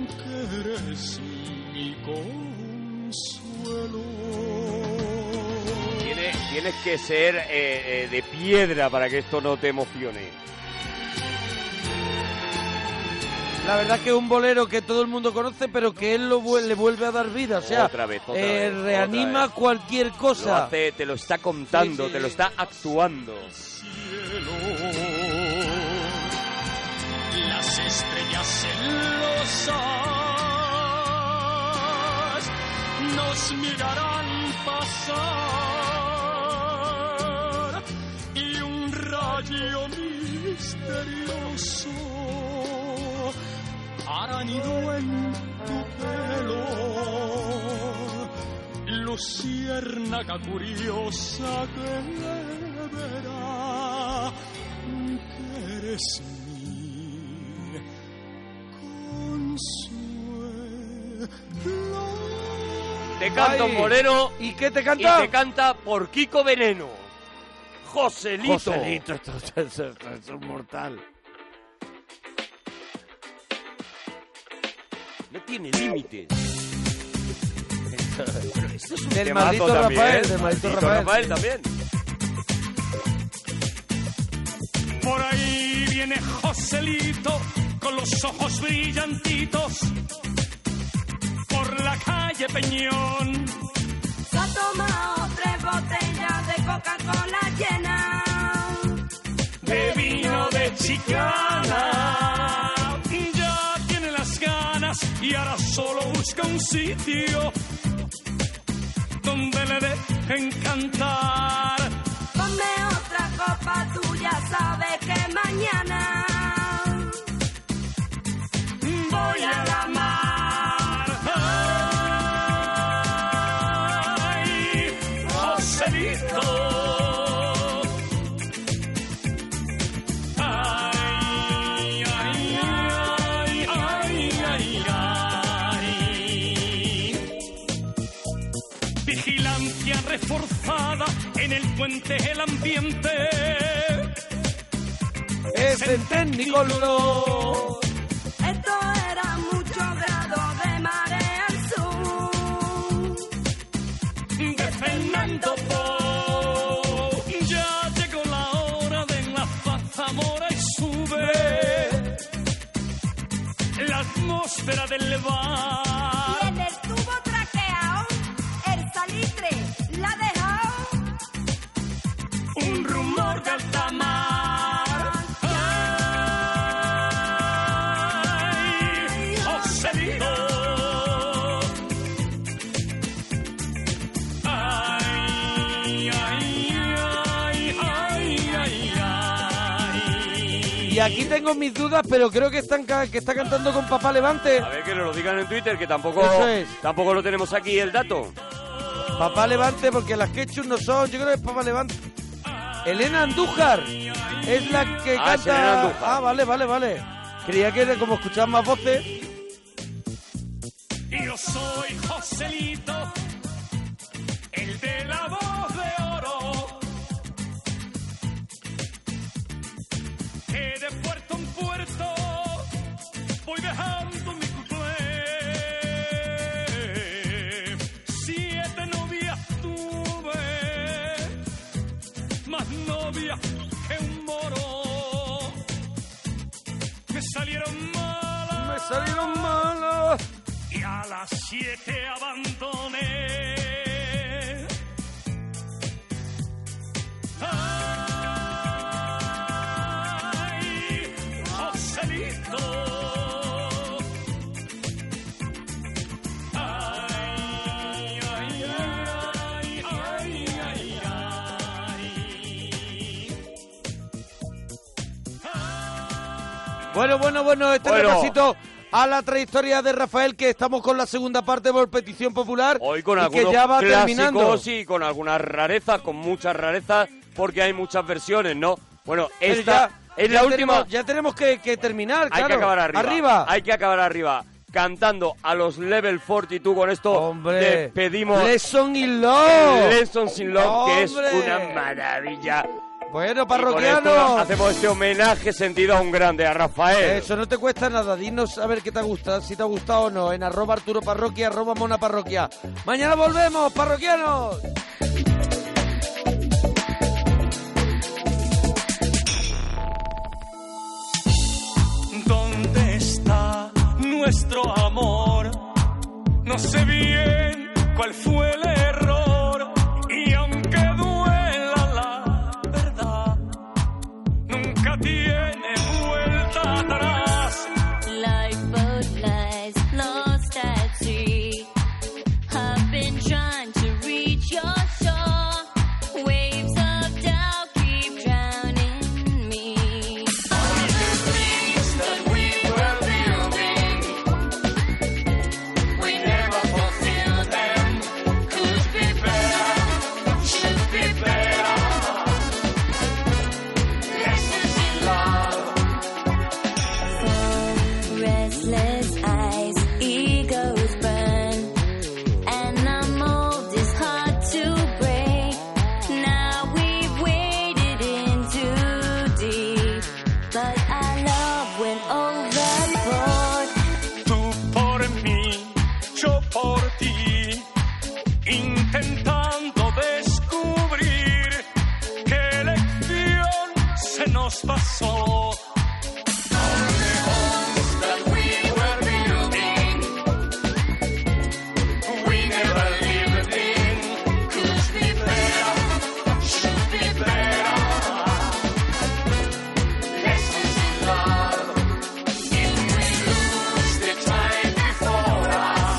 que eres mi consuelo. Tienes, tienes que ser eh, eh, de piedra para que esto no te emocione. La verdad que es un bolero que todo el mundo conoce, pero que él lo vuel- le vuelve a dar vida. O sea, Otra vez, otra eh, vez, reanima otra vez. cualquier cosa. Lo hace, te lo está contando, Sí, sí. te lo está actuando. las estrellas celosas nos mirarán pasar y un rayo misterioso hará nido en tu pelo luciérnaga curiosa que verá que eres mi consuelo. Te canto, Ay. Moreno. ¿Y qué te canta? Y te canta por Kiko Veneno. Joselito. Joselito, esto, esto- esto- esto es un mortal. No tiene límite. Esto es un Del temazo maldito también, Rafael, ¿eh? del maldito Rafael. Rafael también. Por ahí viene Joselito con los ojos brillantitos por la calle Peñón. Se ha tomado tres botellas de Coca-Cola llena. de vino de chicana. Ya tiene las ganas y ahora solo busca un sitio donde le dejen cantar. Ponme otra copa, tú ya sabes que mañana voy a la mar. Ay, Joselito. Ay, ay, ay, ay, ay, ay. Vigilancia reforzada en el puente, el ambiente. Es el técnico Lolo. Esto era mucho grado de marea al sur. de Fernando Po. Ya llegó la hora de enlazar Zamora y sube la atmósfera del bar. Y en el tubo traqueado, el salitre la ha dejado. Un rumor de alta mar. ¡Ay, Joselito! ¡Ay, ay, ay, ay, ay, ay! Y aquí tengo mis dudas, pero creo que, están ca- que está cantando con Papá Levante. A ver que nos lo digan en Twitter, que tampoco, Eso es. tampoco lo tenemos aquí el dato. Papá Levante, porque las ketchup no son, yo creo que es Papá Levante. Elena Andújar es la que Ah, es Elena canta. Andújar. Ah, vale, vale, vale. Creía que era como escuchar más voces. Y Yo soy Joselito, el de la voz de oro, que de puerto en puerto voy dejando mi cuplé. Siete novias tuve, más novias que un moro. Me salieron malas. Me salieron malas. Y a las siete abandoné. Ay, Joselito. Ay, ay, ay, ay, ay, ay. Bueno, bueno, bueno, este Bueno. repasito a la trayectoria de Rafael, que estamos con la segunda parte por petición popular Hoy con y que algunos ya va clásicos terminando. y con algunas rarezas, con muchas rarezas, porque hay muchas versiones, ¿no? Bueno, Pero esta ya- es ya la última. tenemos- ya tenemos que, que terminar, Hay claro. que acabar arriba. Hay que acabar arriba. Cantando a los level 42 con esto despedimos Lesson in Love. Lesson in Love, que es ¡Hombre! una maravilla. Bueno, Y con esto parroquianos. Hacemos este homenaje sentido a un grande, a Rafael. Eso no te cuesta nada, dinos a ver qué te gusta, si te ha gustado o no, en arroba Arturo Parroquia, arroba Mona Parroquia. Mañana volvemos, parroquianos. ¿Dónde está nuestro amor? No sé bien cuál fue el error y aunque duela la verdad, nunca tiene vuelta atrás. Life of lies, lost at sea. I've been trying to reach your shore. Waves of doubt keep drowning me. Only the things that we were building, we never fulfilled them. Could be better, should be better. This is in love. Restless eyes, egos burn, and the mold is hard to break. Now we've waded in too deep, but our love went overboard. Tú por mí, yo por ti, intentando descubrir qué lección se nos pasó. We never lived in. Could be better, should be better. This is in love. If we lose the time before us,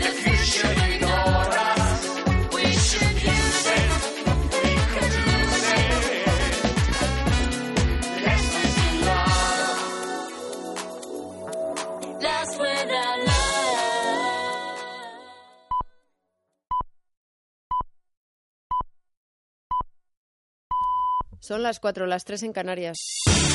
the future ignore us. We should use it. We could lose it. This is in love. Lost without love. Son las 4, las 3 en Canarias.